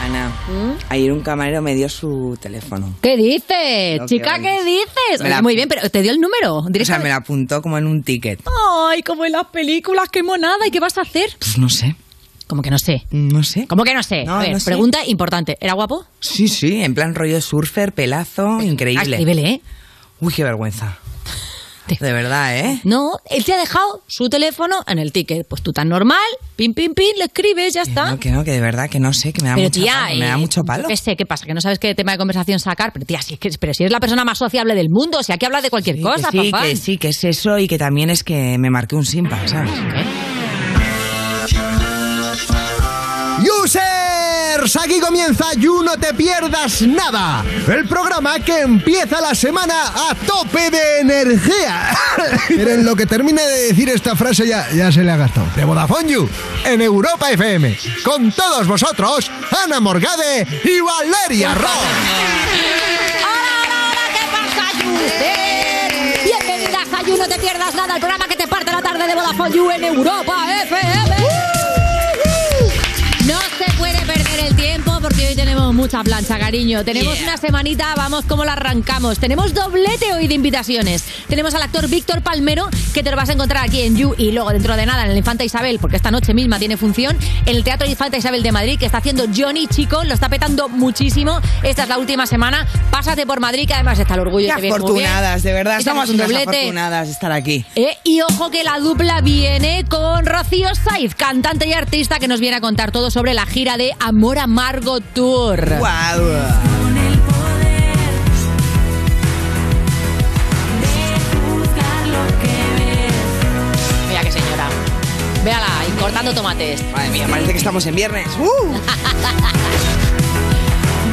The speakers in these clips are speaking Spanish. Ana, ayer un camarero me dio su teléfono. ¿Qué dices? No, Chica, qué ¿qué dices? Me la- Oye, Muy bien, pero te dio el número. O sea, me directamente. lo apuntó como en un ticket. Ay, como en las películas, qué monada. ¿Y qué vas a hacer? Pues no sé, Como que no sé. no sé. Como que no sé. No, a ver, no sé. pregunta importante. ¿Era guapo? Sí, sí, en plan rollo surfer, pelazo, A este increíble. nivel, ¿eh? Uy, qué vergüenza. Te- De verdad, ¿eh? No, él te ha dejado su teléfono en el ticket. Pues tú tan normal, pim, pim, pim, le escribes, ya Que está. No, que no, que de verdad que no sé, que me da, pero mucha tía, palo, me eh, da mucho yo palo. qué sé, ¿qué pasa? Que no sabes qué tema de conversación sacar. Pero tía, si, es que- pero si eres la persona más sociable del mundo, si aquí hablas de cualquier Sí, cosa, que sí, papá. que sí, que es eso y que también es que me marqué un simpa, ¿sabes? Users, aquí comienza You No Te Pierdas Nada, el programa que empieza la semana a tope de energía. Pero en lo que termine de decir esta frase ya, ya se le ha gastado. De Vodafone You, en Europa FM, con todos vosotros, Ana Morgade y Valeria Ross. ¡Hola, hola, hola! ¿Qué pasa, Yuster? Bienvenidas a You, no te pierdas nada, el programa que te parte la tarde de Vodafone You en Europa FM. No se puede perder el tiempo porque hoy tenemos mucha plancha, cariño. Tenemos una semanita, vamos cómo la arrancamos. Tenemos doblete hoy de invitaciones. Tenemos al actor Víctor Palmero, que te lo vas a encontrar aquí en You y luego dentro de nada en el Infanta Isabel, porque esta noche misma tiene función, en el Teatro Infanta Isabel de Madrid, que está haciendo Johnny Chico, lo está petando muchísimo. Esta es la última semana. Pásate por Madrid, que además está el orgullo. Qué te viene muy afortunadas, bien. de verdad, Y somos tenemos unas afortunadas de estar aquí. eh, y ojo que la dupla viene con Rocío Saiz, cantante y artista que nos viene a contar todo sobre la gira de Amor Amargo Tour. ¡Guau! Mira qué señora. Véala, y cortando tomates. Madre mía, parece que estamos en viernes. ¡Uh!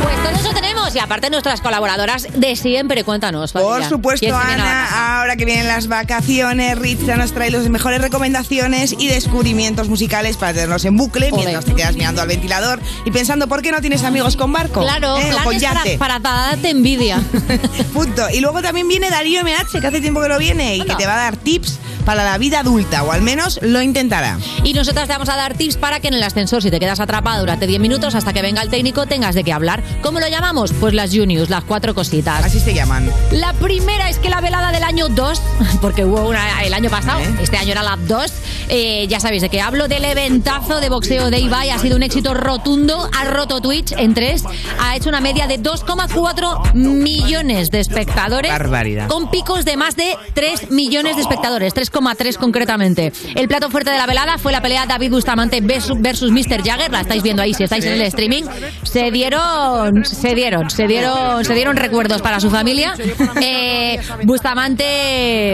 Pues todo eso tenemos y aparte nuestras colaboradoras de siempre, cuéntanos. Por Valeria, supuesto, ¿quién se viene a la casa? Ana, ahora que vienen las vacaciones, Richa nos trae las mejores recomendaciones y descubrimientos musicales para tenernos en bucle Joder. mientras te quedas mirando al ventilador y pensando por qué no tienes amigos con barco. Claro, ¿eh? o con planes yate. para, para darte envidia. Punto. Y luego también viene Darío MH, que hace tiempo que no viene y Anda. que te va a dar tips para la vida adulta, o al menos lo intentará. Y nosotras te vamos a dar tips para que en el ascensor, si te quedas atrapado durante 10 minutos hasta que venga el técnico, tengas de qué hablar. ¿Cómo lo llamamos? Pues las juniors, las cuatro cositas. Así se llaman. La primera es que la velada del año 2, porque hubo una el año pasado, ¿Eh? este año era la 2, eh, ya sabéis de qué hablo, del eventazo de boxeo de Ibai, ha sido un éxito rotundo, ha roto Twitch en 3, ha hecho una media de 2,4 millones de espectadores, Barbaridad. con picos de más de 3 millones de espectadores, 3,3 concretamente. El plato fuerte de la velada fue la pelea David Bustamante versus versus Mr. Jagger, la estáis viendo ahí si estáis en el streaming. Se dieron, se dieron, se dieron, se dieron recuerdos para su familia. Eh, Bustamante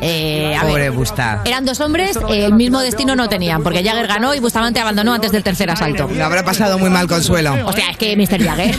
eh, a ver, Pobre Busta. eran dos hombres, eh, el mismo destino no tenían, porque Jagger ganó y Bustamante abandonó antes del tercer asalto. Lo habrá pasado muy mal Consuelo. O sea, es que Mr. Jagger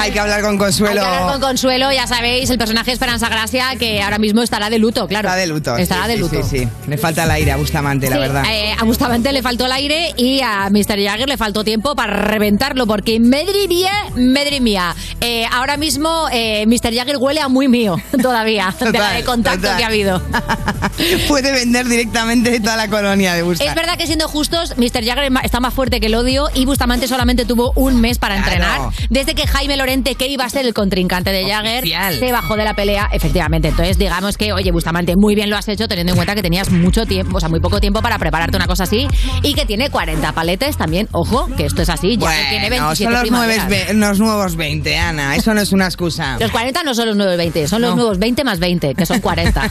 Hay que hablar con Hay Consuelo. que hablar con Consuelo, ya sabéis, el personaje Esperanza Gracia, que ahora mismo estará de luto, claro. Está de luto. Estará sí, de sí, luto. Sí, sí. Le falta el aire a Bustamante, la Sí, verdad. eh, a Bustamante le faltó el aire y a Mr. Jagger le faltó tiempo para reventarlo, porque Medri mía, Medri mía. Eh, ahora mismo eh, Mr. Jagger huele a muy mío todavía, de la de Total, contacto total. que ha habido. Puede vender directamente toda la colonia de Busta. Es verdad que siendo justos, Mr. Jagger es ma- está más fuerte que el odio y Bustamante solamente tuvo un mes para Claro. entrenar. Desde que Jaime Lorente, que iba a ser el contrincante de Jagger, Oficial. se bajó de la pelea, efectivamente. Entonces, digamos que, oye, Bustamante, muy bien lo has hecho, teniendo en cuenta que tenías mucho tiempo, o sea, muy poco tiempo para prepararte una cosa así y que tiene 40 paletes también. Ojo, que esto es así, ya que tiene Bueno, 27 son los nuevos, primaveras. ve- los nuevos 20, Ana. Eso no es una excusa. Los 40 no son los nuevos 20, son los No. nuevos 20 más 20, que son 40.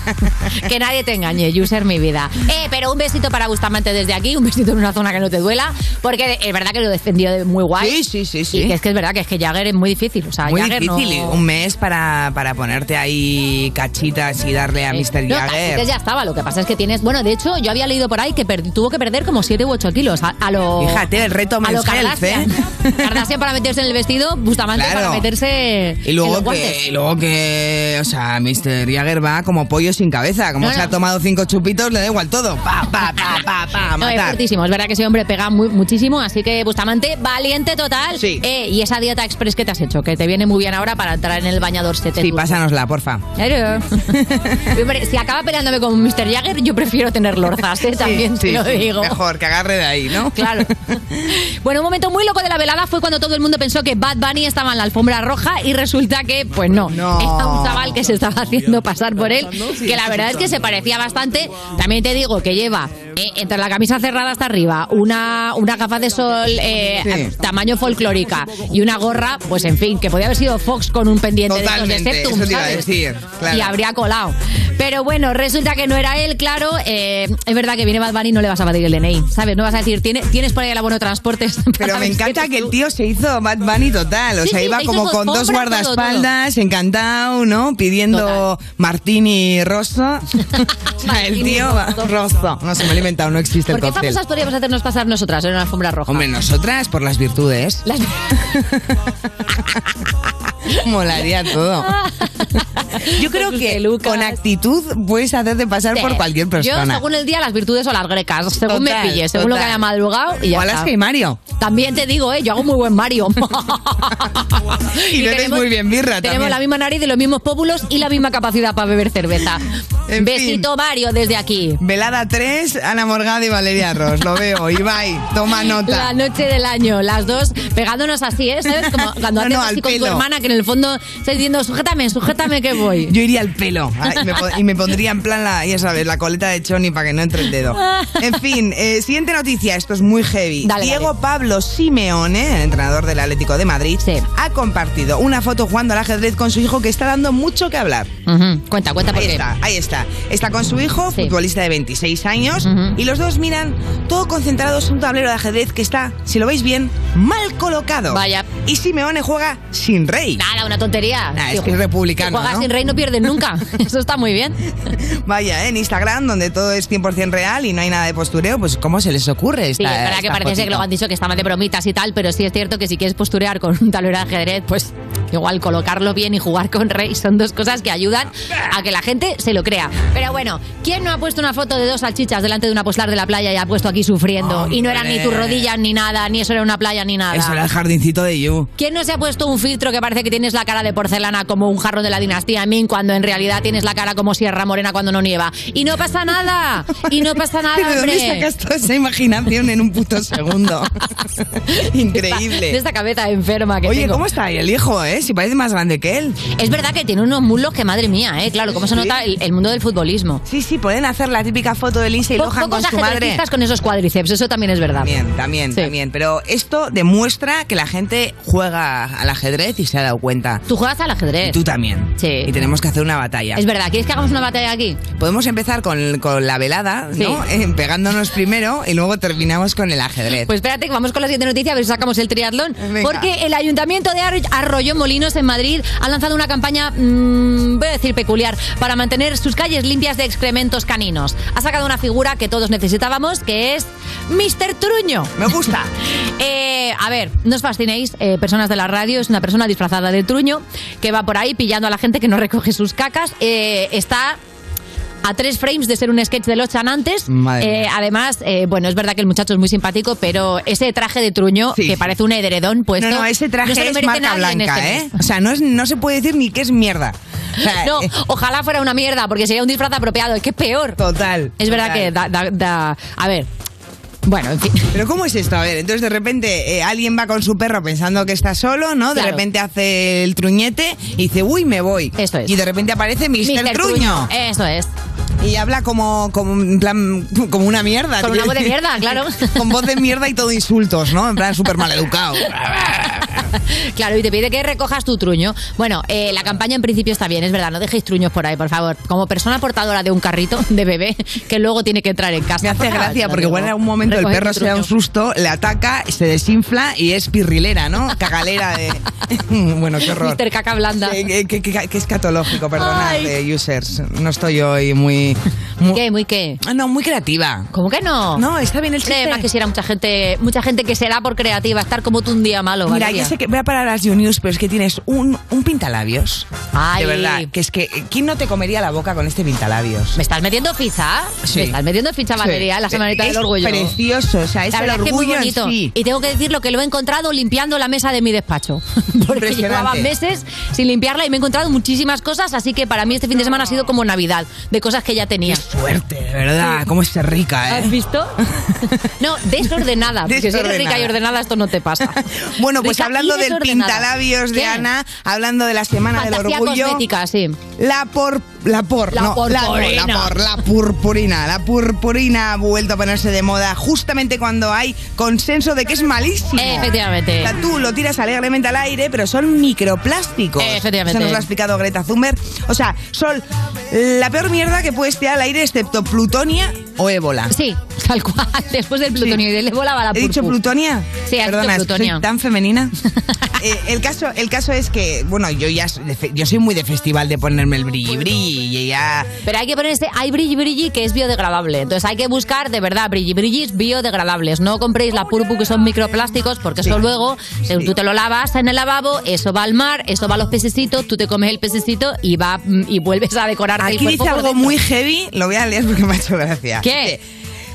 que nadie te engañe, user mi vida. Eh, pero un besito para Bustamante desde aquí, un besito en una zona que no te duela, porque es verdad que lo defendió de- muy guay. Sí, sí, sí, sí. Y que es que es verdad que es que Jagger es muy difícil, o sea, Muy Jagger difícil. no... Un mes para, para ponerte ahí cachitas y darle a Mr. Eh, No, Jagger. cachites ya estaba, lo que pasa es que tienes... Bueno, de hecho, yo había leído por ahí que per- tuvo que perder como 7 u 8 kilos a, a lo... Fíjate, el reto ¿eh? a más lo Kardashian. Kardashian para meterse en el vestido, Bustamante Claro. para meterse Y en los luego guantes. que, y luego que, o sea, Mr. Jagger va como pollo pollo sin cabeza. Como No, se no. ha tomado cinco chupitos, le da igual todo. Pa, pa, pa, pa, pa, a No, es matar. fuertísimo. Es verdad que ese hombre pega muy- muchísimo, así que Bustamante, valiente total. Sí. Eh, y esa dieta express que te has hecho, que te viene muy bien ahora para entrar en el bañador 70. Sí, pásanosla, porfa. Claro. Hombre, si acaba peleándome con Mr. Jagger, yo prefiero tener lorzas, ¿eh? también te Sí, lo sí, digo. Mejor que agarre de ahí, ¿no? Claro. Bueno, un momento muy loco de la velada fue cuando todo el mundo pensó que Bad Bunny estaba en la alfombra roja y resulta que, pues no, No. era un chaval que se estaba haciendo pasar por él, que la verdad es que se parecía bastante. También te digo que lleva eh, entre la camisa cerrada hasta arriba, una, una gafa de sol eh, Sí. tamaño folclórica y una gorra, pues en fin, que podía haber sido Fox con un pendiente de estos de Totalmente, septum, eso te iba a ¿sabes? decir, claro. Y habría colado. Pero bueno, resulta que no era él, claro. eh, es verdad que viene Bad Bunny y no le vas a pedir el DNI, ¿sabes? No vas a decir, "Tiene- tienes por ahí el abono de transportes. Pero para me ver si encanta eres que tú". el tío se hizo Bad Bunny total. O Sí, sea, sí, iba se hizo como con alfombra, dos guardaespaldas, encantado, ¿no? Pidiendo martini rosso. o sea, el tío va rosso. No se me lo he inventado, no existe el ¿Por qué cóctel. famosas podríamos hacernos pasar nosotras en una alfombra roja? Hombre, nosotras por las virtudes. Las- Molaría todo. Yo creo Jesús que de Lucas. con actitud puedes hacerte pasar por Sí. cualquier Yo, persona. según el día, las virtudes o las grecas. Según Total, me pilles, según lo que total. haya madrugado y ya o a las está. que Mario. También te digo, ¿eh? yo hago muy buen Mario. Y bebes muy bien birra Tenemos también. la misma nariz de los mismos póbulos y la misma capacidad para beber cerveza. En Besito Mario desde aquí. Velada 3, Ana Morgada y Valeria Ross. Lo veo. Ibai, toma La nota. noche del año, las dos pegándonos así, ¿eh? ¿Sabes? Como cuando No, no, haces así al con tu pelo. hermana que en el fondo estás diciendo, sujétame, sujétame que voy. Yo iría al pelo ah, y me, pon- y me pondría en plan la, ya sabes, la coleta de Choni para que no entre el dedo. En fin, eh, siguiente noticia, esto es muy heavy. Dale, Diego dale. Pablo Simeone, entrenador del Atlético de Madrid, Sí. ha compartido una foto jugando al ajedrez con su hijo que está dando mucho que hablar. Ujú. Cuenta, cuenta por Ahí qué. está, ahí está. Está con su hijo, Sí. futbolista de 26 años, Ujú. y los dos miran todo concentrados en un tablero de ajedrez que está, si lo veis bien, mal colocado. Vaya. Y Simeone juega sin rey. Nada, una tontería. Nah, Si es que es ju- republicano, si Juegas ¿no? sin rey no pierdes nunca. Eso está muy bien. Vaya, ¿eh? en Instagram, donde todo es 100% real y no hay nada de postureo, pues ¿cómo se les ocurre Sí, esta es verdad esta que parece ser que fotito? luego han dicho que estaban de bromitas y tal, pero sí es cierto que si quieres posturear con un tablero de ajedrez, pues igual colocarlo bien y jugar con rey son dos cosas que ayudan a que la gente se lo crea. Pero bueno, ¿quién no ha puesto una foto de dos salchichas delante de una poslar de la playa y ha puesto aquí sufriendo? Y no eran ni tus Hombre. rodillas ni nada, ni eso era una playa ni nada. Eso era el jardincito de You. ¿Quién no se ha puesto un filtro que parece que tienes la cara de porcelana como un jarro de la dinastía Ming cuando en realidad tienes la cara como Sierra Morena cuando no nieva? Y no pasa nada, y no pasa nada, ¿Pero ¿De hombre. dónde sacas toda esa imaginación en un puto segundo? De Increíble. esta cabeza enferma que Oye, tengo. ¿cómo está ahí el hijo, eh? Si parece más grande que él. Es verdad que tiene unos muslos que madre mía, ¿eh? Claro, cómo se Sí. nota el, el mundo del futbolismo. Sí, sí, pueden hacer la típica foto de Lindsay Po- Lohan con pocos su madre. ajedrecistas con esos cuádriceps, eso también es verdad. También, también, Sí. también. Pero esto demuestra que la gente juega al ajedrez y se ha dado cuenta. Tú juegas al ajedrez. Y tú también. Sí. Y tenemos que hacer una batalla. Es verdad, ¿quieres que hagamos una batalla aquí? Podemos empezar con, con la velada, Sí. ¿no? Eh, pegándonos primero y luego terminamos con el ajedrez. Pues espérate, que vamos con la siguiente noticia, a ver si sacamos el triatlón. Venga. Porque el Ayuntamiento de Arroy- Arroyo Molinos en Madrid ha lanzado una campaña, mm, voy a decir peculiar, para mantener sus calles limpias de excrementos caninos. Ha sacado una figura que todos necesitábamos, que es Mr. Truño. Me gusta. Eh, a ver, no os fascinéis, eh, personas de la radio, es una persona disfrazada de truño que va por ahí pillando a la gente que no recoge sus cacas. Eh, está a tres frames de ser un sketch de los chanantes. Madre Eh, mía. además, eh, bueno, es verdad que el muchacho es muy simpático, pero ese traje de truño, Sí, que sí. parece un edredón puesto... No, no, ese traje Pues no se lo es merece marca nadie en blanca, este ¿eh? mes. O sea, no, es, no se puede decir ni que es mierda. O sea, No, eh, ojalá fuera una mierda, porque sería un disfraz apropiado, es que es peor. total. Es verdad total. que da, da- da- A ver, bueno, en fin... Pero ¿cómo es esto? A ver, entonces de repente eh, alguien va con su perro pensando que está solo, ¿no? De Claro. repente hace el truñete y dice, uy, me voy. Eso es. Y de repente aparece Mr. Mr. Truño. Eso es. Y habla como, como, en plan, como una mierda. Con tío. una voz de mierda, claro. con voz de mierda y todo insultos, ¿no? En plan súper maleducado. Claro, y te pide que recojas tu truño. Bueno, eh, la campaña en principio está bien, es verdad, no dejéis truños por ahí, por favor. Como persona portadora de un carrito de bebé que luego tiene que entrar en casa. Me hace Pues nada, te gracia lo porque digo. igual en algún momento el Recoge tu perro se da un truño. susto, le ataca, se desinfla y es pirrilera, ¿no? Cagalera de... bueno, qué horror. Mister caca blanda. Eh, eh, Que, que- que es catológico, perdonad, Ay. eh, users. No estoy hoy muy... muy- ¿Qué? ¿Muy qué? Ah, No, muy creativa. ¿Cómo que no? No, está bien el chiste. Además que si era mucha gente, mucha gente que será por creativa, estar como tú un día malo, Mira, Valeria. yo sé que voy a parar a las You News, pero es que tienes un, un pintalabios. Ay. De verdad, que es que ¿quién no te comería la boca con este pintalabios? ¿Me estás metiendo ficha? Sí. ¿Me estás metiendo ficha, Valeria? Sí. La semanita Es del orgullo. precioso, o sea, es La el verdad es que es muy orgullo en bonito. sí. Y tengo que decirlo que lo he encontrado limpiando la mesa de mi despacho. Porque Impresionante. llevaba meses sin limpiarla y me he encontrado muchísimas cosas, así que para mí este fin de semana ha sido como Navidad, de cosas que ya tenía. Suerte, ¿eh? de verdad, cómo es de rica, ¿Has ¿eh? visto? No, desordenada. Porque si eres Desordenada. rica y ordenada, esto no te pasa. Bueno, pues Rica y hablando del desordenada. pintalabios de ¿Qué? Ana, hablando de la semana del Fantasía orgullo. cosmética, sí. La por la por La no, la, no, la purpurina. por la purpurina, la purpurina ha vuelto a ponerse de moda justamente cuando hay consenso de que es malísimo. Efectivamente. O sea, tú lo tiras alegremente al aire, pero son microplásticos. Efectivamente. Eso nos lo ha explicado Greta Thunberg. O sea, son la peor mierda que puedes tirar al aire excepto plutonia o ébola. Sí, tal cual. Después del plutonio y del volaba la ¿He dicho purpu. plutonia? Sí, has dicho Perdona, plutonia. ¿soy tan femenina? Eh, el, caso, el caso es que, bueno, yo ya soy de fe- yo soy muy de festival de ponerme el brilli brilli y ya... Pero hay que poner este hay brilli brilli que es biodegradable. Entonces hay que buscar de verdad brilli brillis biodegradables. No compréis la purpu que son microplásticos porque eso luego se- tú te lo lavas en el lavabo, eso va al mar, eso va a los pececitos, tú te comes el pececito y va mm, y vuelves a decorar el Aquí cuerpo dice por algo dentro. muy heavy, lo voy a leer porque me ha hecho gracia. ¿Qué?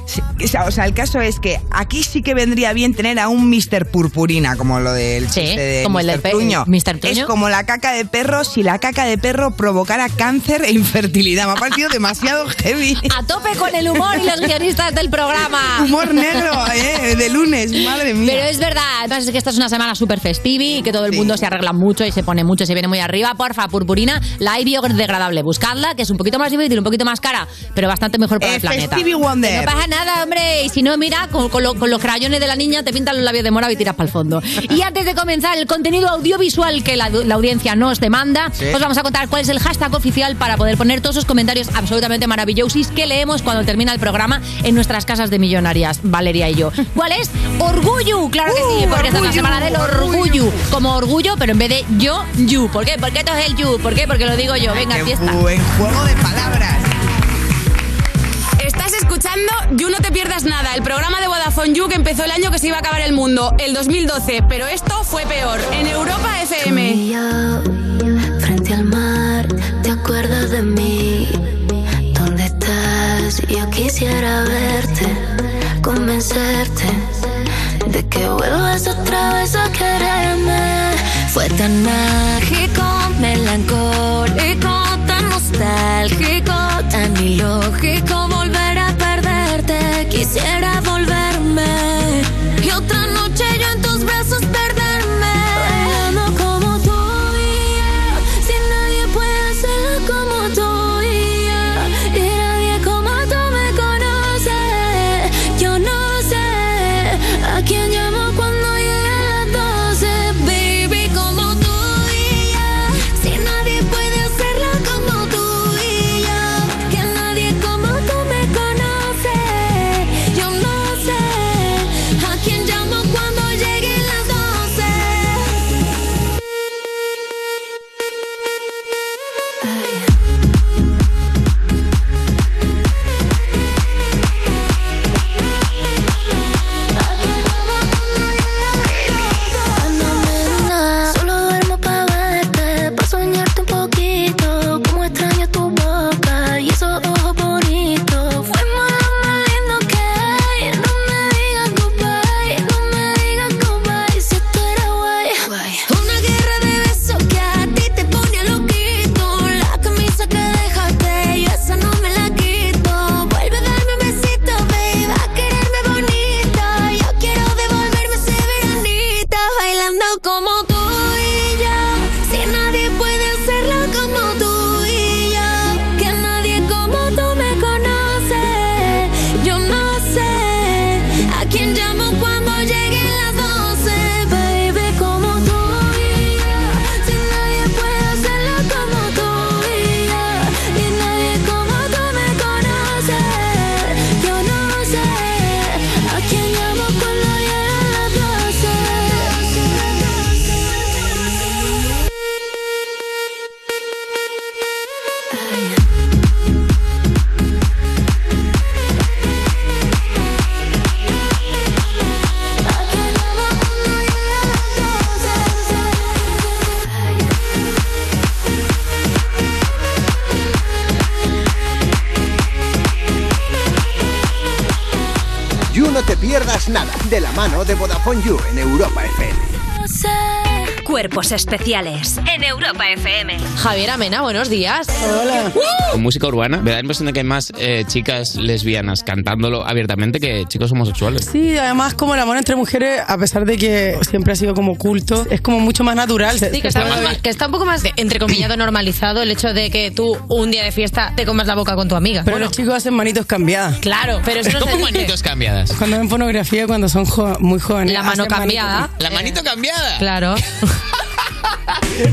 Sí, que- o sea, o sea, el caso es que aquí sí que vendría bien tener a un Mr. Purpurina, como lo del Sí, chiste de como el Mr. del pe- Truño. Mr. Truño. Es como la caca de perro si la caca de perro provocara cáncer e infertilidad. Me ha parecido demasiado heavy. A tope con el humor y los guionistas del programa. Humor negro, ¿eh? De lunes, madre mía. Pero es verdad, además es que esta es una semana súper festivi y que todo el mundo se arregla mucho y se pone mucho y se viene muy arriba. Porfa, purpurina, la hay biodegradable. Buscadla, que es un poquito más difícil, un poquito más cara, pero bastante mejor para Eh, el planeta. Stevie Wonder. Que No pasa nada, hombre. Y si no, mira, con, con lo- con los crayones de la niña te pintan los labios de morado y tiras para el fondo. Y antes de comenzar el contenido audiovisual que la, la audiencia nos demanda, os vamos a contar cuál es el hashtag oficial para poder poner todos esos comentarios absolutamente maravillosos que leemos cuando termina el programa en nuestras casas de millonarias, Valeria y yo. ¿Cuál es? Orgullo, claro que sí, Uh, porque esta es la orgullo, semana del orgullo. orgullo. Como orgullo, pero en vez de yo, you. ¿Por qué? Porque esto es el you. ¿Por qué? Porque lo digo yo. Venga, Qué fiesta. buen juego de palabras. Estás escuchando You No Te Pierdas Nada, el programa de Vodafone You que empezó el año que se iba a acabar el mundo, el 2012, pero esto fue peor, en Europa FM. Y yo, frente al mar, ¿te acuerdas de mí? ¿Dónde estás? Yo quisiera verte, convencerte de que vuelvas otra vez a quererme. Fue tan mágico, melancólico, tan nostálgico, tan ilógico volver a perderte. Quisiera volverme y otra noche yo en tus brazos perderme. Bailando como tú y yo, si nadie puede hacerlo como tú y yo, y nadie como tú me conoce. Yo no sé a quién llamo cuando llegan las 12, baby, como tú y yo, si nadie puede hacerlo como tú y yo, que nadie como tú me conoce. Yo no sé a quién llamo cuando lleguen las 12. Fenomenal. Solo duermo pa' verte, pa' soñarte un poquito. Como extraño tu boca y esos ojos bonitos. Fuimos lo más lindo que hay. No me digas goodbye, no me digas goodbye. Si tú eres guay, una guerra de besos que a ti te pone loquito. La camisa que dejaste, yo esa no me la quito. Vuelve a darme un besito, baby, a quererme bonita. Yo quiero devolverme ese veranito bailando como tú y yo. Si nadie puede hacerlo como tú y yo, que nadie como tú me conoce. Yo no sé a quién llamo cuando lleguen las 12, baby, como tú y yo. Si nadie puede hacerlo como tú y yo, y nadie como tú me conoce. Yo no sé a quién llamo cuando llegan las 12. pierdas nada. De la mano de Vodafone You en Europa FM. Cuerpos especiales en Europa FM. Javier Amena, buenos días. ¡Uh! Hola. Con música urbana, me da la impresión de que hay más eh, chicas lesbianas cantándolo abiertamente que chicos homosexuales. Sí, además como el amor entre mujeres, a pesar de que siempre ha sido como culto, es como mucho más natural. Sí, que está, más- que está un poco más, de- entrecomillado, normalizado el hecho de que tú un día de fiesta te comas la boca con tu amiga. Pero los chicos hacen manitos cambiadas. Claro, pero eso no se dice. Manitos cambiadas. Cuando ven pornografía, cuando son jo- muy jóvenes. La mano hacen cambiada. Eh, La manito cambiada. Claro.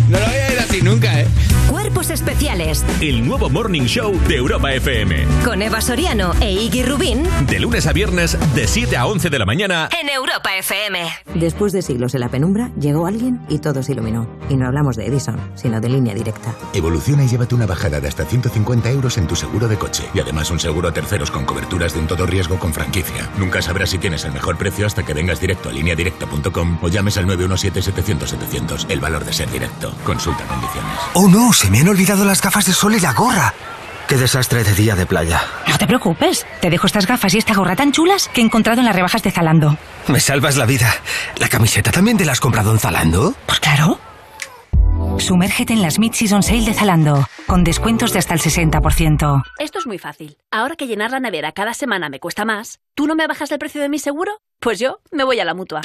No lo voy a ir así nunca, ¿eh? Cuerpos especiales El nuevo Morning Show de Europa FM. con Eva Soriano e Iggy Rubín De lunes a viernes, de 7 a 11 de la mañana. en Europa FM. Después de siglos en la penumbra, llegó alguien y todo se iluminó. Y no hablamos de Edison, sino de línea directa. Evoluciona y llévate una bajada de hasta 150 euros Pues en tu seguro de coche. Y además un seguro a terceros con coberturas de un todo riesgo con franquicia. Nunca sabrás si tienes el mejor precio hasta que vengas directo a lineadirecta.com o llames al 917-700-700. El valor de ser directo. Consulta condiciones. Oh no, se me han olvidado las gafas de sol y la gorra. Qué desastre de día de playa. No te preocupes, te dejo estas gafas y esta gorra tan chulas que he encontrado en las rebajas de Zalando. Me salvas la vida. ¿La camiseta también te la has comprado en Zalando? Pues claro. Sumérgete en las Mid-Season Sale de Zalando, con descuentos de hasta el 60%. Esto es muy fácil. Ahora que llenar la nevera cada semana me cuesta más, ¿tú no me bajas el precio de mi seguro? Pues yo me voy a la mutua.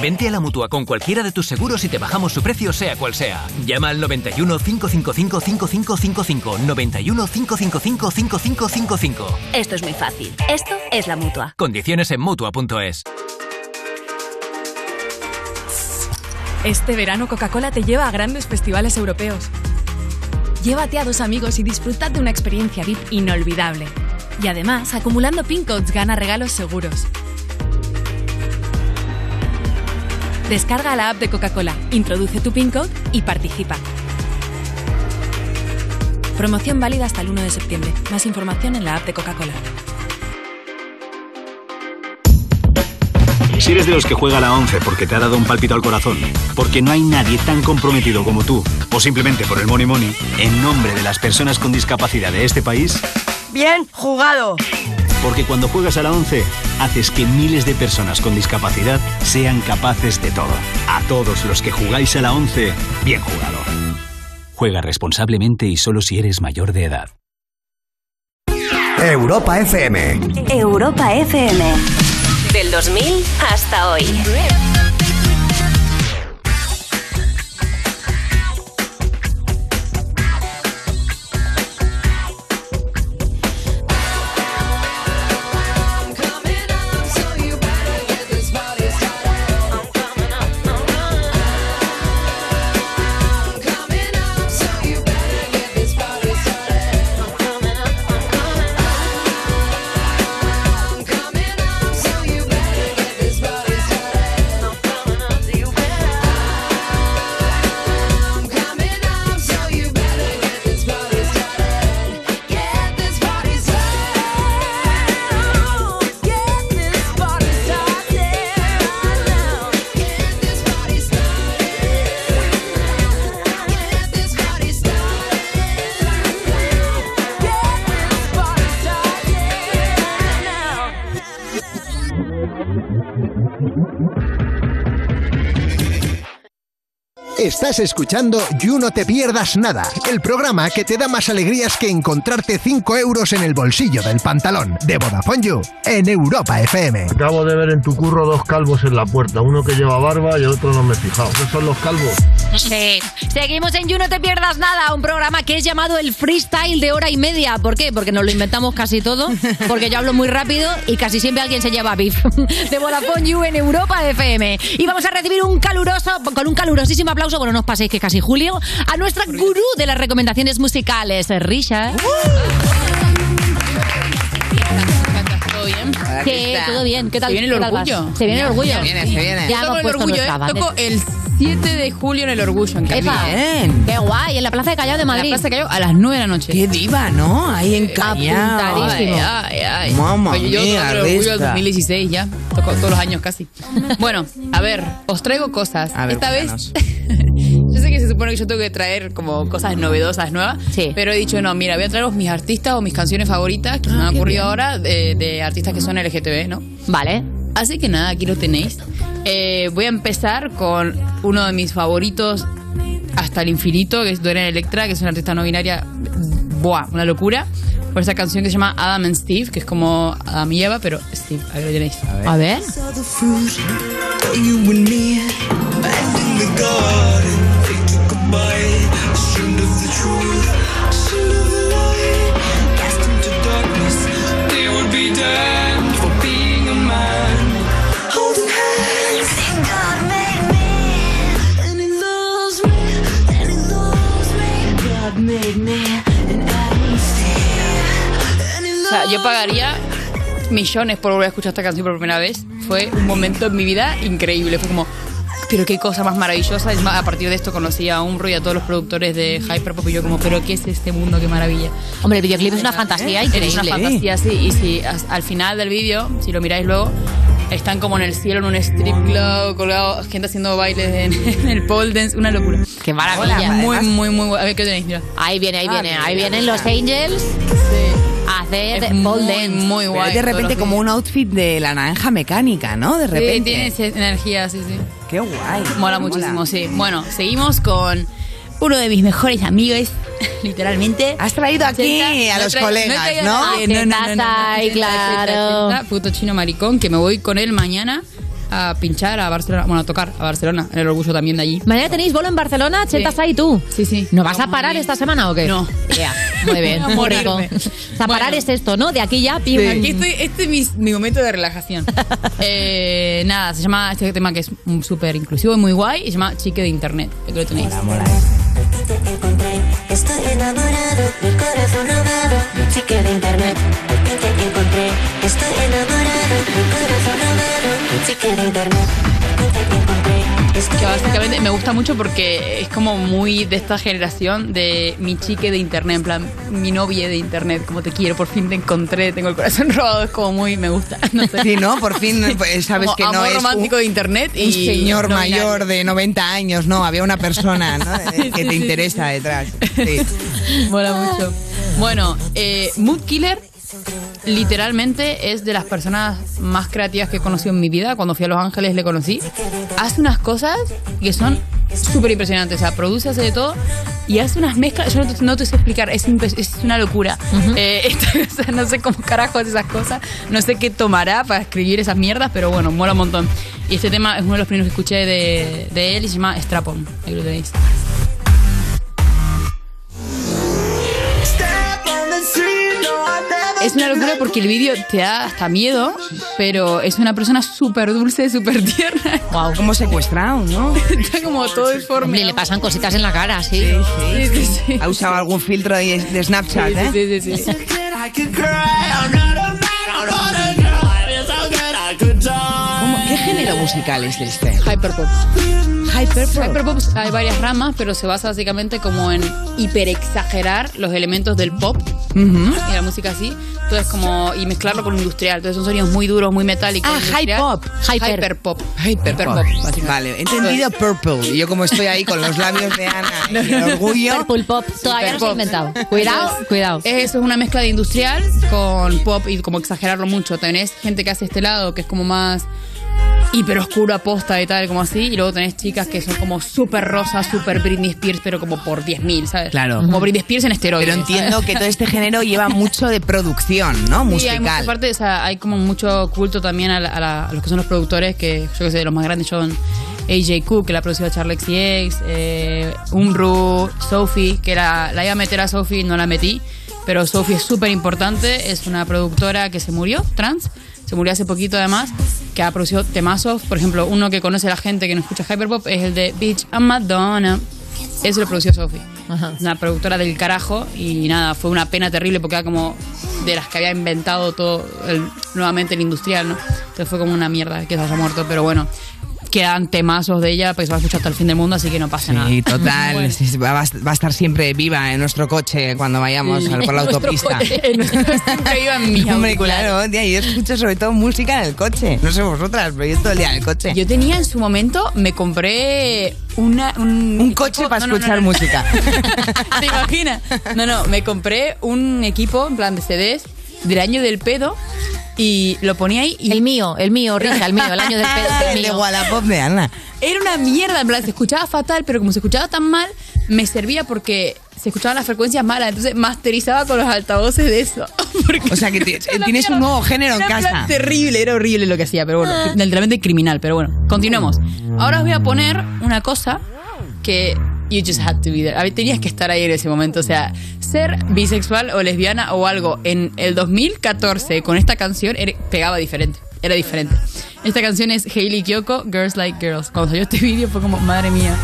Vente a la mutua con cualquiera de tus seguros y te bajamos su precio, sea cual sea. Llama al 91 555 5555. 91 555 5555. Esto es muy fácil. Esto es la mutua. Condiciones en mutua.es. Este verano Coca-Cola te lleva a grandes festivales europeos. Llévate a dos amigos y disfrutad de una experiencia VIP inolvidable. Y además, acumulando pin codes gana regalos seguros. Descarga la app de Coca-Cola, introduce tu pin code y participa. Promoción válida hasta el 1 de septiembre. Más información en la app de Coca-Cola. Si eres de los que juega a la 11 porque te ha dado un pálpito al corazón, porque no hay nadie tan comprometido como tú, o simplemente por el money money, en nombre de las personas con discapacidad de este país, Bien jugado. porque cuando juegas a la 11 haces que miles de personas con discapacidad sean capaces de todo. A todos los que jugáis a la 11, bien jugado. Juega responsablemente y solo si eres mayor de edad. Europa FM. Europa FM. Del 2000 hasta hoy. Estás escuchando You No Te Pierdas Nada, el programa que te da más alegrías que encontrarte 5 euros en el bolsillo del pantalón de Vodafone You en Europa FM. Acabo de ver en tu curro dos calvos en la puerta, uno que lleva barba y el otro no me he fijado. ¿Qué son los calvos? Sí. Seguimos en You No Te Pierdas Nada, un programa que es llamado el freestyle de hora y media. ¿Por qué? Porque nos lo inventamos casi todo, porque yo hablo muy rápido y casi siempre alguien se lleva beef. De Vodafone You en Europa FM. Y vamos a recibir un caluroso, con un calurosísimo aplauso, bueno, no os paséis que es casi julio, a nuestra gurú de las recomendaciones musicales, Risha. ¿Qué? ¿Todo bien? ¿Qué tal? Se viene el ¿Qué tal vas? orgullo. Se viene el orgullo. Se viene, se viene. Ya hemos Toco el puesto orgullo, ¿eh? nuestra Toco bandera. el 7 de julio en el orgullo. En Cali. Epa, ¡Qué guay! En la Plaza de Callao de En la Madrid. Plaza de Callao a las 9 de la noche. ¡Qué diva, ¿no? Ahí en Callao. Ay, ay, ay. Mamma Oye, yo mía, toco el orgullo del resta. 2016 ya. Toco todos los años casi. bueno, a ver, os traigo cosas. A ver, Esta vez... Yo sé que se supone que yo tengo que traer como cosas novedosas, nuevas, pero he dicho, no, mira, voy a traeros mis Ah, artistas o mis canciones favoritas que se me han ocurrido ahora de, de artistas que son LGTB, ¿no? Vale. Así que nada, aquí lo tenéis. Eh, voy a empezar con uno de mis favoritos hasta el infinito, que es Dorian Electra, que es una artista no binaria. Buah, una locura. Por esa canción que se llama Adam and Steve, que es como Adam y Eva, pero Steve, ahí lo tenéis. A ver. You and me back in the garden. They took a bite, a shade of the truth, a shade of the light. Cast into darkness, they would be damned for being a man. Holding hands, and God made me, and He loves me, and He loves me. God made me, and Adam and Steve, and He O sea, yo pagaría millones por volver a escuchar esta canción por primera vez. Fue un momento en mi vida increíble. Fue como, pero qué cosa más maravillosa. Es más, a partir de esto conocí a Umbro y a todos los productores de Hyperpop y yo como, pero qué es este mundo, qué maravilla. Hombre, el videoclip es una fantasía increíble. ¿eh? Es una fantasía, sí. Y si as- al final del vídeo, si lo miráis luego, están como en el cielo en un strip club, colgado, gente haciendo bailes en, en el pole dance, una locura. Qué maravilla. muy, muy, muy bu- Uh, A ver qué tenéis, mira. Ahí viene, ahí Ah, viene, mira, ahí mira, vienen mira. los Angels a hacer pole dance. Muy Pero guay. es de repente como un outfit de la naranja mecánica, ¿no? De repente. Sí, tiene esa energía, sí, sí. Qué guay. Mola muchísimo, sí. Bueno, seguimos con uno de mis mejores amigos, literalmente. Has traído aquí a los colegas, ¿no? No, he Que traído a nadie. estás no, ahí, claro. Puto chino maricón, que me voy con él mañana a pinchar a Barcelona, bueno, a tocar a Barcelona, en el orgullo también de allí. Mañana tenéis bolo en Barcelona, Chetas ahí tú. Sí, sí. ¿No vas a parar esta semana o qué? No. Muy bien. Voy a morirme. Rico. O sea, parar es esto, ¿no? De aquí ya, pim. Aquí estoy- este es mi, mi momento de relajación. Eh, nada, se llama este tema que es mm, súper inclusivo y muy guay, y se llama Chique de Internet. Yo creo que lo tenéis. Estoy enamorado, mi corazón robado, chica de internet. Al fin te encontré. Estoy enamorado, mi corazón robado, chica de internet. Que básicamente me gusta mucho porque es como muy de esta generación de mi chique de internet, en plan, mi novia de internet, como te quiero, por fin te encontré, tengo el corazón robado, es como muy, me gusta. No sé. Sí, ¿no? Por fin eh, sabes Como que no amor es romántico un, de internet y un señor no binario. mayor de 90 años, no, había una persona ¿no? Eh, que te interesa detrás. Sí. Mola mucho. Bueno, eh, Mood Killer literalmente es de las personas más creativas que he conocido en mi vida. Cuando fui a Los Ángeles le conocí. Hace unas cosas que son súper impresionantes. O sea, produce, hace de todo y hace unas mezclas. Yo no te, no te sé explicar, es, impres- es una locura. Eh, esta- o sea, no sé cómo carajo hace esas cosas. No sé qué tomará para escribir esas mierdas, pero bueno, mola un montón. Y este tema es uno de los primeros que escuché de, de él y se llama Strapon. Ahí lo tenéis. Es una locura porque el vídeo te da hasta miedo, pero es una persona súper dulce, súper tierna. Wow. Como secuestrado, ¿no? Está como todo deforme. Hombre, le pasan cositas en la cara, sí. Sí, sí, Ha usado algún filtro de, de Snapchat, Sí, sí, ¿eh? Sí, sí, sí. ¿Qué género musical es este? Hyperpop. Hyperpop. hay varias ramas, pero se basa básicamente como en hiperexagerar los elementos del pop y la música así. Entonces como y mezclarlo con industrial. Entonces son sonidos muy duros, muy metálicos. Ah, industrial. hypop. Hyper. Hyperpop. Hyperpop. Vale, he entendido purple. Y yo como estoy ahí con los labios de Ana y el orgullo. Purple pop. Todavía no se ha inventado. Cuidado. cuidado. Eso es una mezcla de industrial con pop y como exagerarlo mucho. Tenés gente que hace este lado que es como más hiper oscuro aposta y tal, como así. Y luego tenés chicas que son como súper rosas, súper Britney Spears, pero como por 10.000, ¿sabes? Claro. Como Britney Spears en esteroides. Pero entiendo ¿sabes? que todo este género lleva mucho de producción, ¿no? Sí, hay mucha Musical. parte, o sea, hay como mucho culto también a, la- a la- a los que son los productores, que yo que sé, los más grandes son AJ Cook, que la ha producido a Charlie XCX, eh, Umru, Sophie, que la, la iba a meter a Sophie y no la metí, pero Sophie es súper importante, es una productora que se murió, trans, se murió hace poquito además, que ha producido temazos, por ejemplo, uno que conoce la gente que no escucha Hyperpop es el de Bitch and Madonna, eso lo produció Sophie una productora del carajo y nada, fue una pena terrible porque era como de las que había inventado todo el- nuevamente el industrial, ¿no? Entonces fue como una mierda que se haya muerto, pero bueno, quedan temazos de ella, pues se va a escuchar hasta el fin del mundo, así que no pasa nada. Sí, total. Sí, sí, Va va a estar siempre viva en nuestro coche cuando vayamos Sí. al- por la En nuestro autopista. coche, en nuestro- siempre iba en mis Hombre, auriculares. claro, tía, yo escucho sobre todo música en el coche. No sé vosotras, pero yo todo el día en el coche. Yo tenía en su momento, me compré una, un, coche para no, no, escuchar no, no. música. ¿Te imaginas? No, no, me compré un equipo en plan de CDs del año del pedo y lo ponía ahí. Y el mío, el mío, Rita, el mío, el año de pedo, el El de mío. Wallapop de Ana. Era una mierda, en plan, se escuchaba fatal, pero como se escuchaba tan mal, me servía porque se escuchaban las frecuencias malas, entonces masterizaba con los altavoces de eso. O sea que te- tienes un nuevo género en Era en plan casa. Ah. terrible, era horrible lo que hacía, pero bueno, literalmente criminal, pero bueno, continuemos. Ahora os voy a poner una cosa que you just had to be there. Hab- Tenías que estar ahí en ese momento, o sea, ser bisexual o lesbiana o algo en el 2014 con esta canción era- pegaba diferente. Era diferente. Esta canción es Hailey Kyoko, Girls Like Girls. Cuando salió este vídeo fue como, madre mía.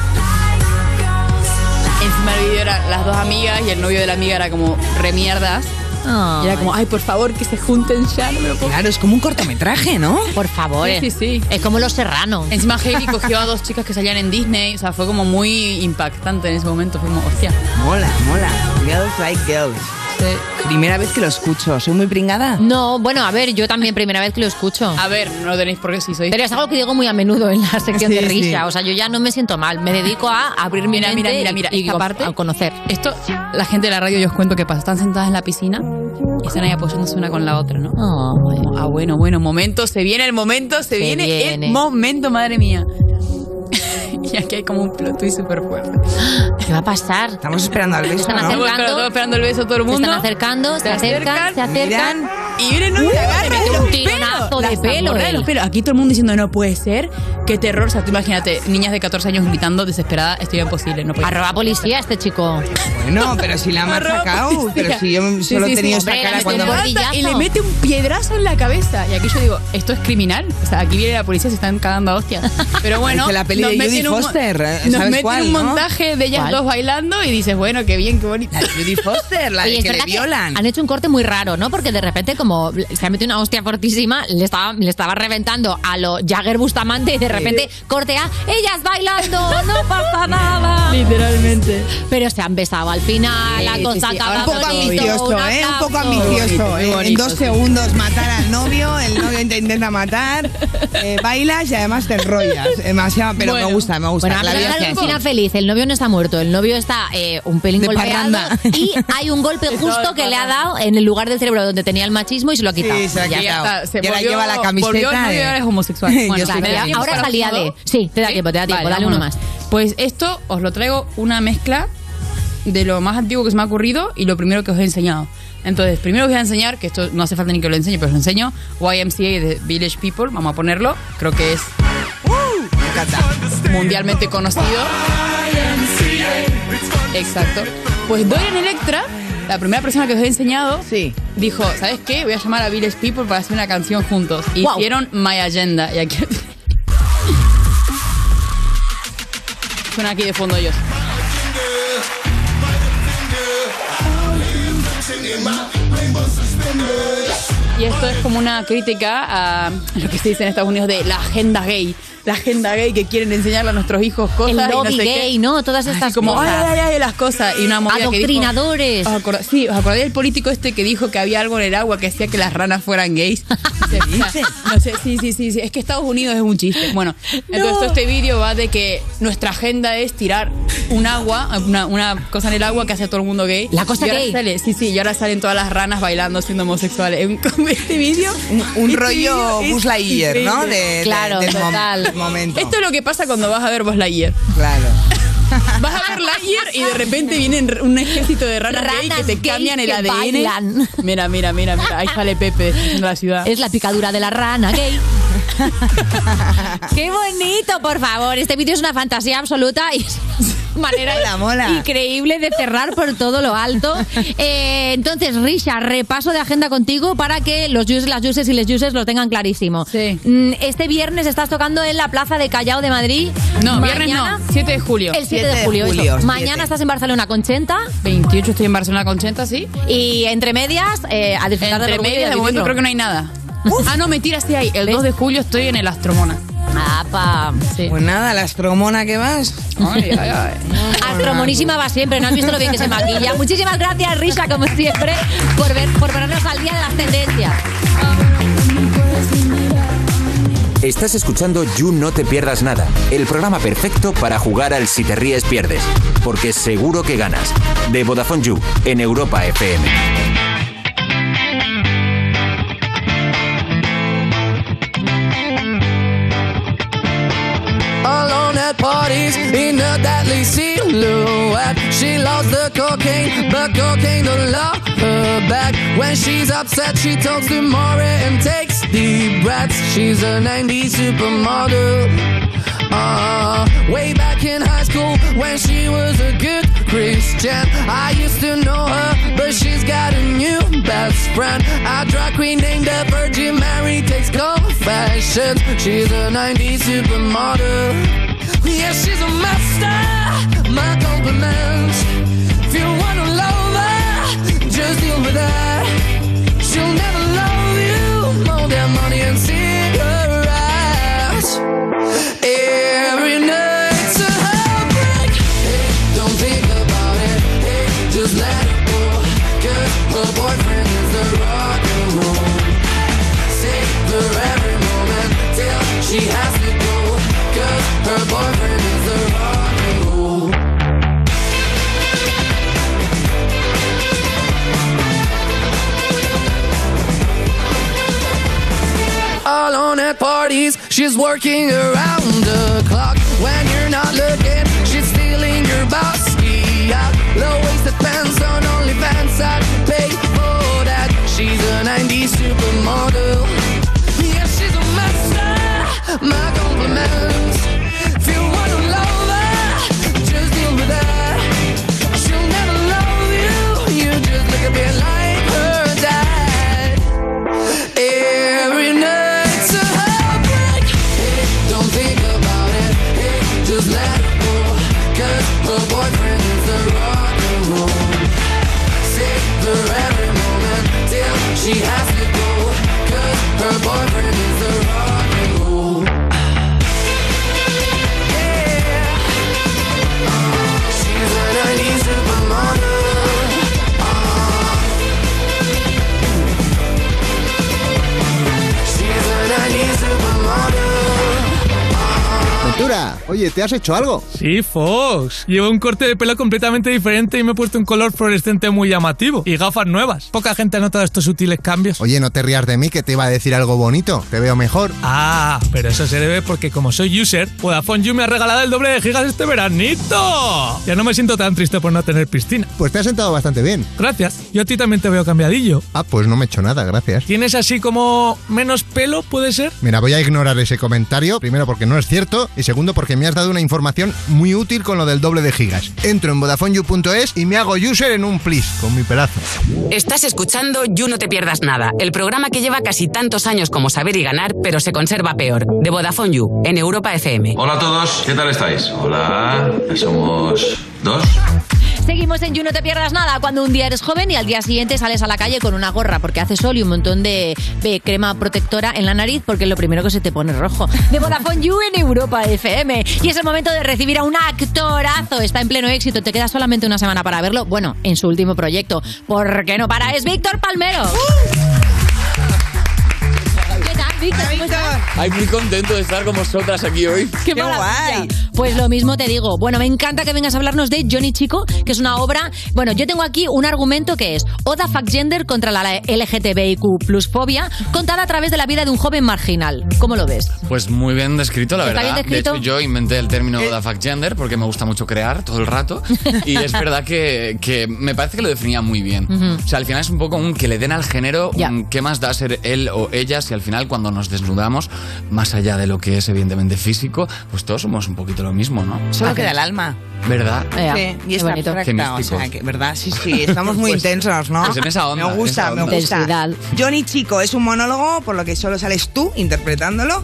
Encima del vídeo eran las dos amigas y el novio de la amiga era como, re mierdas. Y era como, ay, por favor, que se junten ya, no me lo puedo Claro, es como un cortometraje, ¿no? Por favor. Sí, sí, sí. Es como Los Serranos. Encima Hailey cogió a dos chicas que salían en Disney, o sea, fue como muy impactante en ese momento, fue como, hostia. Mola, mola. Girls like girls. Primera vez que lo escucho. ¿Soy muy pringada? No, bueno, a ver, yo también primera vez que lo escucho. A ver, no tenéis por qué si soy. Pero es algo que digo muy a menudo en la sección Sí, de risa. sí. O sea, yo ya no me siento mal. Me dedico a abrir mi Mira, mente mira, mira, mira, y, y esta go- parte. a conocer. Esto, la gente de la radio, yo os cuento qué pasa. Están sentadas en la piscina y están ahí apoyándose una con la otra, ¿no? Ah, bueno, bueno, momento, se viene el momento, se, Se viene, viene. el momento, madre mía. y aquí hay como un plot twist súper fuerte. ¿Qué va a pasar? Estamos esperando al beso, están ¿no? acercando. Pero todo esperando el beso todo el Se mundo. están acercando, se, Se acercan, acercan, se acercan. miran, y vienen un Uy, agarre se de mete un los tironazo pelos. de Las pelo, amorrea de los él. pelos. Aquí todo el mundo diciendo, no puede ser, qué terror. O sea, tú imagínate, niñas de 14 años gritando desesperada, esto ya imposible, no puede ser. Arroba policía este chico. Bueno, pero si la han machacado. Pero si yo solo he tenido esta Hombre, la cara metió cuando... un guardazo Y le mete un piedrazo en la cabeza. Y aquí yo digo, esto es criminal. O sea, aquí viene la policía, se están cagando a hostias. Pero bueno, Dice la peli nos de meten Judy un mo- Foster, ¿eh? Nos ¿Sabes meten cuál, un no? montaje de ellas ¿Cuál? dos bailando y dices, bueno, qué bien, qué bonito. Judy Foster, Oye, es verdad que han hecho un corte muy raro, ¿no? Porque de repente, como se ha metido una hostia fortísima, le estaba, le estaba reventando a lo Jagger Bustamante y de repente corte a ellas bailando, no pasa nada. Literalmente. Pero se han besado al final, Ah, la Sí, cosa sí, sí. acaba un poco bonito, ambicioso, un ¿eh? Un poco aplauso. ambicioso. eh. en dos sí. segundos matar al novio, el novio te intenta matar, eh, bailas y además te enrollas. Demasiado, pero me gusta, me gusta. Bueno, la vida al hacia así. final feliz, el novio no está muerto, el novio está eh, un pelín De golpeado parranda. y hay un golpe justo que le ha dado en el lugar del cerebro donde tenía el machismo y se lo ha quitado. Sí, se ha Ya quitado. está. Y ahora lleva la camiseta Volvió el novio de- y ahora es homosexual. Yo Bueno, soy claro, feliz. ya, Ahora ¿Para salía todo? de- sí, te da tiempo, te da tiempo, dale uno vámonos. Pues esto os lo traigo una mezcla de lo más antiguo que se me ha ocurrido y lo primero que os he enseñado. Entonces, primero os voy a enseñar, que esto no hace falta ni que lo enseñe, pero os lo enseño, YMCA de Village People, vamos a ponerlo, creo que es mundialmente conocido. Exacto. Pues Dorian Electra, la primera persona que os he enseñado, dijo, ¿sabes qué? Voy a llamar a Village People para hacer una canción juntos. Y Wow. Hicieron My Agenda. Y aquí... Suena aquí de fondo ellos. Y esto es como una crítica a lo que se dice en Estados Unidos de la agenda gay. La agenda gay que quieren enseñarle a nuestros hijos cosas. El y no lobby sé qué. gay, ¿no? Todas Así estas como, cosas. Ay, ay, ay, las cosas. Y una movida que dijo- Adoctrinadores. ¿Os acorda- sí, ¿os acordáis del político este que dijo que había algo en el agua que hacía que las ranas fueran gays? No sé, sí, sí, sí, sí. Es que Estados Unidos es un chiste. Bueno, entonces todo este vídeo va de que nuestra agenda es tirar un agua, una, una cosa en el agua que hace a todo el mundo gay. La cosa Y ahora gay. sale- sí, sí, y ahora salen todas las ranas bailando siendo homosexuales. En- con Este vídeo. Un este rollo vídeo es Buzz Lightyear, ¿no? increíble. De- de- del mom- del momento. Esto es lo que pasa cuando vas a ver Buzz Lightyear. Claro. Vas a ver Lightyear y de repente vienen r- un ejército de ranas, gay Ranas que te gays cambian el que ADN. bailan. Mira, mira, mira, mira. Ahí sale Pepe en la ciudad. Es la picadura de la rana gay. ¡Qué bonito, por favor! Este vídeo es una fantasía absoluta y es una manera Mola, mola. increíble de cerrar por todo lo alto. Eh, entonces, Risha, repaso de agenda contigo para que los users, las users y les users lo tengan clarísimo. Mm, Este viernes estás tocando en la Plaza de Callao de Madrid. No, viernes no, 7 de julio. El 7 de julio. eso. Mañana estás en Barcelona con Chenta. 28 estoy en Barcelona con Chenta, sí. Y entre medias, eh, a disfrutar Entre del orgullo y medias, del de momento vinilo. creo que no hay nada. Ah, no, mentira, sí hay. El 2 de julio estoy en el Astromona. ¡Apa! Pues nada, la astromona que vas. Ay, ay, ay. Astromonísima va siempre, no has visto lo bien que se maquilla. Muchísimas gracias, Risha, como siempre, por, ver, por ponernos al día de las tendencias. Estás escuchando You No Te Pierdas Nada, el programa perfecto para jugar al Si Te Ríes Pierdes, porque seguro que ganas. De Vodafone You, en Europa FM. at parties in a deadly silhouette. She loves the cocaine, but cocaine don't love her back. When she's upset, she talks to Maury and takes deep breaths. She's a 90s supermodel. Uh, way back in high school when she was a good Christian. I used to know her, but she's got a new best friend. A drag queen named the Virgin Mary takes confessions. She's a 90s supermodel. Yeah, she's a master. My compliments. If you wanna love her, just deal with her. She'll never love you more than money and cigarettes. Every night's a heartbreak. Hey, don't think about it. Hey, just let it go. Cause her boyfriend is the rock and roll. Save her every moment till she has to go. Cause her boyfriend is the rock and roll. all on at parties. She's working around the clock. When you're not looking, she's stealing your bossy out. Low waisted pants on only fans I'd pay for that. She's a 90s supermodel. Yeah, she's a master. My compliments. If you wanna love her, just deal with her. She'll never love you. You just look a bit like her dad. Every night's a heartbreak. Hey, don't think about it. Hey, just let it go. Cause her boyfriend is the rock and roll. Save her every moment till she has to go. Cause her boyfriend is the rock and roll. Yeah. Uh, She's a 90s supermodel. Ventura, oye, ¿te has hecho algo? Sí, Fox. Llevo un corte de pelo completamente diferente y me he puesto un color fluorescente muy llamativo. Y gafas nuevas. Poca gente ha notado estos sutiles cambios. Oye, no te rías de mí que te iba a decir algo bonito. Te veo mejor. Ah, pero eso se debe porque como soy user, Vodafone You me ha regalado el doble de gigas este veranito. Ya no me siento tan triste por no tener piscina. Pues te has sentado bastante bien. Gracias. Yo a ti también te veo cambiadillo. Ah, pues no me he hecho nada, gracias. ¿Tienes así como menos pelo, puede ser? Mira, voy a ignorar ese comentario, primero porque no es cierto y segundo porque me has dado una información muy útil con lo del doble de gigas. Entro en VodafoneYou.es y me hago user en un plis con mi pedazo. Estás escuchando You No Te Pierdas Nada, el programa que lleva casi tantos años como saber y ganar, pero se conserva peor. De Vodafone You, en Europa FM. Hola a todos, ¿qué tal estáis? Hola, somos dos. Seguimos en You, no te pierdas nada. Cuando un día eres joven y al día siguiente sales a la calle con una gorra porque hace sol y un montón de, de crema protectora en la nariz porque es lo primero que se te pone rojo. De Vodafone You en Europa FM. Y es el momento de recibir a un actorazo. Está en pleno éxito. Te queda solamente una semana para verlo. Bueno, en su último proyecto. ¿Por qué no para? Es Víctor Palmero. ¿Qué tal, Víctor? ¿Cómo estás? Ay, muy contento de estar con vosotras aquí hoy. ¡Qué, maravilla! Pues lo mismo te digo. Bueno, me encanta que vengas a hablarnos de Johnny Chico, que es una obra. Bueno, yo tengo aquí un argumento que es Oda Fact Gender contra la LGTBIQ plus fobia, contada a través de la vida de un joven marginal. ¿Cómo lo ves? Pues muy bien descrito, la Está verdad. bien descrito. Eh. De hecho, yo inventé el término de fact gender porque me gusta mucho crear todo el rato. Y es verdad que, que me parece que lo definía muy bien. Ujú. O sea, al final es un poco un que le den al género, Ya. un qué más da ser él o ella si al final cuando nos desnudamos, más allá de lo que es evidentemente físico, pues todos somos un poquito lo mismo, ¿no? Solo queda el alma. ¿Verdad? Sí, y está bonito. Qué abstracta, o místico. sea, que, ¿verdad? Sí, sí, estamos muy Pues- intensos, ¿no? pues en esa onda, Me gusta, en esa onda. me gusta. Johnny Chico es un monólogo, por lo que solo sales tú interpretándolo.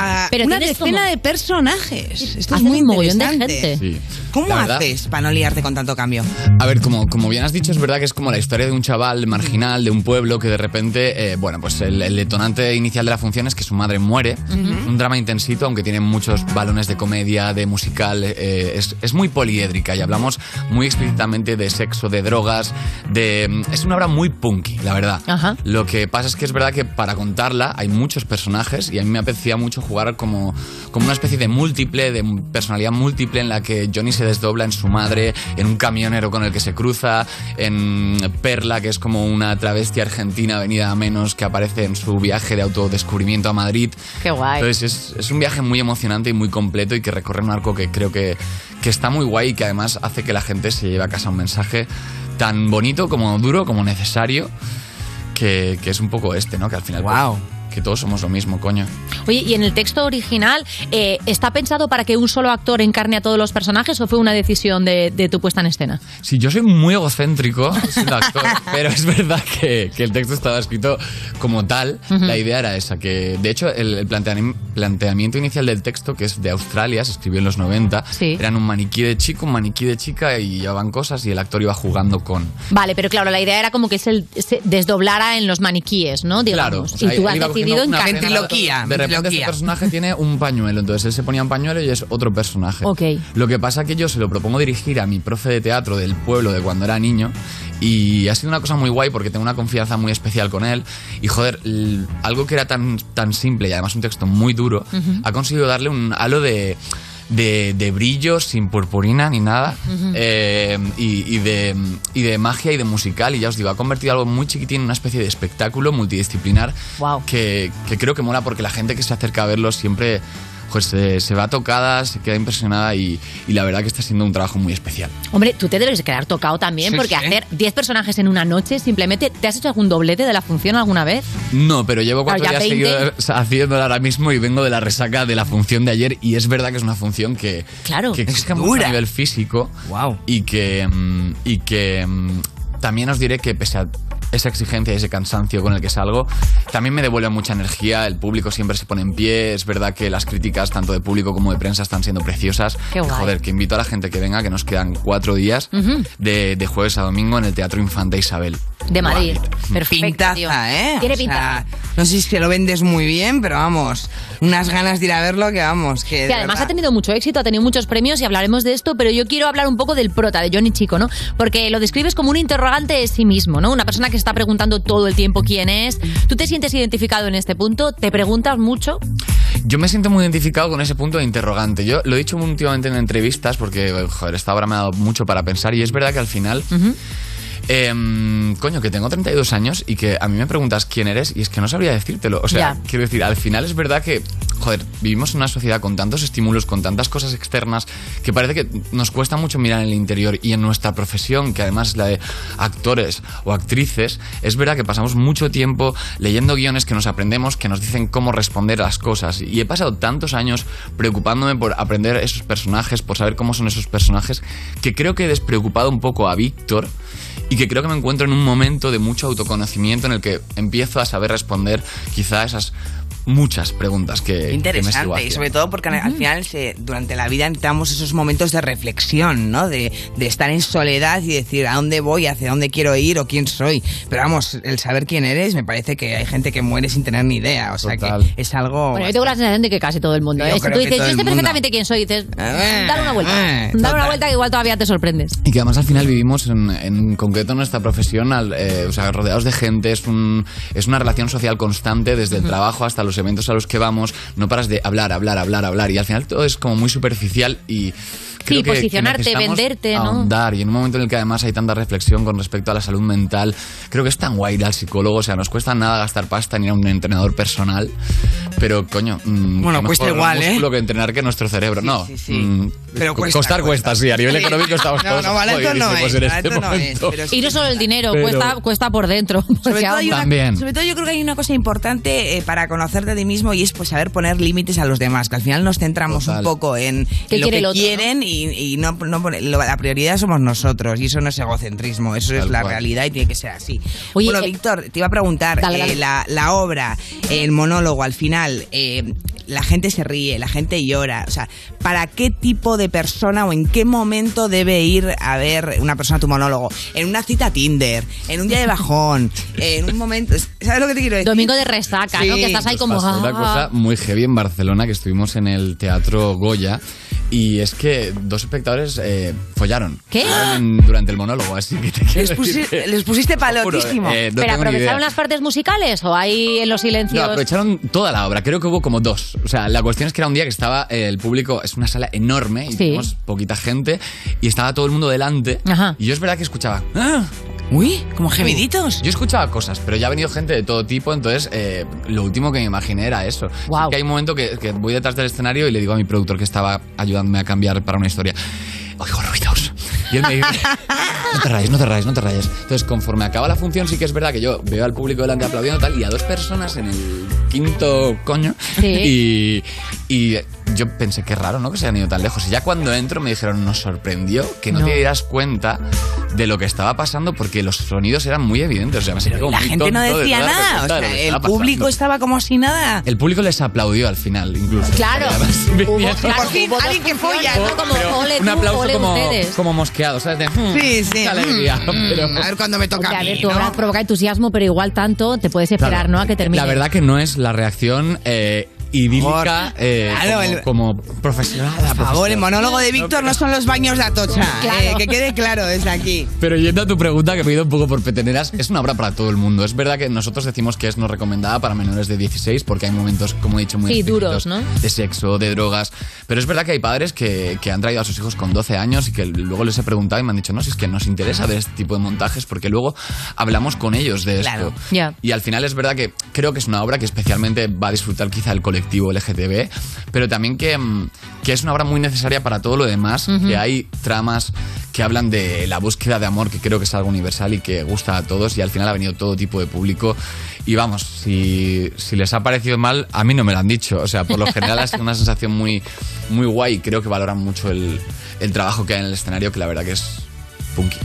Ah, Pero una tienes decena como- de personajes. Esto es Haces muy un mogollón de interesante. Sí. ¿Cómo La verdad- haces para no liarte con tanto cambio? A ver, como, como bien has dicho, es verdad que es como la historia de un chaval marginal, de un pueblo, que de repente, eh, bueno, pues el, el detonante inicial de la función es que su madre muere. Ujú. Un drama intensito, aunque tiene muchos balones de comedia, de musical, eh, es, es muy poliédrica y hablamos muy explícitamente de sexo, de drogas, de... mm, Es una obra muy punky, la verdad. Ajá. Lo que pasa es que es verdad que para contarla hay muchos personajes y a mí me apetecía mucho jugar como, como una especie de múltiple, de personalidad múltiple en la que Johnny se desdobla, en su madre, en un camionero con el que se cruza, en Perla, que es como una travesti argentina venida a menos que aparece en su viaje de autodescubrimiento a Madrid. Qué guay. Entonces es, es un viaje muy emocionante y muy completo y que recorre un arco que creo que, que está muy guay y que además hace que la gente se lleve a casa un mensaje tan bonito como duro, como necesario, que, que es un poco este, ¿no? Que al final... ¡Wow! que todos somos lo mismo, coño. Oye, ¿y en el texto original eh, está pensado para que un solo actor encarne a todos los personajes o fue una decisión de, de tu puesta en escena? Sí, yo soy muy egocéntrico siendo actor, pero es verdad que, que el texto estaba escrito como tal. Ujú. La idea era esa, que de hecho el, el planteani- planteamiento inicial del texto, que es de Australia, se escribió en los 90, eran un maniquí de chico, un maniquí de chica y llevaban cosas y el actor iba jugando con... Vale, pero claro, la idea era como que se, se desdoblara en los maniquíes, ¿no? Claro, Digamos. o sea, y tú él has iba cogiendo decidido una encarnar. prenda, De repente ese personaje tiene un pañuelo, entonces él se ponía un pañuelo y es otro personaje. Ok. Lo que pasa que yo se lo propongo dirigir a mi profe de teatro del pueblo de cuando era niño y ha sido una cosa muy guay porque tengo una confianza muy especial con él y joder, l- algo que era tan, tan simple y además un texto muy duro, Ujú. ha conseguido darle un halo de... De, de brillo sin purpurina ni nada Ujú. eh, y, y de, y de magia y de musical y ya os digo ha convertido algo muy chiquitín en una especie de espectáculo multidisciplinar que, que creo que mola porque la gente que se acerca a verlo siempre pues se, se va tocada, se queda impresionada y, y la verdad que está siendo un trabajo muy especial. Hombre, tú te debes de quedar tocado también, Sí, porque sí. hacer 10 personajes en una noche simplemente. ¿Te has hecho algún doblete de la función alguna vez? No, pero llevo cuatro Claro, ya días 20. seguidos haciéndolo ahora mismo y vengo de la resaca de la función de ayer y es verdad que es una función que, Claro. que exige mucho dura. a nivel físico y que, mm, y que mm, también os diré que pese a esa exigencia y ese cansancio con el que salgo, también me devuelve mucha energía, el público siempre se pone en pie, es verdad que las críticas tanto de público como de prensa están siendo preciosas. Qué Y, guay. Joder, que invito a la gente que venga, que nos quedan cuatro días Ujú. de, de jueves a domingo en el Teatro Infanta Isabel. De Madrid. Perfecto. Pintaza, tío. ¿eh? Tiene O pinta. sea, no sé si lo vendes muy bien, pero vamos, unas ganas de ir a verlo que vamos, que Que de además verdad. ha tenido mucho éxito, ha tenido muchos premios y hablaremos de esto, pero yo quiero hablar un poco del prota, de Johnny Chico, ¿no? Porque lo describes como un interrogante de sí mismo, ¿no? Una persona que está preguntando todo el tiempo quién es. ¿Tú te sientes identificado en este punto? ¿Te preguntas mucho? Yo me siento muy identificado con ese punto de interrogante. Yo lo he dicho últimamente en entrevistas porque, joder, esta obra me ha dado mucho para pensar y es verdad que al final... em, coño, que tengo 32 años y que a mí me preguntas quién eres y es que no sabría decírtelo. O sea, Ya. quiero decir, al final es verdad que, joder, vivimos en una sociedad con tantos estímulos, con tantas cosas externas, que parece que nos cuesta mucho mirar en el interior y en nuestra profesión, que además es la de actores o actrices, es verdad que pasamos mucho tiempo leyendo guiones que nos aprendemos, que nos dicen cómo responder a las cosas. Y he pasado tantos años preocupándome por aprender esos personajes, por saber cómo son esos personajes, que creo que he despreocupado un poco a Víctor y que creo que me encuentro en un momento de mucho autoconocimiento en el que empiezo a saber responder quizá esas muchas preguntas que, que me sigo Interesante, y haciendo. sobre todo porque al final se- durante la vida entramos esos momentos de reflexión, ¿no? De, de estar en soledad y decir a dónde voy, hacia dónde quiero ir o quién soy. Pero vamos, el saber quién eres me parece que hay gente que muere sin tener ni idea, o sea que es algo... Bueno, yo tengo la sensación de que casi todo el mundo. Yo ¿eh? Si creo tú que dices, todo yo el sé mundo". perfectamente quién soy, dices, dale una vuelta. eh, dale una vuelta que igual todavía te sorprendes. Y que además al final vivimos en, en concreto en nuestra profesión, al, eh, o sea, rodeados de gente, es, un, es una relación social constante, desde el trabajo hasta los eventos a los que vamos, no paras de hablar, hablar, hablar, hablar, y al final todo es como muy superficial y... Creo Sí, que- que posicionarte, necesitamos venderte, ¿no? ahondar, y en un momento en el que además hay tanta reflexión con respecto a la salud mental, creo que es tan guay ir al psicólogo, o sea, nos cuesta nada gastar pasta ni ir a un entrenador personal, pero coño, mm, Bueno, qué cuesta mejor igual, ¿eh? músculo que entrenar que nuestro cerebro, no. mm, Pero co- cuesta, costar cuesta, sí, a nivel Sí. económico estamos No, no, todos barato jodidísimos no es, en barato este no es, momento. pero Y no solo el dinero, Pero- cuesta, cuesta por dentro. Sobre porque todo, hay ahonda. una- sobre todo yo creo que hay una cosa importante eh, para conocerte a ti mismo y es pues saber poner límites a los demás, que al final nos centramos un poco en ¿Qué en lo quiere que el otro, quieren y, y no, no pone- lo- la prioridad somos nosotros y eso no es egocentrismo, eso es Tal la cual. realidad y tiene que ser así. Oye, bueno, eh, Víctor, te iba a preguntar, Dale, eh, dale. La, la obra, el monólogo, al final... eh, la gente se ríe, la gente llora. O sea, ¿para qué tipo de persona o en qué momento debe ir a ver una persona tu monólogo? En una cita Tinder, en un día de bajón, en un momento. es- ¿Sabes lo que te quiero decir? Domingo de resaca, ¿no? Que estás ahí como... ah, Pasó una cosa muy heavy en Barcelona que estuvimos en el Teatro Goya y es que dos espectadores eh, follaron. ¿Qué? Follaron en- durante el monólogo, así que te quiero Les, decir pusi- que- les pusiste juro, palotísimo. eh, no tengo ¿Pero ni aprovecharon idea. las partes musicales o ahí en los No, silencios? aprovecharon toda la obra, creo que hubo como dos. O sea, la cuestión es que era un día que estaba eh, el público, es una sala enorme y Sí. teníamos poquita gente y estaba todo el mundo delante. Y yo es verdad que escuchaba. "Ah, Uh. Uy, como gemiditos. Yo escuchaba cosas, pero ya ha venido gente de todo tipo, entonces eh, lo último que me imaginé era eso. Sí que hay un momento que, que voy detrás del escenario y le digo a mi productor que estaba ayudándome a cambiar para una historia. Oigo ruidos. Y él me dice, no te rayes, no te rayes, no te rayes. Entonces, conforme acaba la función, sí que es verdad que yo veo al público delante aplaudiendo tal, y a dos personas en el quinto coño. Y, y yo pensé, qué raro, ¿no? Que se hayan ido tan lejos. Y ya cuando entro me dijeron, nos sorprendió que no, No. te dieras cuenta de lo que estaba pasando porque los sonidos eran muy evidentes. O sea, me sentía como La muy gente no tonto de decía no darme nada. O cuenta de lo sea, que el estaba pasando. público estaba como si nada. El público les aplaudió al final, incluso. Claro. Además, venía- Por fin, hubo dos alguien que folla. opciones, ¿no? Como, Pero ole tú, un aplauso ole como, ustedes. como mosqueado, ¿sabes? De, "Mm, Sí, sí. qué alegría", Mm, pero- a ver cuándo me toca Hombre, a a mí, ver, tu obra ¿no? provoca entusiasmo, pero igual tanto te puedes esperar, Claro. ¿no? A que termine. La verdad que no es la reacción eh, idílica eh, Claro, como, el- como profesional. a Por favor, el profesional. monólogo de Víctor no son los baños de Atocha. eh, que quede claro desde aquí. Pero yendo a tu pregunta, que me he ido un poco por peteneras, es una obra para todo el mundo. Es verdad que nosotros decimos que es no recomendada para menores de 16 porque hay momentos, como he dicho, muy Sí, explícitos duros, ¿no? de sexo, de drogas. Pero es verdad que hay padres que, que han traído a sus hijos con 12 años y que luego les he preguntado y me han dicho, no, si es que nos interesa ver este tipo de montajes porque luego hablamos con ellos de esto. Claro. Ya. Y al final es verdad que creo que es una obra que especialmente va a disfrutar quizá el colectivo LGTB, pero también que, mm, que es una obra muy necesaria para todo lo demás, Ujú. que hay tramas que hablan de la búsqueda de amor, que creo que es algo universal y que gusta a todos, y al final ha venido todo tipo de público. Y vamos, si, si les ha parecido mal, a mí no me lo han dicho. O sea, por lo general ha sido una sensación muy, muy guay y creo que valoran mucho el, el trabajo que hay en el escenario, que la verdad que es punky.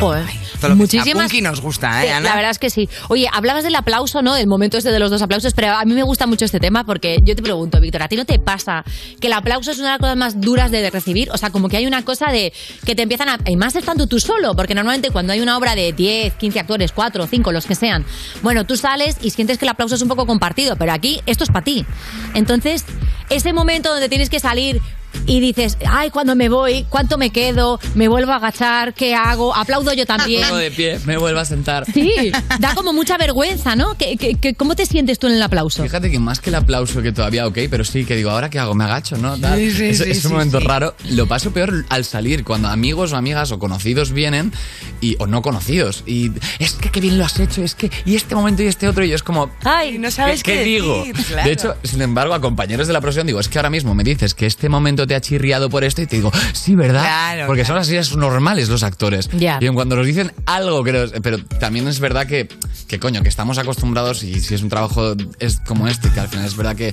Joder. Todo lo que sea Muchísimas. punky nos gusta, ¿eh, Sí, Ana? La verdad es que sí. Oye, hablabas del aplauso, ¿no? El momento este de los dos aplausos, pero a mí me gusta mucho este tema porque yo te pregunto, Víctor, ¿a ti no te pasa que el aplauso es una de las cosas más duras de recibir? O sea, como que hay una cosa de que te empiezan a. Y más estando tú solo, porque normalmente cuando hay una obra de 10, 15 actores, 4, 5, los que sean, bueno, tú sales y sientes que el aplauso es un poco compartido, pero aquí esto es para ti. Entonces, ese momento donde tienes que salir y dices, ay, cuando me voy, cuánto me quedo, me vuelvo a agachar, ¿qué hago? Aplaudo yo también. Pongo de pie, me vuelvo a sentar. Sí, da como mucha vergüenza, ¿no? ¿Qué, qué- qué- cómo te sientes tú en el aplauso? Fíjate que más que el aplauso que todavía ok, pero sí que digo, ¿ahora qué hago? ¿Me agacho? ¿No? Tal. Sí, sí, es, sí, es un sí, momento sí. raro. Lo paso peor al salir, cuando amigos o amigas o conocidos vienen y, o no conocidos. Y es que qué bien lo has hecho, es que. Y este momento y este otro, y yo es como. Ay, no sabes qué, digo? decir, claro. De hecho, sin embargo, a compañeros de la profesión digo, es que ahora mismo me dices que este momento te ha chirriado por esto y te digo, sí, ¿verdad? Claro, Porque son así, es normales los actores. Ya. Y en cuando nos dicen algo, creo, pero también es verdad que, que coño, que estamos acostumbrados y si es un trabajo es como este, que al final es verdad que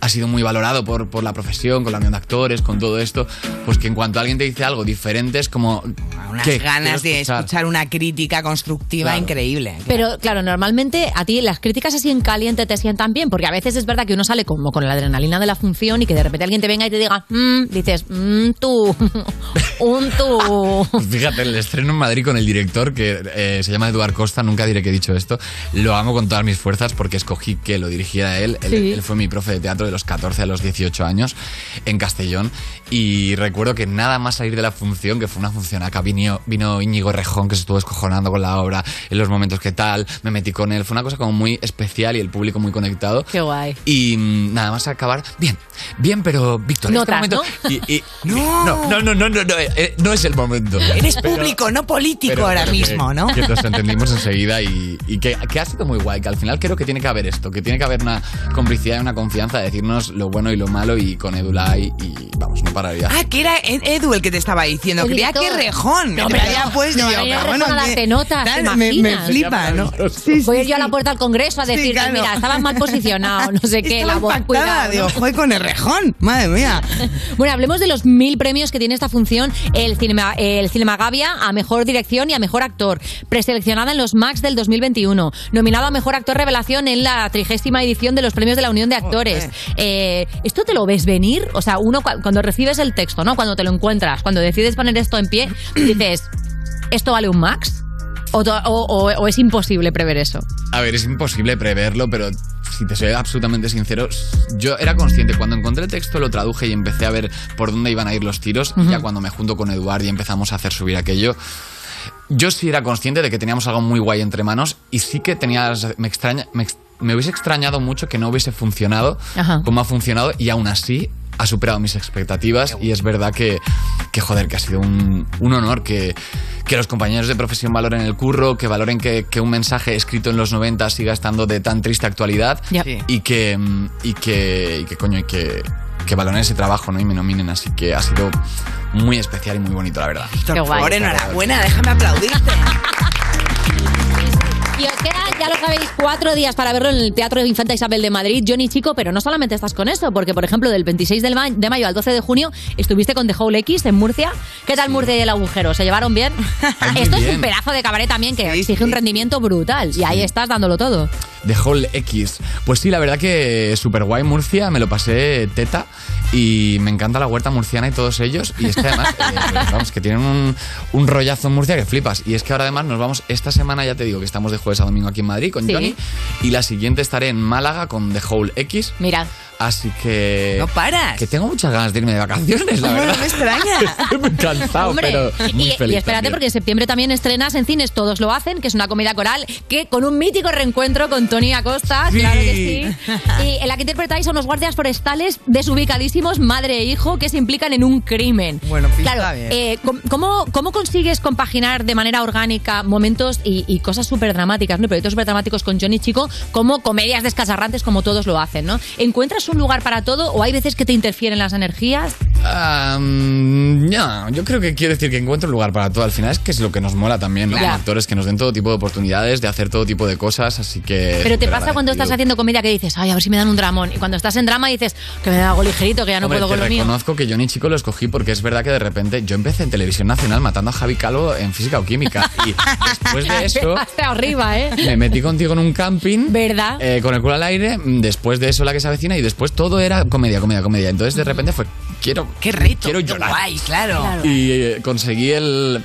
ha sido muy valorado por, por la profesión, con la unión de actores, con todo esto, pues que en cuanto alguien te dice algo diferente es como... Unas ¿qué? ganas Quiero de escuchar una crítica constructiva Claro. increíble. Pero claro, normalmente a ti las críticas así en caliente te sientan bien, porque a veces es verdad que uno sale como con la adrenalina de la función y que de repente alguien te venga y te diga, "Mm", dices, "Mm, tú, un tú. Pues Fíjate, el estreno en Madrid con el director, que eh, se llama Eduard Costa, nunca diré que he dicho esto, lo amo con todas mis fuerzas porque escogí que lo dirigiera él. Él, Sí. él fue mi profe de teatro de los 14 a los 18 años en Castellón y recuerdo que nada más salir de la función, que fue una función acá, vino, vino Íñigo Rejón que se estuvo escojonando con la obra en los momentos que tal, me metí con él, fue una cosa como muy especial y el público muy conectado. Qué guay. Y mm, nada más acabar, bien, bien, pero Víctor, en este Notas, momento- y- y- no. no, no, no, no, no, eh, eh, no es el momento. Eres Pero- público, no político pero- ahora pero que- mismo, ¿no? Que nos entendimos enseguida y, y que, que ha sido muy guay, que al final creo que tiene que haber esto, que tiene que haber una complicidad y una confianza de decirnos lo bueno y lo malo y con Edulai y vamos, no pararía. Ah, que era Ed- Edu el que te estaba diciendo. El Creía que director. Rejón. No, te pero- había puesto no, yo, venía cabrón, Rejón a ¿qué? darte notas, ¿te Claro, me- me imaginas? flipa, ¿no? Voy a ir yo a la puerta del Congreso a decirles, claro. mira, estabas mal posicionado, no sé qué, la voz, Nada, cuidado. digo, ¿no? joder con el Rejón. Madre mía. Bueno, hablemos de los mil premios que tiene esta función, el Cinema, el Cinema Gavia a Mejor Dirección y a Mejor Actor, preseleccionada en los Max del 2021, nominado a Mejor Actor Revelación en la trigésima edición de los Premios de la Unión de Actores. Eh, ¿Esto te lo ves venir? O sea, uno cua- cuando recibes el texto, ¿no? Cuando te lo encuentras, cuando decides poner esto en pie, dices, ¿esto vale un Max? ¿O, to- o- o- o es imposible prever eso? A ver, es imposible preverlo, pero si te soy absolutamente sincero, yo era consciente. Cuando encontré el texto, lo traduje y empecé a ver por dónde iban a ir los tiros. Ujú. Ya cuando me junto con Eduard y empezamos a hacer subir aquello. Yo sí era consciente de que teníamos algo muy guay entre manos y sí que tenías. Me extraña. Me, ex- me hubiese extrañado mucho que no hubiese funcionado Ajá. como ha funcionado y aún así ha superado mis expectativas y es verdad que, que joder, que ha sido un, un honor que, que los compañeros de profesión valoren el curro, que valoren que, que un mensaje escrito en los 90 siga estando de tan triste actualidad Ya. Sí. y, que, mm, y, que, y que coño, y que, que valoren ese trabajo ¿no? y me nominen, así que ha sido muy especial y muy bonito, la verdad. Qué guay. Ahora, enhorabuena, déjame aplaudirte. Y os quedan, ya lo sabéis, cuatro días para verlo en el Teatro Infanta Isabel de Madrid, Johnny Chico, pero no solamente estás con eso, porque por ejemplo del 26 del ma- de mayo al 12 de junio estuviste con The Hole X en Murcia. ¿Qué tal Murcia y el agujero? ¿Se llevaron bien? muy Esto es bien. un pedazo de cabaret también que exige un rendimiento brutal y ahí estás dándolo todo. de Hall X. Pues sí, la verdad que super guay Murcia, me lo pasé teta y me encanta la huerta murciana y todos ellos. Y es que además, eh, vamos, que tienen un, un rollazo en Murcia que flipas. Y es que ahora además nos vamos, esta semana ya te digo que estamos de jueves a domingo aquí en Madrid con Sí. Johnny y la siguiente estaré en Málaga con The Hole X. Mira. Así que... No paras. Que tengo muchas ganas de irme de vacaciones, la verdad. me extraña. Estoy muy cansado, Hombre, pero muy y, feliz y espérate también. porque en septiembre también estrenas en cines Todos lo hacen, que es una comedia coral que con un mítico reencuentro con Tony Acosta, Sí. claro que sí, y en la que interpretáis a unos guardias forestales desubicadísimos, madre e hijo, que se implican en un crimen. Bueno, pinta claro, bien. eh, com- ¿cómo, cómo consigues compaginar de manera orgánica momentos y, y cosas súper dramáticas, ¿no? Y proyectos súper dramáticos con Johnny Chico, como comedias descasarrantes como todos lo hacen, ¿no? ¿Encuentras un lugar para todo o hay veces que te interfieren las energías? Ah, mm, no, yo creo que quiere decir que encuentro un lugar para todo. Al final es que es lo que nos mola también, ¿no? Claro. Como actores que nos den todo tipo de oportunidades, de hacer todo tipo de cosas, así que. Pero te súper pasa cuando estás agradecido. haciendo comedia que dices, ay, a ver si me dan un dramón. Y cuando estás en drama dices, que me da algo ligerito, que ya no Hombre, puedo te con lo mío. reconozco que yo ni chico lo escogí porque es verdad que de repente yo empecé en Televisión Nacional matando a Javi Calvo en Física o Química y después de eso Hasta arriba, ¿eh? me metí contigo en un camping. ¿Verdad? eh, con el culo al aire, mm, después de eso la que se avecina y después todo era comedia, comedia, comedia. Entonces de repente fue, quiero, Qué quiero llorar. Guay, claro. Y eh, conseguí el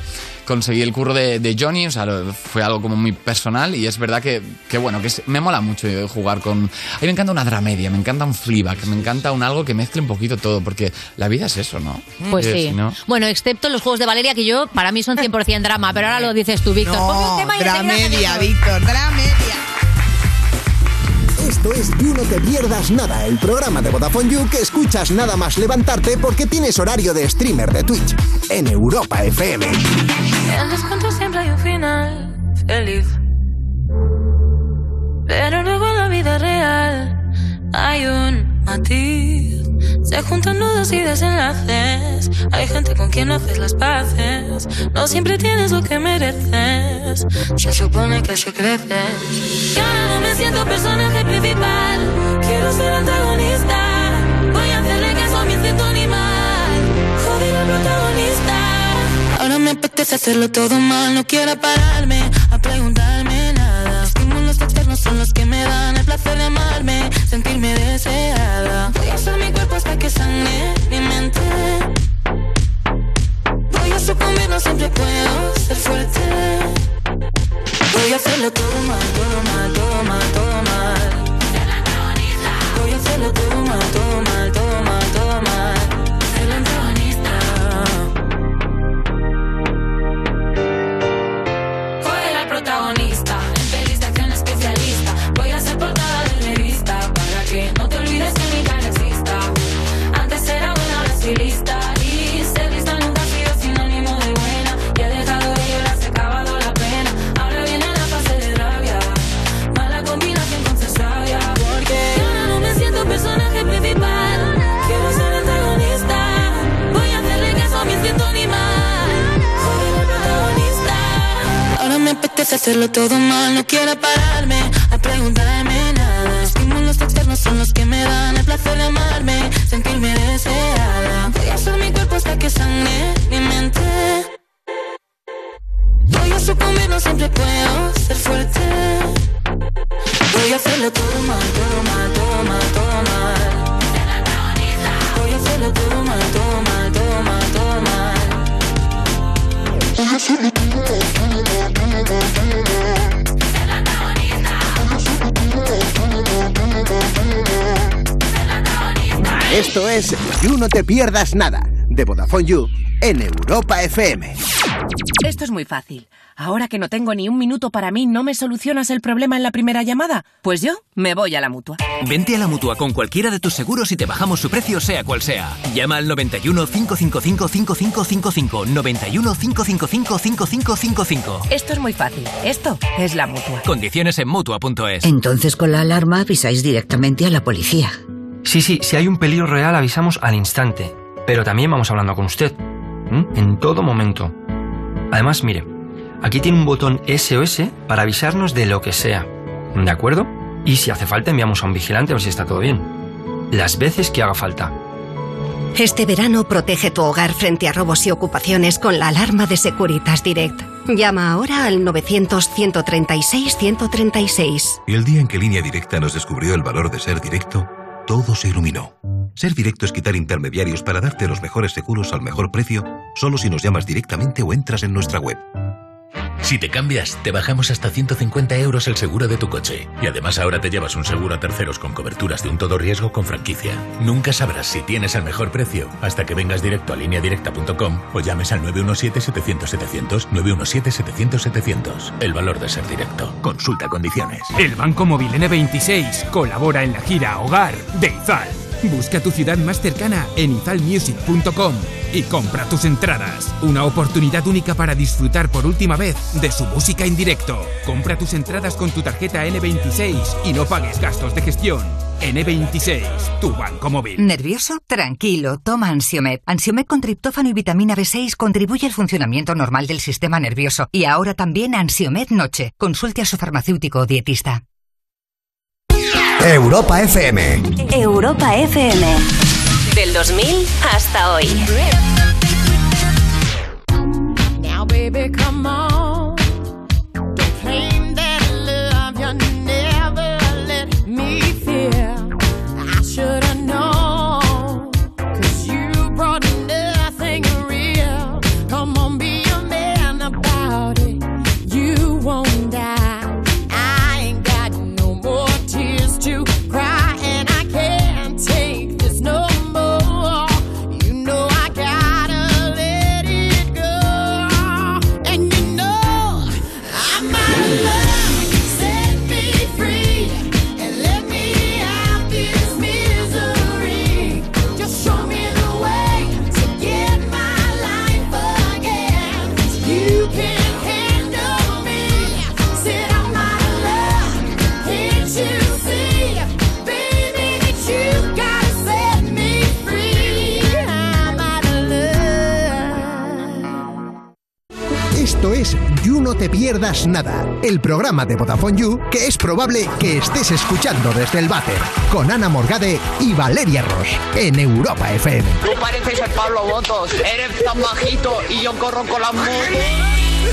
conseguí el curro de, de Johnny, o sea, lo- fue algo como muy personal y es verdad que, que bueno, que es- me mola mucho jugar con... A mí me encanta una dramedia, me encanta un flyback, me encanta un algo que mezcle un poquito todo, porque la vida es eso, ¿no? Pues Eh, sí. si no- Bueno, excepto los juegos de Valeria, que yo, para mí son 100% drama, pero ahora lo dices tú, Víctor. Ponme un tema y enseguida dramedia, seguimos. Víctor, dramedia. Esto es You No Te Pierdas Nada, el programa de Vodafone You que escuchas nada más levantarte porque tienes horario de streamer de Twitch en Europa FM. En los cuentos siempre hay un final feliz. Pero luego en la vida real hay un matiz. Se juntan nudos y desenlaces. Hay gente con quien haces las paces. No siempre tienes lo que mereces. Se supone que se crece. Y ahora no me siento personaje principal. Quiero ser antagonista. Voy a hacerle caso a mi instinto animal. Joder al protagonista. Ahora me apetece hacerlo todo mal, no quiero pararme a preguntarme nada. Estímulos externos son los que me dan el placer de amarme, sentirme deseada. Voy a usar mi cuerpo hasta que sangre mi mente. Voy a sucumbir, no siempre puedo ser fuerte. Voy a hacerlo todo mal, todo mal, todo mal, todo mal. Voy a hacerlo todo mal, todo mal, todo mal, todo mal. Ser la antagonista. Joder al protagonista, en pelis de acción especialista. Voy a ser portada de revista para que no te olvides que mi cara exista. Antes era buena, ahora soy lista. Y ser lista nunca ha sido sinónimo de buena. Ya he dejado de llorar, se ha acabado la pena. Ahora viene la fase de rabia. Mala combinación con ser sabia. Porque ahora no me siento personaje principal. Quiero ser antagonista. Voy a hacerle caso a mi instinto animal. Joder al protagonista. Ahora me apetece hacerlo todo mal, no quiero pararme a preguntarme nada. Estímulos externos son los que me dan el placer de amarme, sentirme deseada. Voy a usar mi cuerpo hasta que sangre mi mente. Voy a sucumbir, no siempre puedo ser fuerte. Voy a hacerlo todo mal, todo mal, todo mal, todo mal. Voy a hacerlo todo mal, todo mal, todo mal, todo mal. Voy a hacerlo todo mal, todo mal, todo mal. Esto es You No Te Pierdas Nada de Vodafone You en Europa FM. Esto es muy fácil. Ahora que no tengo ni un minuto para mí, ¿no me solucionas el problema en la primera llamada? Pues yo me voy a la mutua. Vente a la Mutua con cualquiera de tus seguros y te bajamos su precio sea cual sea. Llama al 91 555 5555 91 555 5555. Esto es muy fácil. Esto es la mutua. Condiciones en Mutua.es Entonces con la alarma avisáis directamente a la policía. Sí, sí, si hay un peligro real avisamos al instante, pero también vamos hablando con usted, ¿m? en todo momento. Además, mire, aquí tiene un botón SOS para avisarnos de lo que sea, ¿de acuerdo? Y si hace falta enviamos a un vigilante a ver si está todo bien. Las veces que haga falta. Este verano protege tu hogar frente a robos y ocupaciones con la alarma de Securitas Direct. Llama ahora al 900-136-136. El día en que Línea Directa nos descubrió el valor de ser directo, todo se iluminó. Ser directo es quitar intermediarios para darte los mejores seguros al mejor precio, solo si nos llamas directamente o entras en nuestra web. Si te cambias, te bajamos hasta 150 euros el seguro de tu coche. Y además ahora te llevas un seguro a terceros con coberturas de un todo riesgo con franquicia. Nunca sabrás si tienes el mejor precio hasta que vengas directo a lineadirecta.com o llames al 917-700-700, 917-700-700. El valor de ser directo. Consulta condiciones. El Banco Móvil N26 colabora en la gira Hogar de Izal. Busca tu ciudad más cercana en izalmusic.com y compra tus entradas. Una oportunidad única para disfrutar por última vez de su música en directo. Compra tus entradas con tu tarjeta N26 y no pagues gastos de gestión. N26, tu banco móvil. ¿Nervioso? Tranquilo, toma Ansiomed. Ansiomed con triptófano y vitamina B6 contribuye al funcionamiento normal del sistema nervioso. Y ahora también Ansiomed Noche. Consulte a su farmacéutico o dietista. Europa FM. Europa FM. Del 2000 hasta hoy. Now, baby, come on. Don't claim that love you never let me feel. I should have known. Cause you brought nothing real. Come on, be a man about it. You won't die. I ain't got no more tears to cry. And I can't take this no more. You know I gotta let it go. And you know I'm out of love. Set me free and let me out this misery. Just show me the way to get my life again. You can handle me. Said I'm out of love. Can't you see, baby, that you gotta set me free? I'm out of love. Esto es You No Te Pierdas Nada, el programa de Vodafone You que es probable que estés escuchando desde el váter, con Ana Morgade y Valeria Ross, en Europa FM. Tú pareces el Pablo Botos, eres tan bajito y yo corro con las motos.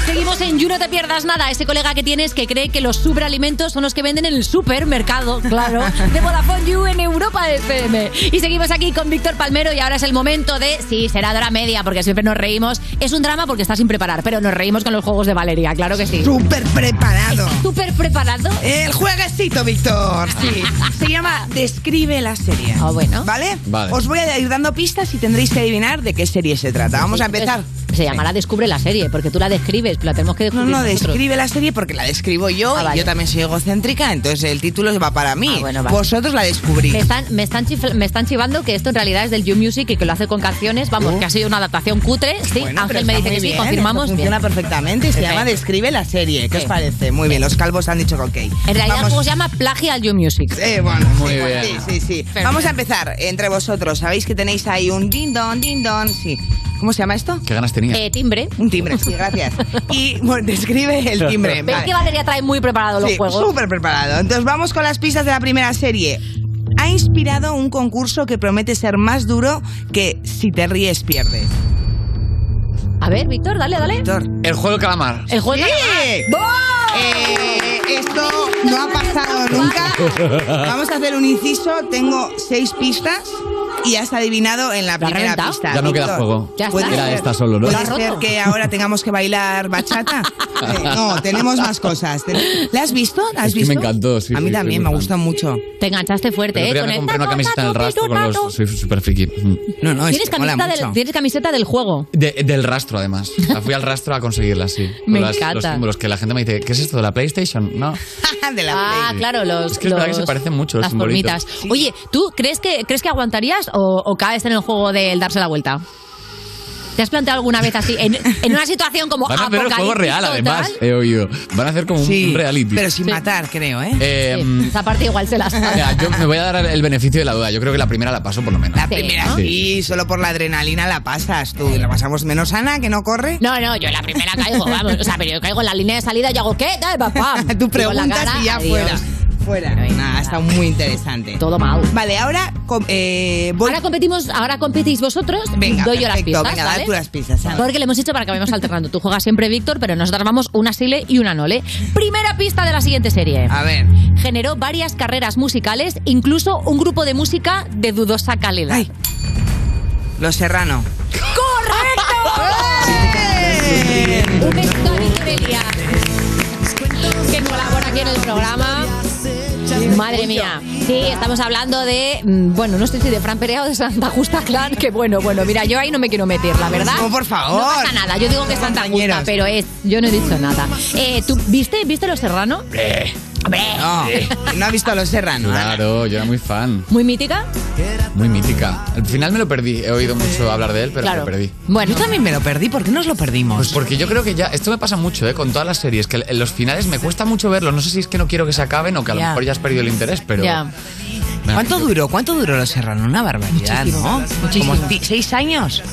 Seguimos en You No Te Pierdas Nada, ese colega que tienes que cree que los superalimentos son los que venden en el supermercado, claro, de Vodafone You en Europa FM. Y seguimos aquí con Víctor Palmero y ahora es el momento de, sí, será de hora media porque siempre nos reímos. Es un drama porque está sin preparar, pero nos reímos con los juegos de Valeria, claro que sí. Súper preparado. ¿Súper preparado? El jueguecito, Víctor. Sí. Se llama Describe la serie. Ah, bueno. ¿Vale? Vale. Os voy a ir dando pistas y tendréis que adivinar de qué serie se trata. Vamos a empezar. Se llamará Descubre la serie, porque tú la describes, pero la tenemos No, que descubrir no, nosotros. Ah, describe la serie porque la describo yo y yo también soy egocéntrica, entonces el título va para mí. vale. Vosotros la Me descubrís. están, me, están chifla- me están chivando que esto en realidad es del You Music y que lo hace con canciones. Vamos, Oh. que ha sido una adaptación cutre. Sí, Ángel me dice que sí, confirmamos. bien. Funciona perfectamente y se llama Perfecto. Describe la serie. ¿Qué os Sí. parece? Muy bien, los calvos han dicho que ok. En realidad el Vamos- juego se llama Plagia al You Music. Sí, bueno, Muy sí, bien. sí, sí, sí. Vamos a empezar entre vosotros. Sabéis que tenéis ahí un din don, din don, sí. ¿Cómo se llama esto? ¿Qué ganas tenía? Eh, timbre. Un timbre, sí, gracias. Y bueno, describe el timbre. ¿Ves vale. que Valeria trae muy preparado los Sí, juegos? Súper preparado. Entonces vamos con las pistas de la primera serie. Ha inspirado un concurso que promete ser más duro que si te ríes pierdes. A ver, Víctor, dale, dale. El juego del calamar. El juego ¡Sí! de calamar. Eh, esto Ah. no ha pasado nunca. Vamos a hacer un inciso. Tengo seis pistas y has adivinado en la primera reventado? pista. Ya no queda Víctor. juego. Ya ¿Puede está. Era ser- esta solo, ¿no? ¿Puede Lo has ser roto. que ahora tengamos que bailar bachata? Eh, no, tenemos más cosas. Ten- ¿La has visto? ¿La has Es que visto? me encantó, sí, A mí sí, también soy me muy gusta mucho. Te enganchaste fuerte, Pero ¿eh? creo que me compré una camiseta en el rastro con los. Soy súper friki. No, no, ¿Tienes, camiseta del, tienes camiseta del juego. del rastro, además. La fui al rastro a conseguirla, sí. Con Me las- Los encanta. símbolos que la gente me dice, ¿qué es esto de la PlayStation? No. ah, Play. claro, los. Es que es verdad que los- se parecen mucho los Las simbolitos. formitas. Oye, ¿tú crees que, crees que aguantarías o, o caes en el juego del darse la vuelta? ¿Te has planteado alguna vez así, en, en una situación como Van a hacer el juego real, apocalíptico, además, tal? he oído. Van a hacer como un- un reality. Pero sin matar, creo, ¿eh? Eh, mm, Esa parte igual se la mira, yo me voy a dar el beneficio de la duda. Yo creo que la primera la paso por lo menos. La primera Sí. sí, solo por la adrenalina la pasas tú. Y la pasamos menos Ana, que no corre. No, no, yo la primera caigo, vamos. O sea, pero yo caigo en la línea de salida y hago, ¿qué? Dale, papá. Tú preguntas y ya fuera. Fuera. Nada, ha estado muy interesante. Todo mal. Vale, ahora. com- eh, voy- Ahora competimos, ahora competís vosotros, Venga, doy yo las perfecto, pistas, venga, da ¿vale? tú las pistas, Ana. Porque le hemos hecho para que vayamos alternando. Tú juegas siempre Víctor, pero nosotros vamos una Sile y una Nole. Primera pista de la siguiente serie. A ver. Generó varias carreras musicales, incluso un grupo de música de dudosa calidad. Los Serrano. ¡Correcto! Un besito a Vicky Belia, que colabora aquí en el programa. Madre mía. Sí, estamos hablando de, mm, bueno, no sé si de Fran Perea o de Santa Justa Clan, que bueno, bueno, mira, yo ahí no me quiero meter, la verdad. No, por favor. No pasa nada, yo digo que es Santa Justa, pero es, yo no he dicho nada. Eh, ¿Tú viste, viste Los Serrano? Hombre. No, Eh, no ha visto a los ¿eh? Serrano. Eh. Claro, yo era muy fan. Muy mítica. Muy mítica. Al final me lo perdí. He oído mucho hablar de él, pero Claro. me lo perdí. Bueno. Yo también me lo perdí. ¿Por qué nos lo perdimos? Pues porque yo creo que ya. Esto me pasa mucho, ¿eh? Con todas las series. Que en los finales me cuesta mucho verlos. No sé si es que no quiero que se acaben o que a lo Ya. mejor ya has perdido el interés, pero. ¿Cuánto duró? ¿Cuánto duró los Serrano? Una barbaridad, Muchísimo, ¿no? muchísimo. Como ci- seis años.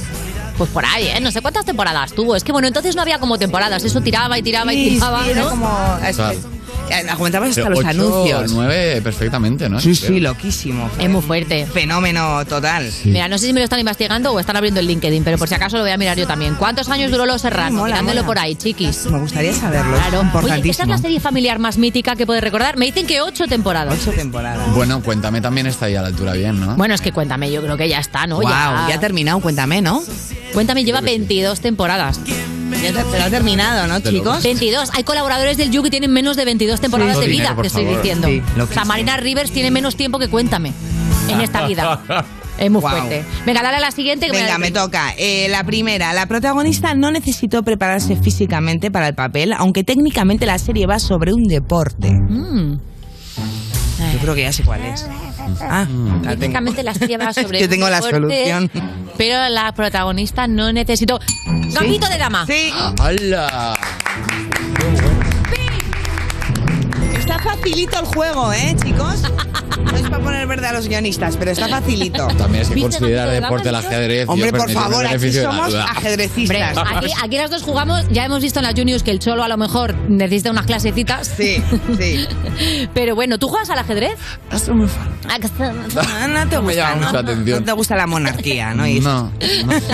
Pues por ahí, ¿eh? No sé cuántas temporadas tuvo. Es que bueno, entonces no había como temporadas. Eso tiraba y tiraba y Sí, sí, tiraba, era ¿no? como- es- Total. eh, Aguantabas hasta Pero los ocho, anuncios. nueve perfectamente, ¿no? Sí, sí, loquísimo. Es muy fuerte. Fenómeno total. Mira, no sé si me lo están investigando o están abriendo el LinkedIn, pero por si acaso lo voy a mirar yo también. ¿Cuántos años duró Los Serrano? mola, Mirándolo mola. por ahí, chiquis. Me gustaría saberlo. Claro. Es Oye, esta es importantísimo. la serie familiar más mítica que puedes recordar. Me dicen que ocho temporadas. Ocho temporadas. Bueno, cuéntame también está ahí a la altura bien, ¿no? Bueno, es que cuéntame, yo creo que ya está, ¿no? Guau, ya ha terminado, cuéntame, ¿no? Cuéntame, lleva 22 temporadas. Ya te- pero ha terminado, ¿no, Te chicos? lo- 22. Hay colaboradores del You que tienen menos de 22 temporadas Sí. de vida, Dinero, por te estoy favor. diciendo. Sí, lo que o sea, sí. Marina Rivers tiene menos tiempo que cuéntame en esta vida. Es muy fuerte. Venga, dale a la siguiente. que me Venga, da- me toca. Eh, la primera, la protagonista no necesitó prepararse físicamente para el papel, aunque técnicamente la serie va sobre un deporte. Mm. Yo creo que ya sé cuál es. Ah, la tengo. Técnicamente la serie va sobre Yo tengo un la deporte, solución. Pero la protagonista no necesitó. Gambito de dama. Sí. ¡Hala! Está facilito el juego, ¿eh, chicos? No es para poner verde a los guionistas, pero está facilito. También es que considerar deporte el ajedrez. Hombre, yo por permitirme el favor, aquí beneficio de la somos duda. ajedrecistas. Hombre, aquí, aquí las dos jugamos. Ya hemos visto en las juniors que el cholo a lo mejor necesita unas clasecitas. Sí, sí. Pero bueno, ¿tú juegas al ajedrez? Ah, Ah, Estoy muy fan. No, no te Me gusta, llama ¿no? mucho la atención. No te gusta la monarquía, ¿no? Y- No, no sé.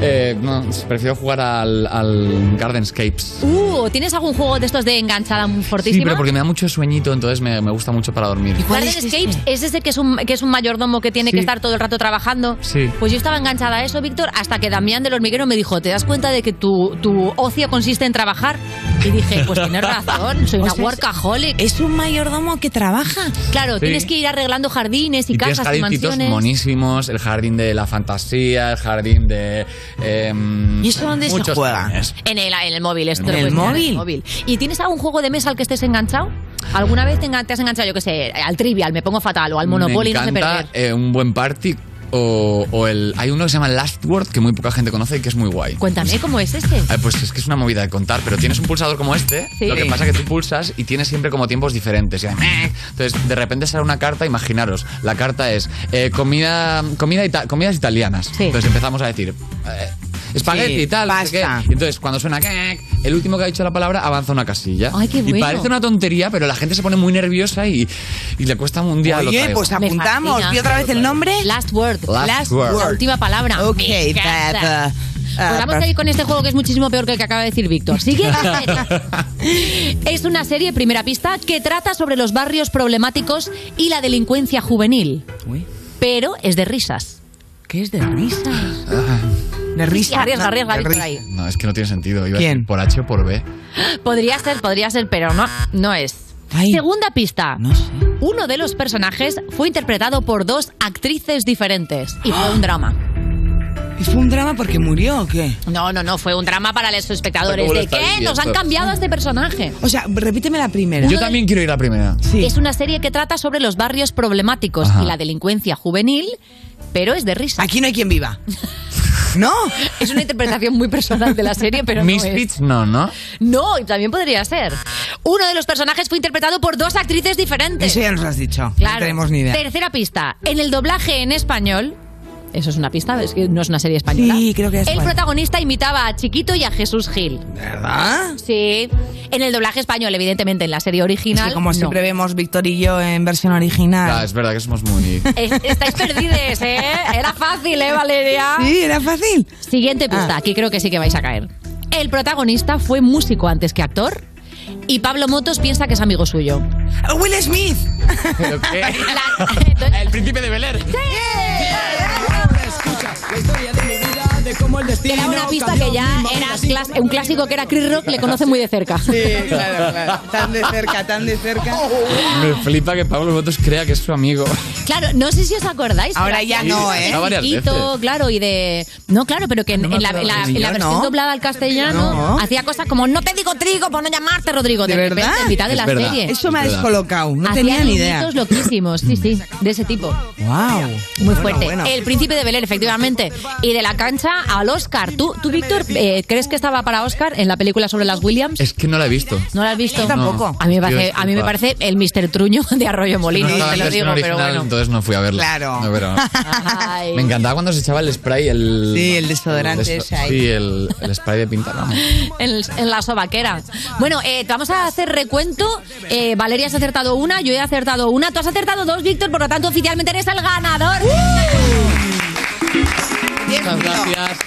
Eh, no, prefiero jugar al, al Gardenscapes. Uh, ¿tienes algún juego de estos de enganchada muy Sí, fortísima? pero porque me da mucho sueñito, entonces me, me gusta mucho para dormir. Garden este? Escapes es ese que es un, que es un mayordomo que tiene que estar todo el rato trabajando. Sí. Pues yo estaba enganchada a eso, Víctor, hasta que Damián del hormiguero me dijo, ¿te das cuenta de que tu, tu ocio consiste en trabajar? Y dije, pues tienes razón, soy una O sea, es- workaholic. Es un mayordomo que trabaja. Claro, Sí. tienes que ir arreglando jardines y, Y tienes casas y jardincitos mansiones. monísimos, el jardín de la fantasía, el jardín de... em, ¿Y eso dónde se muchos juega? jardines. En el, en el móvil, esto ¿En lo el puedes mirar, móvil? ¿Y tienes algún juego de mesa al que estés enganchado? ¿Alguna vez te, engan- te has enganchado, yo qué sé, al Trivial, me pongo fatal, o al Monopoly, me no sé encanta, perder? eh, un buen party o, o el... Hay uno que se llama Last Word que muy poca gente conoce y que es muy guay. Cuéntame, ¿cómo es este? Eh, pues es que es una movida de contar, pero tienes un pulsador como este, Sí. lo que pasa que tú pulsas y tienes siempre como tiempos diferentes. y ahí, meh. Entonces, de repente sale una carta, imaginaros, la carta es eh, comida, comida ita- comidas italianas. Entonces empezamos a decir... eh, Espagueti Sí, y tal. no sé qué. Y Entonces, cuando suena "quec", el último que ha dicho la palabra avanza una casilla. Ay, qué Y bueno. parece una tontería, pero la gente se pone muy nerviosa y, y le cuesta un día lo Oye, traigo. pues apuntamos. fascina. ¿Y otra vez el nombre? Last word. Last word. La última palabra. Ok, Me encanta. that, uh, Pues vamos a ir con este juego que es muchísimo peor que el que acaba de decir Víctor. Sigue. es una serie, primera pista, que trata sobre los barrios problemáticos y la delincuencia juvenil. Pero es de risas. ¿Qué es de risas? De risa. Arriesga, arriesga, De Víctor, risa. ahí. Ah, No, es que no tiene sentido. Iba A decir por H o por B. Podría ser, podría ser, pero no, no es. Segunda pista. Uno de los personajes fue interpretado por dos actrices diferentes y fue un drama. ¿Y fue un drama porque murió o qué? No, no, no, fue un drama para los espectadores. ¿Cómo lo ¿De estáis qué? Nos viendo? han cambiado a este personaje. O sea, repíteme la primera. Yo también quiero ir la primera. Es una serie que trata sobre los barrios problemáticos Ajá. y la delincuencia juvenil, pero es de risa. Aquí no hay quien viva. ¿No? Es una interpretación muy personal de la serie, pero no es. Misfits, no, ¿no? No, y también podría ser. Uno de los personajes fue interpretado por dos actrices diferentes. Eso ya nos lo has dicho. No Claro. tenemos ni idea. Tercera pista. En el doblaje en español. Eso es una pista, es que no es una serie española. Sí, creo que es El español. protagonista imitaba a Chiquito y a Jesús Gil. ¿Verdad? Sí. En el doblaje español, evidentemente, en la serie Es original. que como no. siempre vemos Víctor y yo en versión original. Ah, es verdad que somos muy. Es- Estáis perdidos, ¿eh? Era fácil, ¿eh, Valeria? Sí, era fácil. Ah. Siguiente pista, aquí creo que sí que vais a caer. El protagonista fue músico antes que actor y Pablo Motos piensa que es amigo suyo. Will Smith. El príncipe de Bel Air. de cómo el destino Era una pista que ya era clas- un clásico que era Chris Rock, le conoce muy de cerca. Sí, claro, claro. Tan de cerca, tan de cerca. Me flipa que Pablo Botos crea que es su amigo. Claro, no sé si os acordáis. Ahora pero ya Ah, aquí- no, ¿eh? No, varias Chiquito, veces. claro, y de... No, claro, pero que en, en la, en la- en la Yo versión no. doblada al castellano No. hacía cosas como no te digo trigo por no llamarte Rodrigo. ¿De repente, verdad? En mitad de Es la verdad, serie. Eso me ha es verdad. descolocado, no Hacía tenía ni idea. guiñitos loquísimos, sí, sí, de ese tipo. Wow. Muy fuerte. El príncipe de Belén, efectivamente. Y de la cancha al Oscar. ¿Tú, tú Víctor, eh, crees que estaba para Oscar en la película sobre las Williams? Es que no la he visto. ¿No la has visto? Yo tampoco. A mí me Yo parece, a mí me disculpa. parece el Mr. Truño de Arroyo Molino, no estaba te en lo versión digo, pero original, bueno. Entonces no fui a verla. Claro. No, pero- Ay. Me encantaba cuando se echaba el spray, el. Sí, el desodorante el ese ahí. Sí, el, el spray de pintar. vamos. En, en la sobaquera. Bueno, eh, te vamos a hacer recuento. Eh, Valeria has acertado una, yo he acertado una. Tú has acertado dos, Víctor, por lo tanto, oficialmente eres el ganador. ¡Uh! Muchas gracias.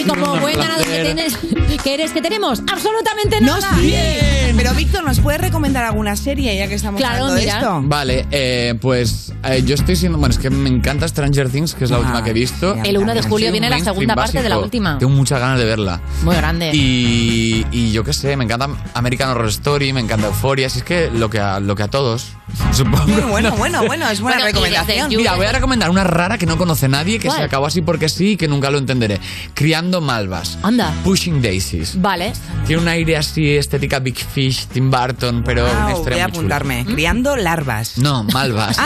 Y como Un buen ganador que, placer. tienes, que eres, que tenemos absolutamente No, nada. sí. Pero Víctor, ¿nos puedes recomendar alguna serie ya que estamos Claro, hablando de mira. esto? Vale, eh, pues eh, yo estoy siendo. Bueno, es que me encanta Stranger Things, Ah, que es la última que he visto. El 1 de julio Sí, viene la mainstream segunda parte de la básico. última. Tengo muchas ganas de verla. Muy grande. Y, y yo qué sé, me encanta American Horror Story, me encanta Euphoria, si es que lo que a, lo que a todos, supongo. Bueno, bueno, bueno, es buena Bueno, y desde recomendación. You- Mira, voy a recomendar una rara que no conoce nadie, que ¿Cuál? se acabó así porque sí y que nunca lo entenderé. Criando malvas. Anda. Pushing Daisies. Vale. Tiene un aire así, estética Big Fish, Tim Burton, pero Wow, una voy a historia muy chula. ¿Mm? apuntarme. Criando larvas. Ah, No, malvas.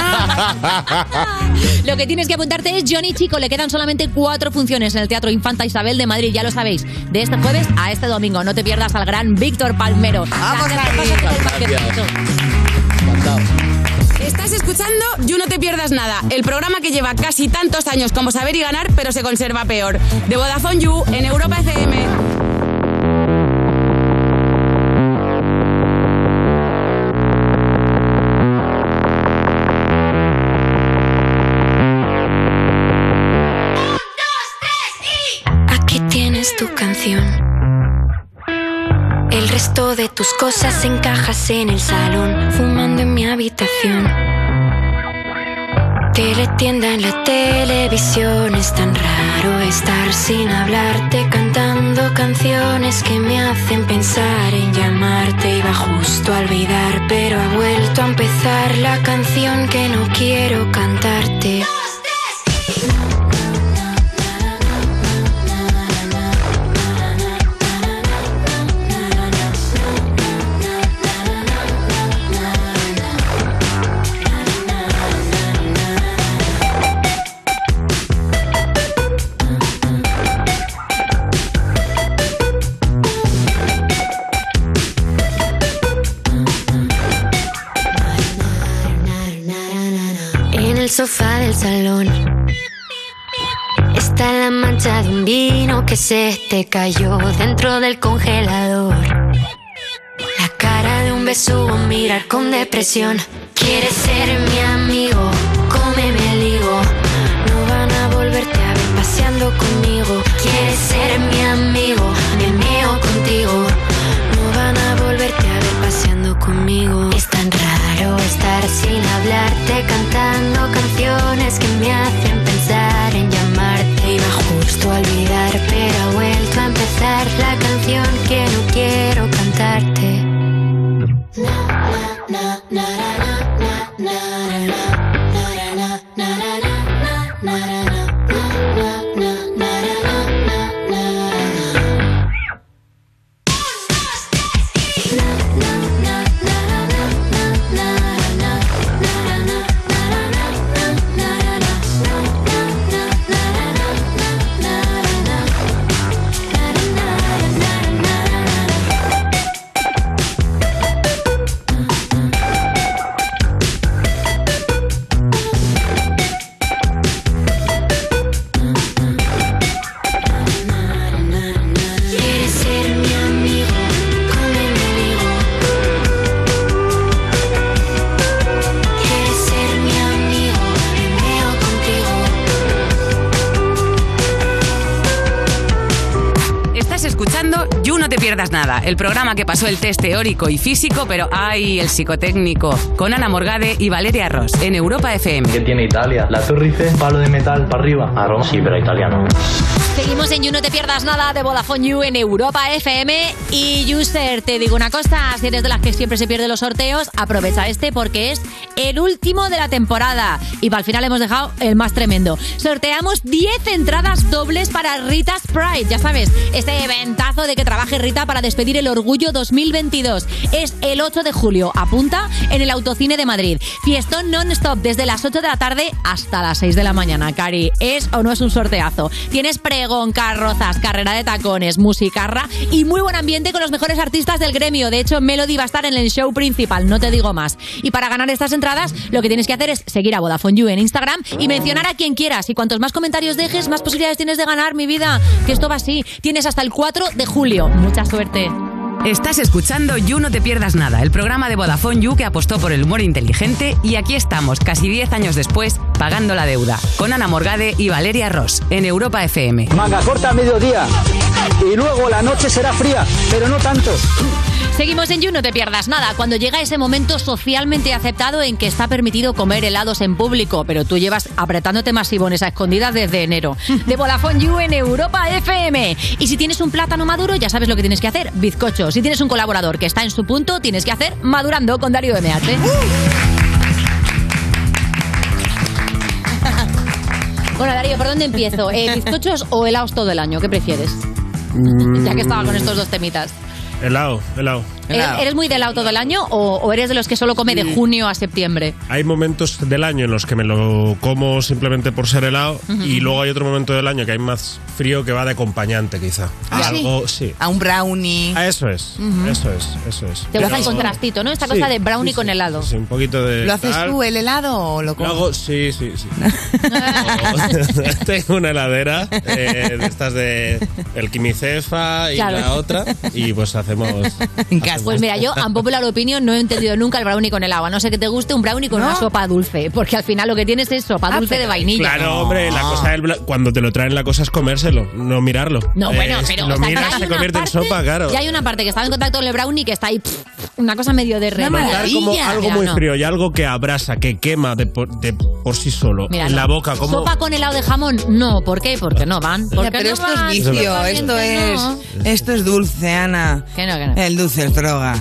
Lo que tienes que apuntarte es Johnny Chico. Le quedan solamente cuatro funciones en el Teatro Infanta Isabel de Madrid, ya lo sabéis. De este jueves a este domingo. No te pierdas al gran Víctor Palmero. Vamos Gracias ahí. por pasarte por el parquecito. Estás escuchando You No Te Pierdas Nada, el programa que lleva casi tantos años como saber y ganar, pero se conserva peor. De Vodafone You en Europa FM. Aquí tienes tu canción. El resto de tus cosas encajas en el salón, fumando en mi habitación. Teletienda en la televisión, es tan raro estar sin hablarte, cantando canciones que me hacen pensar en llamarte. Iba justo a olvidar, pero ha vuelto a empezar la canción que no quiero cantarte. En el sofá del salón está la mancha de un vino que se te cayó dentro del congelador. La cara de un besugo mirar con depresión. Quieres ser mi amigo, cómeme el higo. No van a volverte a ver paseando conmigo. Quieres ser mi canción que no quiero cantarte. Quieres ser mi amigo, come mi amigo. Quieres ser mi amigo, me veo Estás escuchando You No Te Pierdas Nada, el programa que pasó el test teórico y físico, pero ¡ay! el psicotécnico, con Ana Morgade y Valeria Ross, en Europa FM. ¿Qué tiene Italia? La torrice, palo de metal para arriba. Ah, A Roma sí, pero italiano. Seguimos en You No Te Pierdas Nada de Vodafone You en Europa FM. Y User, te digo una cosa, si eres de las que siempre se pierden los sorteos, aprovecha este porque es el último de la temporada. Y para el final hemos dejado el más tremendo. Sorteamos 10 entradas dobles para Rita's Pride, ya sabes, este eventazo de que trabaje Rita para despedir el Orgullo 2022. Es el 8 de julio, apunta en el Autocine de Madrid. Fiestón non-stop desde las 8 de la tarde hasta las 6 de la mañana, Cari. ¿Es o no es un sorteazo? Tienes pregón, carrozas, carrera de tacones, musicarra y muy buen ambiente con los mejores artistas del gremio. De hecho, Melody va a estar en el show principal, no te digo más. Y para ganar estas entradas, lo que tienes que hacer es seguir a Vodafone You en Instagram y mencionar a quien quieras. Y cuantos más comentarios dejes, más posibilidades tienes de ganar, mi vida. Que esto va así. Tienes hasta el 4 de julio. Mucha suerte. Estás escuchando You No Te Pierdas Nada, el programa de Vodafone You que apostó por el humor inteligente y aquí estamos, casi 10 años después, pagando la deuda, con Ana Morgade y Valeria Ross, en Europa FM. Manga corta a mediodía y luego la noche será fría, pero no tanto. Seguimos en You, no te pierdas nada. Cuando llega ese momento socialmente aceptado en que está permitido comer helados en público, pero tú llevas apretándote masivones a escondidas desde enero. De Vodafone You en Europa FM. Y si tienes un plátano maduro, ya sabes lo que tienes que hacer: bizcocho. Si tienes un colaborador que está en su punto, tienes que hacer madurando con Darío MH. Bueno, Darío, ¿por dónde empiezo? Eh, ¿Bizcochos o helados todo el año? ¿Qué prefieres? Ya que estaba con estos dos temitas. Mm. Helado, helado. ¿E- ¿Eres muy del auto del año o, o eres de los que solo come de junio a septiembre? Hay momentos del año en los que me lo como simplemente por ser helado Ujú. y luego hay otro momento del año que hay más frío que va de acompañante quizá. Ah, ¿sí? Algo, sí. A un brownie. Ah, Eso es, Ujú. eso es, eso es. Te gusta Pero- el contrastito, ¿no? Esta Sí, cosa de brownie sí, con helado. Sí, un poquito de... ¿Lo haces tal. tú el helado o lo Lo comes? hago- sí, sí, sí. O- Tengo una heladera eh, de estas de el quimicefa y Claro. la otra y pues hacemos... Pues mira, yo, a popular opinion, no he entendido nunca el brownie con helado. A no sé que te guste un brownie con una sopa dulce, porque al final lo que tienes es sopa Ah, dulce de vainilla. Ah. Claro, hombre, la cosa del bla- cuando te lo traen la cosa es comérselo, no mirarlo. No, bueno, Eh, pero, si lo o sea, miras hay se una convierte en sopa, claro. Y hay una parte que está en contacto con el brownie que está ahí, pff, una cosa medio de Matar como algo Mira, muy no. frío y algo que abrasa, que quema de por, de por sí solo Mira, en no. la boca, como Sopa con helado de jamón, no. ¿Por qué? Porque no van. Porque pero no esto es van, vicio, totalmente esto es, no. esto es dulce, Ana. El dulce es droga.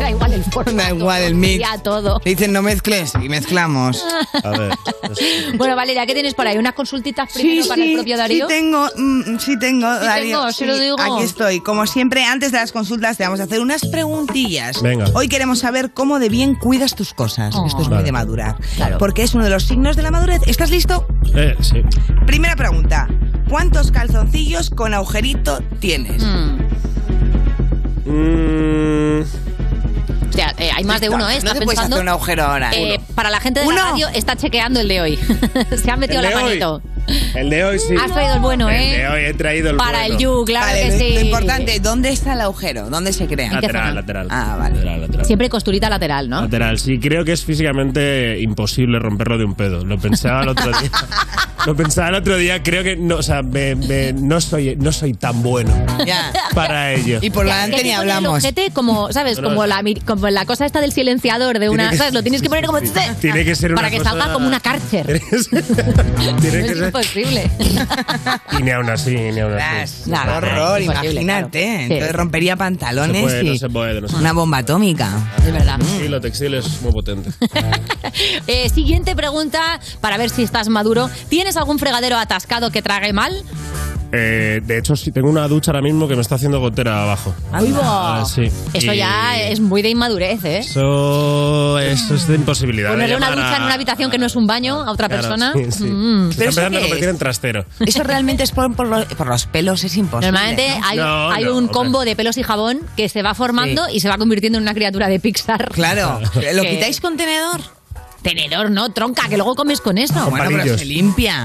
Da igual el formato. Da igual el mix. Ya todo. Le dicen no mezcles y mezclamos. A ver. Bueno, Valeria, ¿qué tienes por ahí? ¿Unas consultitas primero para el propio Darío? Sí tengo, mm, sí tengo, Sí Darío. tengo, sí lo digo. Aquí estoy. Como siempre, antes de las consultas te vamos a hacer unas preguntillas. Venga. Oh. Hoy queremos saber cómo de bien cuidas tus cosas. Esto es muy Vale. de madurar. Porque es uno de los signos de la madurez. ¿Estás listo? Eh, sí. Primera pregunta. ¿Cuántos calzoncillos con agujerito tienes? Mm. O sea, eh, hay más de uno, ¿eh? No Está te puedes pensando- hacer un agujero ahora, ¿eh? Eh, para la gente de la radio, está chequeando el de hoy. Se han metido El la de hoy. manito. El de hoy sí. Has traído el bueno, El ¿eh? de hoy he traído el Para el bueno. You, claro Vale, que lo- sí. Lo importante, ¿dónde está el agujero? ¿Dónde se crea? Lateral, lateral. Ah, vale. Lateral, lateral. Siempre costurita lateral, ¿no? Lateral, sí, creo que es físicamente imposible romperlo de un pedo. Lo pensaba el Ah, otro día. Lo pensaba el otro día, creo que no, o sea, me- me- no, soy, no soy tan bueno Ya. para Ya, ello. es que hay que poner el ojete como, ¿sabes? No, no, Como la, mir- como la cosa esta del silenciador de una. que- ¿Sabes? Lo tienes que poner como. Tiene que ser Para una que cosa- salga como una cárcel. Pues, Tiene que es ser- imposible. Y ni aún así, ni aún así. Ah, Ostras, un horror, Imposible, imagínate. Entonces rompería pantalones No se puede, y no se puede, no se una bomba atómica. Es verdad. Sí, lo textil es muy potente. Eh, siguiente pregunta para ver si estás maduro. ¿Tienes algún fregadero atascado que trague mal? Eh, de hecho, sí, tengo una ducha ahora mismo que me está haciendo gotera abajo. Uy, va. Ah, sí. Eso Y ya es muy de inmadurez, ¿eh? Eso, eso es de imposibilidad. de Ponerle una llamar ducha a- en una habitación que no es un baño a otra Claro, persona. sí, sí. Mm. Se está empezando a convertir en trastero. Eso realmente es por, por lo- por los pelos, es imposible. Normalmente ¿no? hay, hay un combo de pelos y jabón que se va formando Sí. y se va convirtiendo en una criatura de Pixar. Claro. ¿Lo Que- quitáis con tenedor? Tenedor, no, tronca, que luego comes con eso. Con Bueno, pero palillos. se limpia.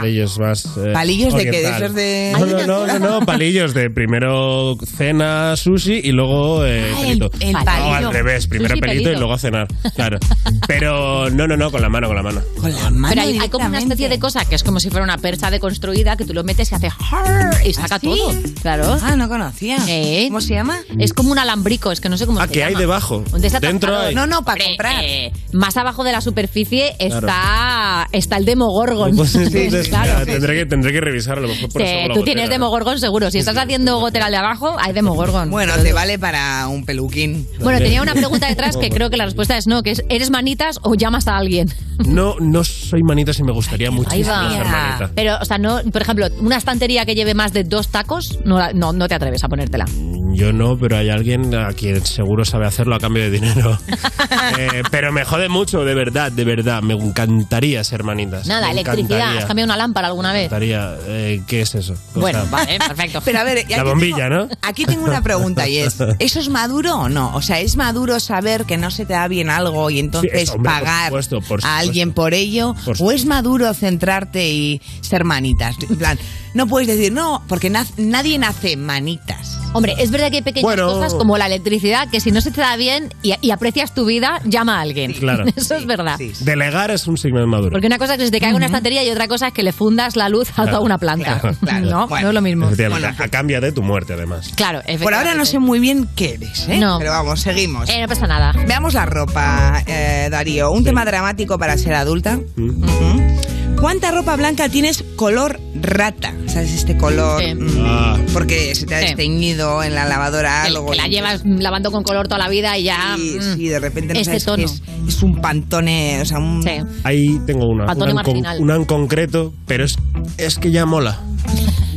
Palillos más. eh, ¿Palillos de qué? ¿De oriental. esos de...? No, no, no, no, no, palillos de primero cena, sushi y luego eh, Ah, el- pelito. el No, palillo. al revés, primero Sushi, pelito, pelito. y luego a cenar. Claro. Pero no, no, no, con la mano, con la mano. Con la Pero hay, hay como una especie de cosa que es como si fuera una percha deconstruida que tú lo metes y hace "Har", y saca todo. Claro. Ah, no conocía. ¿Cómo se llama? Es como un alambrico, es que no sé cómo Ah, se que llama. hay debajo. Un desatascador. Dentro hay. No, no, para comprar. eh, más abajo de la superficie está, está el Demogorgon. Pues Claro. entonces, ya, tendré, que, tendré que revisarlo. a lo mejor por Sí, eso hago la tú tienes gotera. Demogorgon seguro. Si estás haciendo gotera al de abajo, hay Demogorgon. Bueno, te vale para un peluquín. Bueno, tenía una pregunta detrás que creo que la respuesta es no, que es ¿eres manitas o llamas a alguien? No, no soy manita y me gustaría Ahí muchísimo va. ser manita. Pero, o sea, no, por ejemplo, una estantería que lleve más de dos tacos, no, la- no, no te atreves a ponértela. Yo no, pero hay alguien a quien seguro sabe hacerlo a cambio de dinero. Eh, pero me jode mucho, de verdad, de verdad. Me encantaría ser manitas. Nada, Me electricidad. encantaría. ¿Has cambiado una lámpara alguna vez? Encantaría. Eh, ¿Qué es eso? O Bueno, sea, vale, perfecto. Pero a ver, La bombilla, ¿no? Aquí tengo una pregunta y es, ¿eso es maduro o no? O sea, ¿es maduro saber que no se te da bien algo y entonces Sí, eso, hombre, por pagar supuesto, por supuesto. a alguien por ello? ¿O es maduro centrarte y ser manitas? En plan, no puedes decir no, porque naz- nadie nace manitas. Hombre, es verdad que hay pequeñas Bueno. cosas como la electricidad que si no se te da bien y, y aprecias tu vida, llama a alguien. Claro. Eso es verdad. Delegar es un signo de maduro. Porque una cosa es que se te caiga una estantería y otra cosa es que le fundas la luz a Claro, toda una planta. claro, claro. No, no es lo mismo. Efectivamente, a cambio de tu muerte, además. Claro, Por ahora no sé muy bien qué eres, ¿eh? No. Pero vamos, seguimos. Eh, no pasa nada. Veamos la ropa, eh, Darío. Un tema dramático para ser adulta. Ujú. ¿Cuánta ropa blanca tienes color rata? ¿Sabes este color? mm, Ah. Porque se te ha Sí. desteñido en la lavadora Que- algo. que la y- llevas lavando con color toda la vida y ya. Y mm, sí, de repente no este sabes qué tono. es. Es un pantone, o sea, un... Ahí tengo una. Patone Una en, con- marginal. una en concreto, pero es, es que ya mola.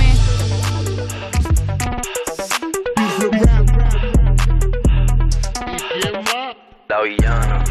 La villana.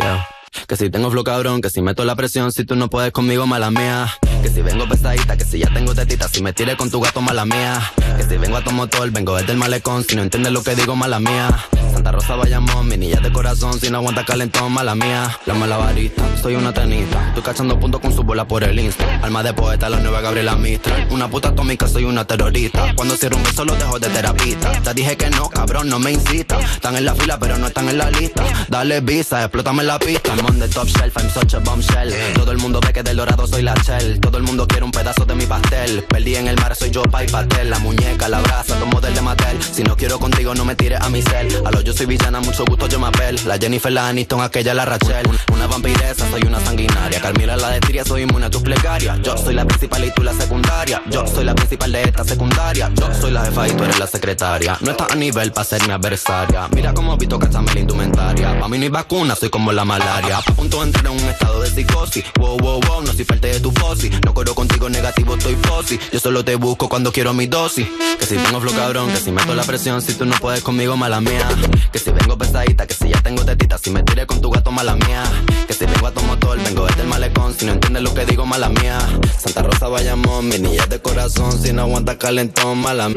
Yeah. Que si tengo flow cabrón, que si meto la presión, si tú no puedes conmigo, mala mía. Que si vengo pesadita, que si ya tengo tetita, si me tires con tu gato, mala mía. Que si vengo a tu motor, vengo desde el malecón, si no entiendes lo que digo, mala mía. Santa Rosa Bayamón, mi niña de corazón, si no aguanta calentón, mala mía. La mala varita, soy una tenista, tú cachando puntos con su bola por el insta. Alma de poeta, la nueva Gabriela Mistral. Una puta atómica, soy una terrorista. Cuando cierro un beso, lo dejo de terapista. Te dije que no, cabrón, no me incita. Están en la fila, pero no están en la lista. Dale visa, explótame la pista. I'm on the top shelf, I'm such a bombshell. Todo el mundo ve que del dorado soy la shell. Todo el mundo quiere un pedazo de mi pastel. Perdí en el mar, soy yo, pa' y pastel. La muñeca, la brasa, tomo del de Mattel. Si no quiero contigo, no me tires a mi cel. A lo yo soy villana, mucho gusto, yo me apel. La Jennifer, la Aniston, aquella, la Rachel. Una vampiresa, soy una sanguinaria. Carmila, la de Tiria, soy inmune a tus plegarias. Yo soy la principal y tú la secundaria. Yo soy la principal de esta secundaria. Yo soy la jefa y tú eres la secretaria. No estás a nivel para ser mi adversaria. Mira cómo Vito cachame la indumentaria. Pa' mí no hay vacuna, soy como la malaria. A punto de entrar en un estado de psicosis. Wow, wow, wow, no soy parte de tu fosi. No corro contigo negativo, estoy fosi. Yo solo te busco cuando quiero mi dosis. Que si tengo flow cabrón, que si meto la presión, si tú no puedes conmigo, mala mía. Que si vengo pesadita, que si ya tengo tetita, si me tiré con tu gato, mala mía. Que si vengo a tu motor, vengo desde el malecón, si no entiendes lo que digo, mala mía. Santa Rosa, Bayamón, mi niña de corazón, si no aguanta calentón, mala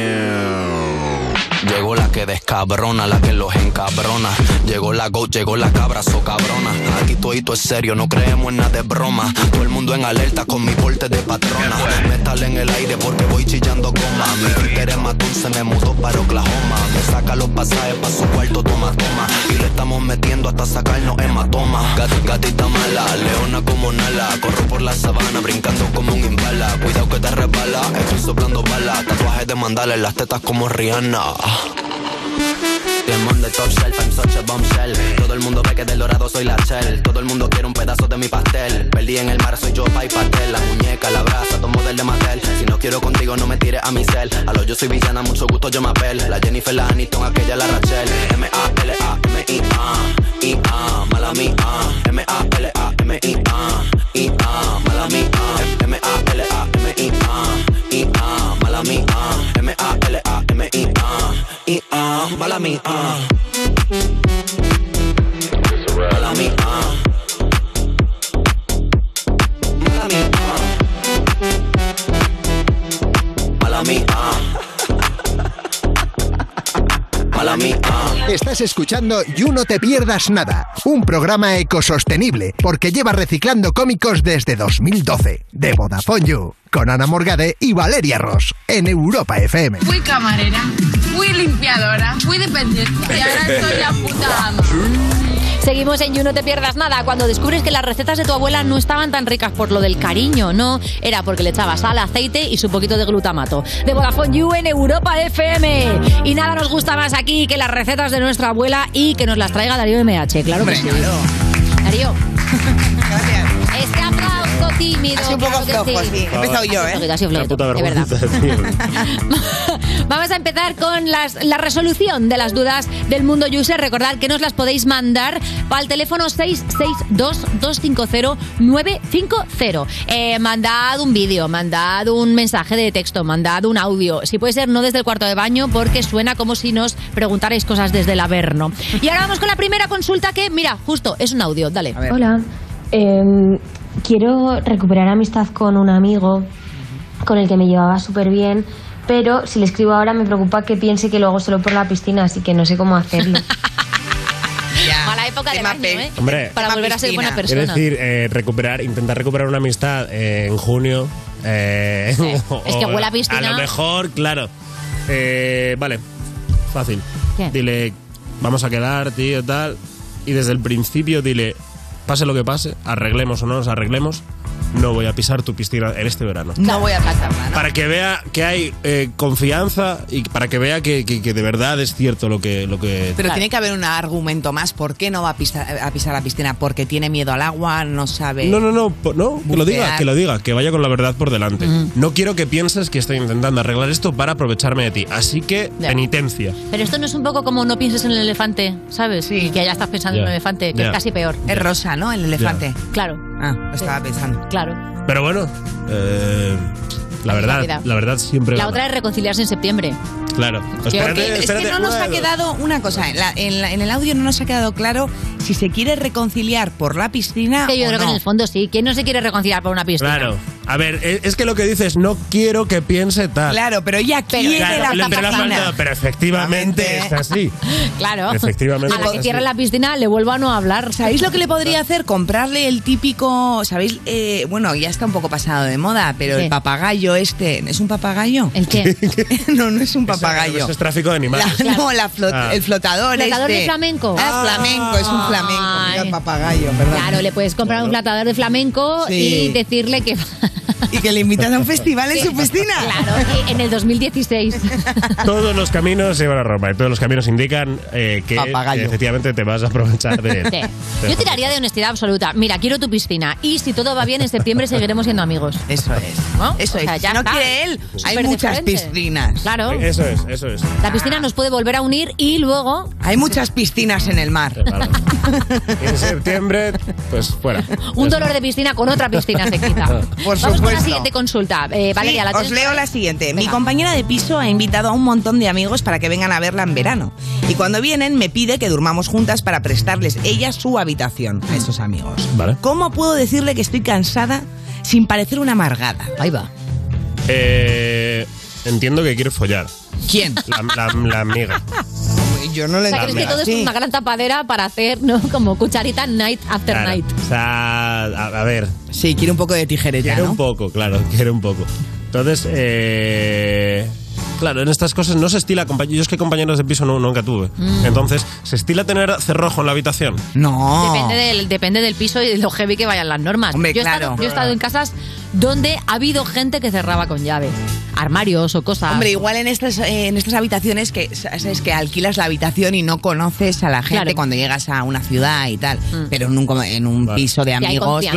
mía. Llegó la que descabrona, la que los encabrona. Llegó la go, llegó la cabra, so cabrona. Aquí todito es serio, no creemos en nada de broma. Todo el mundo en alerta con mi porte de patrona. Metal en el aire porque voy chillando goma. Mi títere matón se me mudó para Oklahoma. Me saca los pasajes para su cuarto, toma, toma. Y le estamos metiendo hasta sacarnos hematoma. Gat- gatita mala, leona como Nala. Corro por la sabana, brincando como un imbala. Cuidado que te resbala, estoy soplando balas. Tatuajes de mandala en las tetas como Rihanna. Game on the top shelf, I'm such a bombshell. Todo el mundo ve que del dorado soy la shell. Todo el mundo quiere un pedazo de mi pastel. Perdí en el mar, soy yo, pa' y pastel. La muñeca, la brasa, tomo del de Mattel. Si no quiero quiero contigo, no me tires a mi cel. A lo yo soy villana, mucho gusto, yo me apel. La Jennifer, la Aniston, aquella, la Rachel. M-A-L-A-M-I-A, I-A, mala mía. M-A-L-A-M-I-A, I-A, mala mía. M-A-L-A-M-I-A, I-A, mala mía. M-A-L-A-M-I-A, I-A, mala mía. Mala mía. ah. Mala mía. Mala mía. Estás escuchando You No Te Pierdas Nada, un programa ecosostenible porque lleva reciclando cómicos desde 2012. De Vodafone You, con Ana Morgade y Valeria Ross, en Europa FM. Fui camarera, fui limpiadora, fui dependiente y ahora soy la puta ama. Seguimos en You No Te Pierdas Nada. Cuando descubres que las recetas de tu abuela no estaban tan ricas por lo del cariño, no. Era porque le echaba sal, aceite y su poquito de glutamato. De Vodafone You en Europa FM. Y nada nos gusta más aquí que las recetas de nuestra abuela y que nos las traiga Darío MH. Claro que sí. Darío. Gracias. Es que aplauso tímido. Así un poco claro que flojo, sí. He empezado Has yo, sido ¿eh? flojito, has sido flojito, de verdad. Vamos a empezar con las- la resolución de las dudas del mundo user. Recordad que nos las podéis mandar al teléfono 662-250-950. Eh, mandad un vídeo, mandad un mensaje de texto, mandad un audio. Si puede ser, no desde el cuarto de baño, porque suena como si nos preguntarais cosas desde el averno. Y ahora vamos con la primera consulta que, mira, justo, es un audio. Dale. Hola, em, quiero recuperar amistad con un amigo con el que me llevaba súper bien, pero si le escribo ahora me preocupa que piense que lo hago solo por la piscina, así que no sé cómo hacerlo. Mala época de baño, ¿eh? Hombre, Para volver a ser buena persona. Es decir, eh, recuperar, intentar recuperar una amistad eh, en junio. eh, o- es que o- huele a piscina. lo mejor, claro. Eh, vale, fácil. ¿Qué? Dile, vamos a quedar, tío, tal. Y desde el principio dile, pase lo que pase, arreglemos o no nos arreglemos, no voy a pisar tu piscina en este verano. No voy a pasarla, Para que vea que hay eh, confianza y para que vea que, que- que de verdad es cierto lo que... Lo que Pero tiene que haber un argumento más. ¿Por qué no va a pisar, a pisar la piscina? ¿Porque tiene miedo al agua? ¿No sabe? No, no, no, po- no, que lo diga, Bucear. que lo diga, que vaya con la verdad por delante. No quiero que pienses que estoy intentando arreglar esto para aprovecharme de ti, así que Ya. penitencia. Pero esto no es un poco como no pienses en el elefante, ¿sabes? Y que ya estás pensando en Ya. el elefante, que Ya. es casi peor. Es rosa, ¿no? El elefante. Claro. Ah, lo estaba pensando. Claro. Pero bueno, eh, Pues la vida. verdad, la verdad siempre La gana. otra es reconciliarse en septiembre. Claro. Porque Espérate, es espérate. que no nos una- ha quedado una cosa. En, la- en la- en el audio no nos ha quedado claro si se quiere reconciliar por la piscina. Que yo o creo que no. en el fondo sí. ¿Quién no se quiere reconciliar por una piscina? Claro. A ver, es es que lo que dices, no quiero que piense tal. Claro, pero ya quiere Claro, la le entró piscina. falta, Pero efectivamente es así. Claro. Efectivamente, A la que sí. cierra la piscina le vuelvo a no hablar. ¿Sabéis lo que le podría hacer? Comprarle el típico, ¿sabéis? Eh, bueno, ya está un poco pasado de moda, pero ¿Qué? el papagayo este, ¿es un papagayo? ¿El qué? no, no es un papagayo. Eso es tráfico de animales. La- no, la flot- Ah. el flotador ¿Flotador este. de flamenco? Ah, flamenco, es un flamenco. Ay. Mira, papagayo, perdón. Claro, le puedes comprar un platador de flamenco Sí. y decirle que Y que le invitan a un festival en Sí. su piscina. Claro, y en el 2016. Todos los caminos llevan a Roma y todos los caminos indican eh, que Papagayo. efectivamente te vas a aprovechar de... Sí. Yo tiraría de honestidad absoluta. Mira, quiero tu piscina. Y si todo va bien, en septiembre seguiremos siendo amigos. Eso es. Eso O sea, es. ya Si no está. quiere él, hay Súper muchas diferente. piscinas. Claro. Eh, Eso es, eso es. La piscina nos puede volver a unir y luego Hay muchas piscinas en el mar. En septiembre, pues fuera. un dolor de piscina con otra piscina se quita. Por Vamos con la supuesto. siguiente consulta. Eh, Valeria, Sí, la os tienes- leo la siguiente. Mi compañera de piso ha invitado a un montón de amigos para que vengan a verla en verano. Y cuando vienen me pide que durmamos juntas para prestarles ella su habitación a esos amigos. Vale. ¿Cómo puedo decirle que estoy cansada sin parecer una amargada? Ahí va. Eh, entiendo que quiere follar. ¿Quién? La, la- la amiga. Yo no le O sea, crees que Mira, todo es sí. una gran tapadera para hacer, ¿no? Como cucharita night after Claro. night. O sea, a, a ver. Sí, quiere un poco de tijereta, Quiere ¿no? un poco, claro, quiere un poco. Entonces, eh, claro, en estas cosas no se estila. compañ- Yo es que compañeros de piso no- nunca tuve. Entonces, ¿se estila tener cerrojo en la habitación? No. Ah. Depende, del, depende del piso y de lo heavy que vayan las normas. Hombre, yo, he claro. estado, yo he estado en casas donde ha habido gente que cerraba con llave. Armarios o cosas. Hombre, igual en estas, eh, en estas habitaciones que sabes que alquilas la habitación y no conoces a la gente Claro. Mm. cuando llegas a una ciudad y tal, pero en un, com- en un piso de amigos. sí,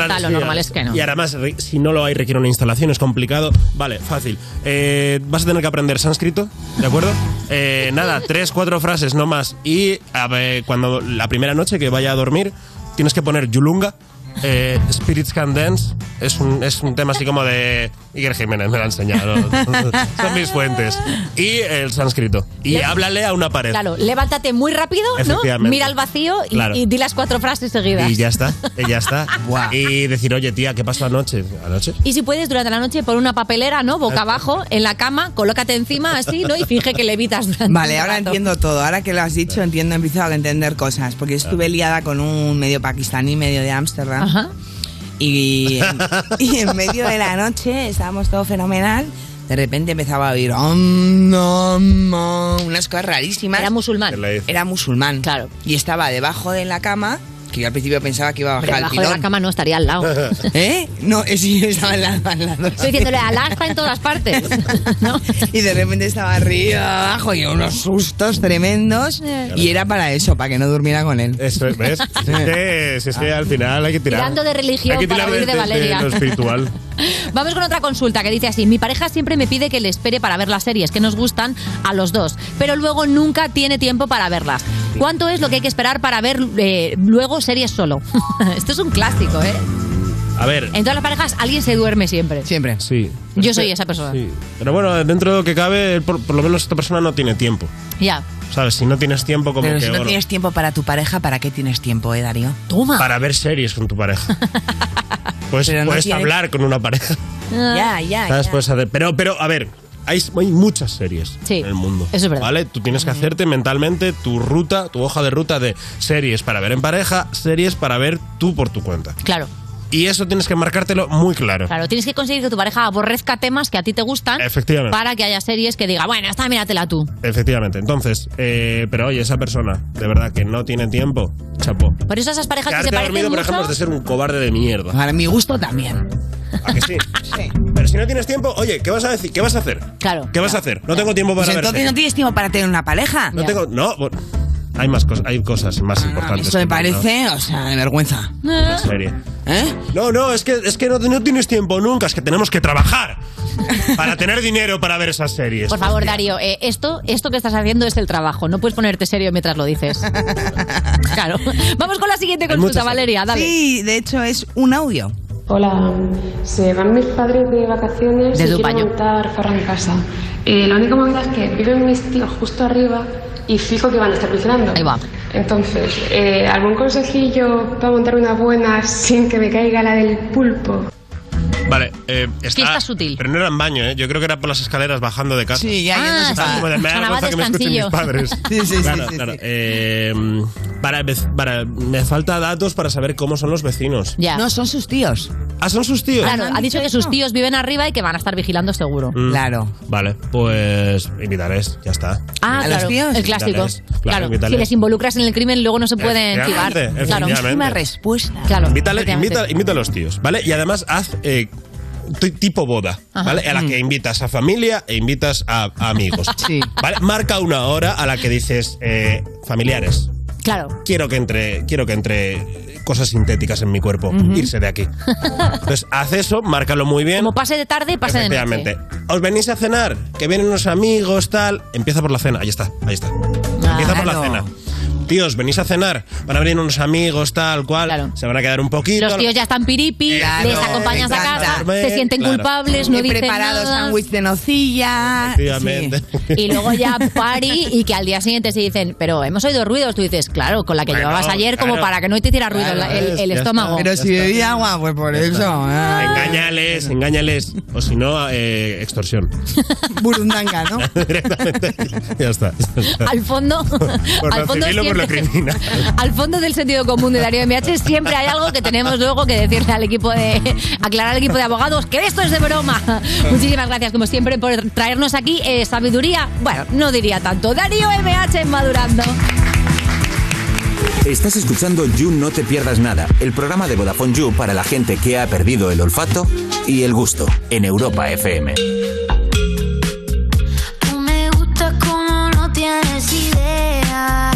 Y además, re- si no lo hay, requiere una instalación, es complicado. Vale, fácil. Eh, vas a tener que aprender sánscrito, ¿de acuerdo? Eh, nada, tres, cuatro frases, no más. Y a ver, cuando la primera noche que vaya a dormir, tienes que poner Yulunga. eh, Spirits Can Dance es un, es un tema así como de Iker Jiménez me lo ha enseñado son mis fuentes y el sánscrito y Le- háblale a una pared Claro, levántate muy rápido, ¿no? Efectivamente. Mira al vacío y, Claro. y di las cuatro frases seguidas. y ya está y ya está y decir oye tía ¿qué pasó anoche? ¿anoche? Y si puedes, durante la noche, por una papelera, ¿no? Boca abajo, en la cama, colócate encima así, ¿no? Y finge que levitas durante Vale, un ahora rato. entiendo todo. Ahora que lo has dicho, entiendo, he empezado a entender cosas. Porque yo estuve liada con un medio pakistaní, medio de Ámsterdam. Y, en- y en medio de la noche estábamos todo fenomenal. De repente empezaba a oír "Om, om, om", unas cosas rarísimas. Era musulmán. Era musulmán. Claro. Y estaba debajo de la cama, que yo al principio pensaba que iba a Pero bajar el debajo de pilón. la cama no estaría al lado. ¿Eh? No, eh, sí, estaba al lado. al lado. Estoy diciéndole alasta en todas partes. Y de repente estaba arriba, abajo, y unos sustos tremendos. Y era para eso, para que no durmiera con él. Eso es, ¿ves? Si es que, si es que al final hay que tirar. Tirando de religión hay que para tirar huir de desde Valeria. lo espiritual. Vamos con otra consulta que dice así: Mi pareja siempre me pide que le espere para ver las series que nos gustan a los dos, pero luego nunca tiene tiempo para verlas. ¿Cuánto es lo que hay que esperar para ver eh, luego series solo? Esto es un clásico, ¿eh? A ver. En todas las parejas alguien se duerme siempre. Siempre. Sí. Yo soy esa persona. Este, Sí. Pero bueno, dentro de lo que cabe, él por, por lo menos esta persona no tiene tiempo. Ya. ¿Sabes? Si no tienes tiempo, como Pero que si no bueno, tienes tiempo para tu pareja, ¿para qué tienes tiempo, eh, Darío? para ver series con tu pareja. Puedes, Pero no puedes tiene- hablar con una pareja. Ah. Ya, ya, ¿Sabes? Puedes hacer- pero, pero, a ver, hay, hay muchas series en el mundo. eso es verdad. ¿Vale? Tú tienes que hacerte mentalmente tu ruta, tu hoja de ruta de series para ver en pareja, series para ver tú por tu cuenta. Claro. Y eso tienes que marcártelo muy claro. Claro, tienes que conseguir que tu pareja aborrezca temas que a ti te gustan Efectivamente. para que haya series que diga, bueno, esta míratela tú. Efectivamente. Entonces, eh, pero oye, esa persona, de verdad, que no tiene tiempo, chapo. Por eso esas parejas que se Quedarte parecen dormido, por ejemplo, mucho... es de ser un cobarde de mierda. Para mi gusto también. ¿A que sí? Pero si no tienes tiempo, oye, ¿qué vas a decir? ¿Qué vas a hacer? Claro. ¿Qué vas a hacer? No tengo tiempo para Pues entonces verte. no tienes tiempo para tener una pareja. No tengo... No, bueno, hay más cosas, hay cosas más importantes. Ah, Esto me que no, parece, o sea, de vergüenza. ¿Eh? ¿no? Ah, En serio. No, no, es que, es que no, no tienes tiempo nunca, es que tenemos que trabajar para tener dinero para ver esas series. Por favor, Darío, eh, esto, esto que estás haciendo es el trabajo. No puedes ponerte serio mientras lo dices. claro. Vamos con la siguiente consulta, Valeria. Dale. Sí, de hecho es un audio. Hola, se van mis padres de vacaciones Desde y quiero un baño. montar farra en casa. Eh, la única movida es que viven mis tíos justo arriba y fijo que van a estar cocinando. Ahí va. Entonces, eh, ¿algún consejillo para montar una buena sin que me caiga la del pulpo? Vale, eh, está, sutil. Pero no era en baño, ¿eh? Yo creo que era por las escaleras bajando de casa. Sí, ya, ya Ah, no sé. Estaba como de, me da Sonaba vergüenza que me escuchen mis descansillo. padres. Sí, sí, sí, Claro, sí, claro. Eh, para, vec- para- me falta datos para saber cómo son los vecinos. Ya. No, son sus tíos. Ah, son sus tíos. Claro, ha dicho que sus tíos viven arriba y que van a estar vigilando seguro. Mm. Claro. Vale, pues invitarles, ya está. Ah, claro, el clásico. Invítales, Claro, si invítales. les involucras en el crimen, luego no se pueden chivar. Efectivamente, Claro, efectivamente. Misma respuesta. Claro, Invítale- efectivamente. invita, invita a los tíos, ¿vale? Y además haz eh, t- tipo boda, Ajá. Mm. ¿vale? A la que invitas a familia e invitas a, a amigos. Sí. ¿Vale? Marca una hora a la que dices eh, familiares. Claro. Quiero que entre, quiero que entre cosas sintéticas en mi cuerpo. Irse de aquí. Entonces, haz eso, márcalo muy bien. Como pase de tarde, pase de noche. Efectivamente. Os venís a cenar, que vienen unos amigos, tal. Empieza por la cena, ahí está, ahí está. Empieza por la cena. Tíos, venís a cenar, van a venir unos amigos, tal cual. Se van a quedar un poquito. Los tíos ya están piripi, Claro, les acompañas a encanta. casa, Dormir, se sienten claro. culpables, no He dicen preparado nada. sándwich de nocilla. Efectivamente. Y luego ya party y que al día siguiente se dicen, pero hemos oído ruidos. Tú dices, claro, con la que Bueno, llevabas ayer, como claro. para que no te hiciera ruido Claro, la- el, ves, el ya estómago. está. Pero si bebía agua, pues por Ya está. eso. ah. Engáñales, engáñales. O si no, eh, extorsión. Burundanga, ¿no? Directamente. Ya está. ya está. Al fondo, Por al fondo lo civil o por lo siempre- criminal. al fondo del sentido común de Darío MH siempre hay algo que tenemos luego que decirle al equipo de aclarar al equipo de abogados que esto es de broma. Muchísimas gracias como siempre por traernos aquí eh, sabiduría. Bueno, no diría tanto. Darío MH en madurando. Estás escuchando You No Te Pierdas Nada, el programa de Vodafone You para la gente que ha perdido el olfato y el gusto en Europa FM. Tú me gusta como no tienes idea.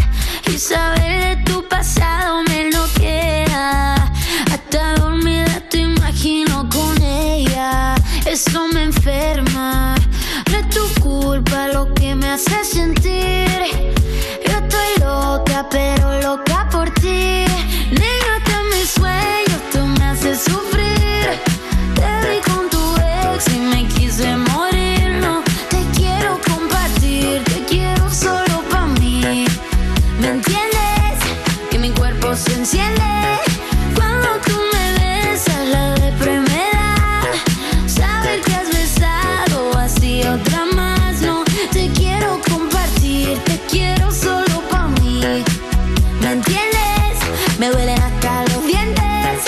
Y saber de tu pasado me queda Hasta dormida te imagino con ella. Eso me enferma. No es tu culpa lo que me hace sentir. Yo estoy loca, pero loca por ti. Negate a mis sueños, tú me haces sufrir. Te vi con tu ex y me quise morir. No te quiero compartir, te quiero solo para mí. ¿Me entiendes? Que mi cuerpo se enciende. Cuando tú me besas, la depresión me da. Saber que has besado así otra más. No te quiero compartir, te quiero solo para mí. ¿Me entiendes? Me duelen hasta los dientes.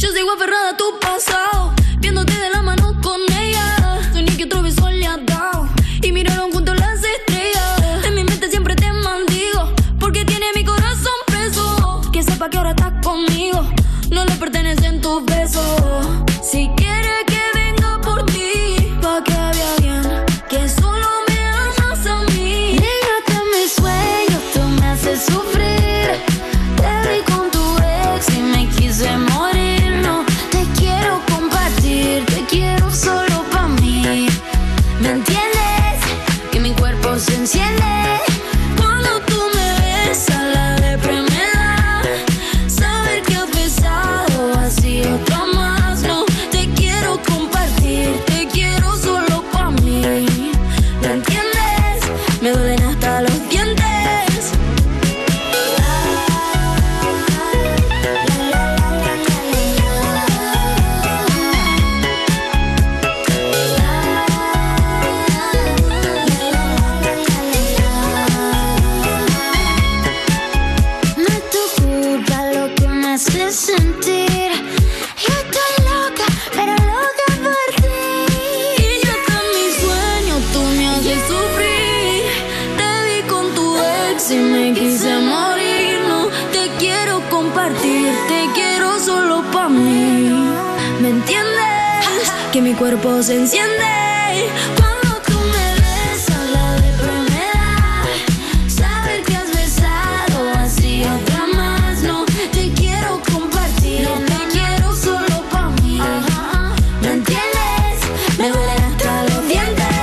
Yo sigo aferrada a tu pasado, viéndote de la mano con ella. Soñé que otro beso le ha dado y miraron juntos las estrellas. En mi mente siempre te mandigo, porque tiene mi corazón preso. Que sepa que ahora estás conmigo, no le pertenecen tus besos. Si quieres que venga por ti, pa' que vea bien, que solo me amas a mí. Negate a mis sueños, tú me haces sufrir. Te vi con tu ex y me quise morir. No te quiero compartir, te quiero solo para mí. ¿Me entiendes? Que mi cuerpo se enciende. Cuando tú me besas, la depresión me da. Saber que has besado así otra más. No te quiero compartir, te quiero solo para mí. ¿Me entiendes? Me duelen hasta los dientes. No es tu culpa lo que me hace sentir. Yo estoy loca, pero loca por ti. Y yo hasta mis sueños tú me haces sufrir. Te vi con tu ex y me quise morir. No te quiero compartir, te quiero solo para mí. ¿Me entiendes? Que mi cuerpo se enciende. Cuando tú me besas, la depresión me da. Saber que has besado así otra más. No te quiero compartir. No te quiero solo para mí. ¿Me entiendes? Me duelen hasta los dientes.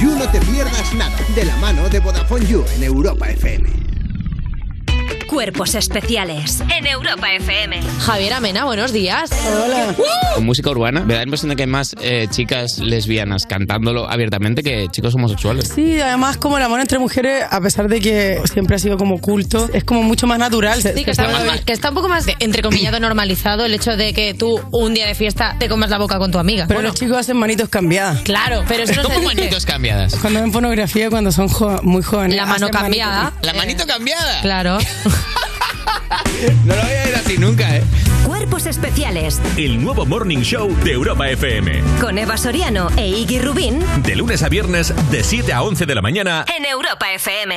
You No Te Pierdas Nada, de la mano de Vodafone You en Europa FM. Cuerpos especiales en Europa FM. Javier Amena, buenos días. Hola. Con música urbana, me da la impresión de que hay más eh, chicas lesbianas cantándolo abiertamente que chicos homosexuales. Sí, además como el amor entre mujeres, a pesar de que siempre ha sido como culto, es como mucho más natural. Sí, que está, Se- más- que está un poco más, de- entrecomillado, normalizado el hecho de que tú un día de fiesta te comas la boca con tu amiga. Pero los chicos hacen manitos cambiadas. Claro, pero eso no se dice. cambiadas? Cuando ven pornografía, cuando son jo- muy jóvenes. La mano hacen cambiada. La manito cambiada. Claro. No lo voy a ir así nunca, ¿eh? Cuerpos especiales El nuevo Morning Show de Europa FM. con Eva Soriano e Iggy Rubín De lunes a viernes, de 7 a 11 de la mañana. en Europa FM.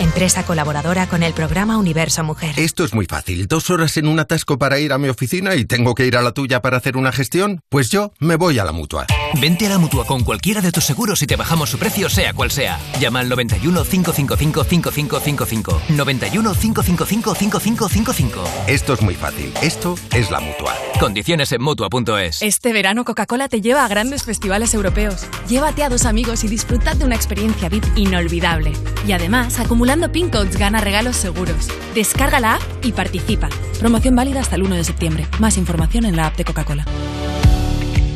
empresa colaboradora con el programa Universo Mujer. Esto es muy fácil. Dos horas en un atasco para ir a mi oficina y tengo que ir a la tuya para hacer una gestión. Pues yo me voy a la mutua. Vente a la mutua con cualquiera de tus seguros y te bajamos su precio, sea cual sea. Llama al 91 555 5555. 91 555 5555. Esto es muy fácil. Esto es la mutua. Condiciones en mutua.es. Este verano Coca-Cola te lleva a grandes festivales europeos. Llévate a dos amigos y disfrutad de una experiencia VIP inolvidable. Y además, acumulando pin codes gana regalos seguros. Descarga la app y participa. Promoción válida hasta el 1 de septiembre. Más información en la app de Coca-Cola.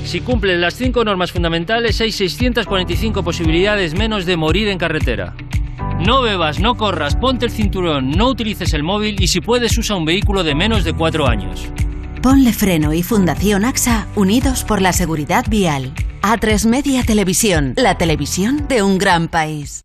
Si cumplen las cinco normas fundamentales, hay 645 posibilidades menos de morir en carretera. No bebas, no corras, ponte el cinturón, no utilices el móvil y si puedes usa un vehículo de menos de 4 años. Ponle Freno y Fundación AXA, unidos por la seguridad vial. A3 Media Televisión, la televisión de un gran país.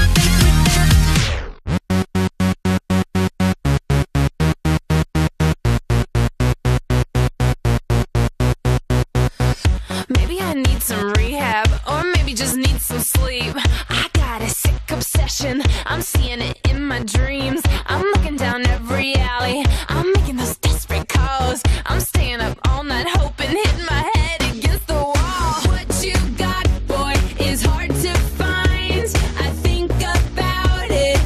Maybe I need some rehab, or maybe just need some sleep. I got a sick obsession, I'm seeing it in my dreams. I'm looking down every alley, I'm making those desperate calls. I'm staying up all night hoping, hitting my head against the wall. What you got, boy, is hard to find. I think about it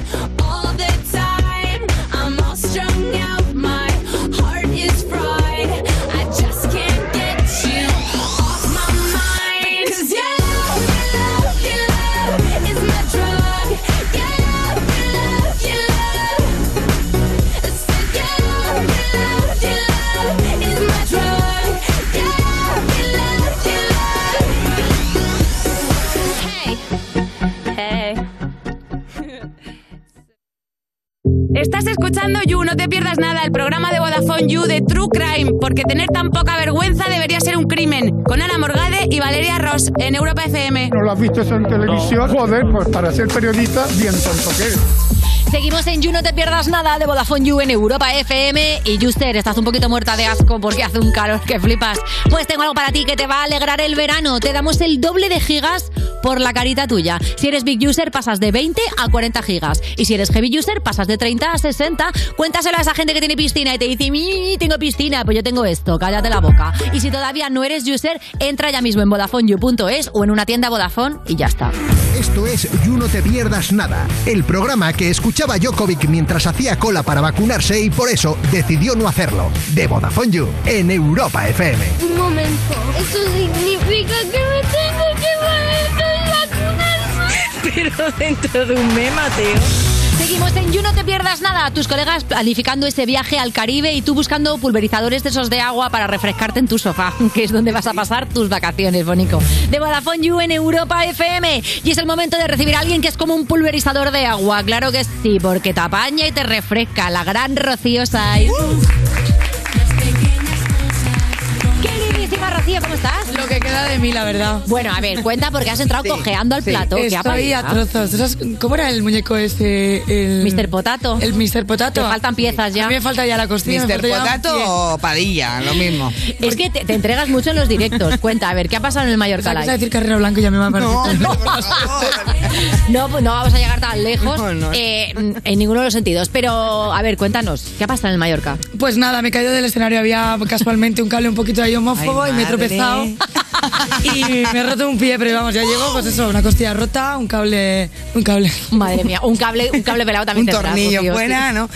all the time. I'm all strung out, my heart is fried. I just can't get you off my mind. 'Cause your love, your love, your love is my drug. Your love, your love, your love. It's like your love, your love, your love is my drug. Your love, your love, your love. Hey, hey. Estás escuchando You, no te pierdas nada, el programa de Vodafone You de True Crime, porque tener tan poca vergüenza debería ser un crimen. Con Ana Morgade y Valeria Ross en Europa FM. ¿No lo has visto eso en televisión? Joder, pues para ser periodista, bien tonto que eres. Seguimos en You, no te pierdas nada de Vodafone You en Europa FM. Y Juster, estás un poquito muerta de asco porque hace un calor que flipas. Pues tengo algo para ti que te va a alegrar el verano. Te damos el doble de gigas por la carita tuya. Si eres Big User, pasas de 20 a 40 gigas. Y si eres Heavy User, pasas de 30 a 60. Cuéntaselo a esa gente que tiene piscina y te dice, "Mi, tengo piscina, pues yo tengo esto, cállate la boca. Y si todavía no eres User, entra ya mismo en VodafoneYou.es o en una tienda Vodafone y ya está. Esto es You No Te Pierdas Nada, el programa que escuchaba Jokovic mientras hacía cola para vacunarse y por eso decidió no hacerlo. De Vodafone You en Europa FM. Un momento. Eso significa que me tengo que Pero dentro de un meme, Mateo. Seguimos en You, no te pierdas nada. Tus colegas planificando ese viaje al Caribe y tú buscando pulverizadores de esos de agua para refrescarte en tu sofá, que es donde vas a pasar tus vacaciones, Bonico. De Vodafone You en Europa FM. Y es el momento de recibir a alguien que es como un pulverizador de agua. Claro que sí, porque te apaña y te refresca. La gran Rocío Sáenz. Queridísima Rocío, ¿cómo estás? Lo que queda de mí, la verdad. Bueno, a ver, cuenta porque has entrado cojeando al plato. ¿Qué ha Estoy a pasado? trozos. ¿Sabes ¿Cómo era el muñeco ese? El... Mr. Potato. El Mr. Potato. Te faltan piezas ya. A mí me falta ya la costilla. me Mr. falta ya un Potato pie. o Padilla, lo mismo. Es que te, te entregas mucho en los directos. Cuenta, a ver, ¿qué ha pasado en el Mallorca Pensaba que ibas a Live? decir Carrero Blanco y ya me va a parecer. No, pues no vamos a llegar tan lejos eh, en ninguno de los sentidos. Pero, a ver, cuéntanos, ¿qué ha pasado en el Mallorca? Pues nada, me he caído del escenario. Había casualmente un cable un poquito ahí homófobo Ay, y me he madre. tropezado. Y me he roto un pie, pero vamos, ya llego, pues eso, una costilla rota, un cable. Un cable. Madre mía, un cable, un cable pelado también Un tendrás, tornillo Rocío, fuera, sí. ¿no?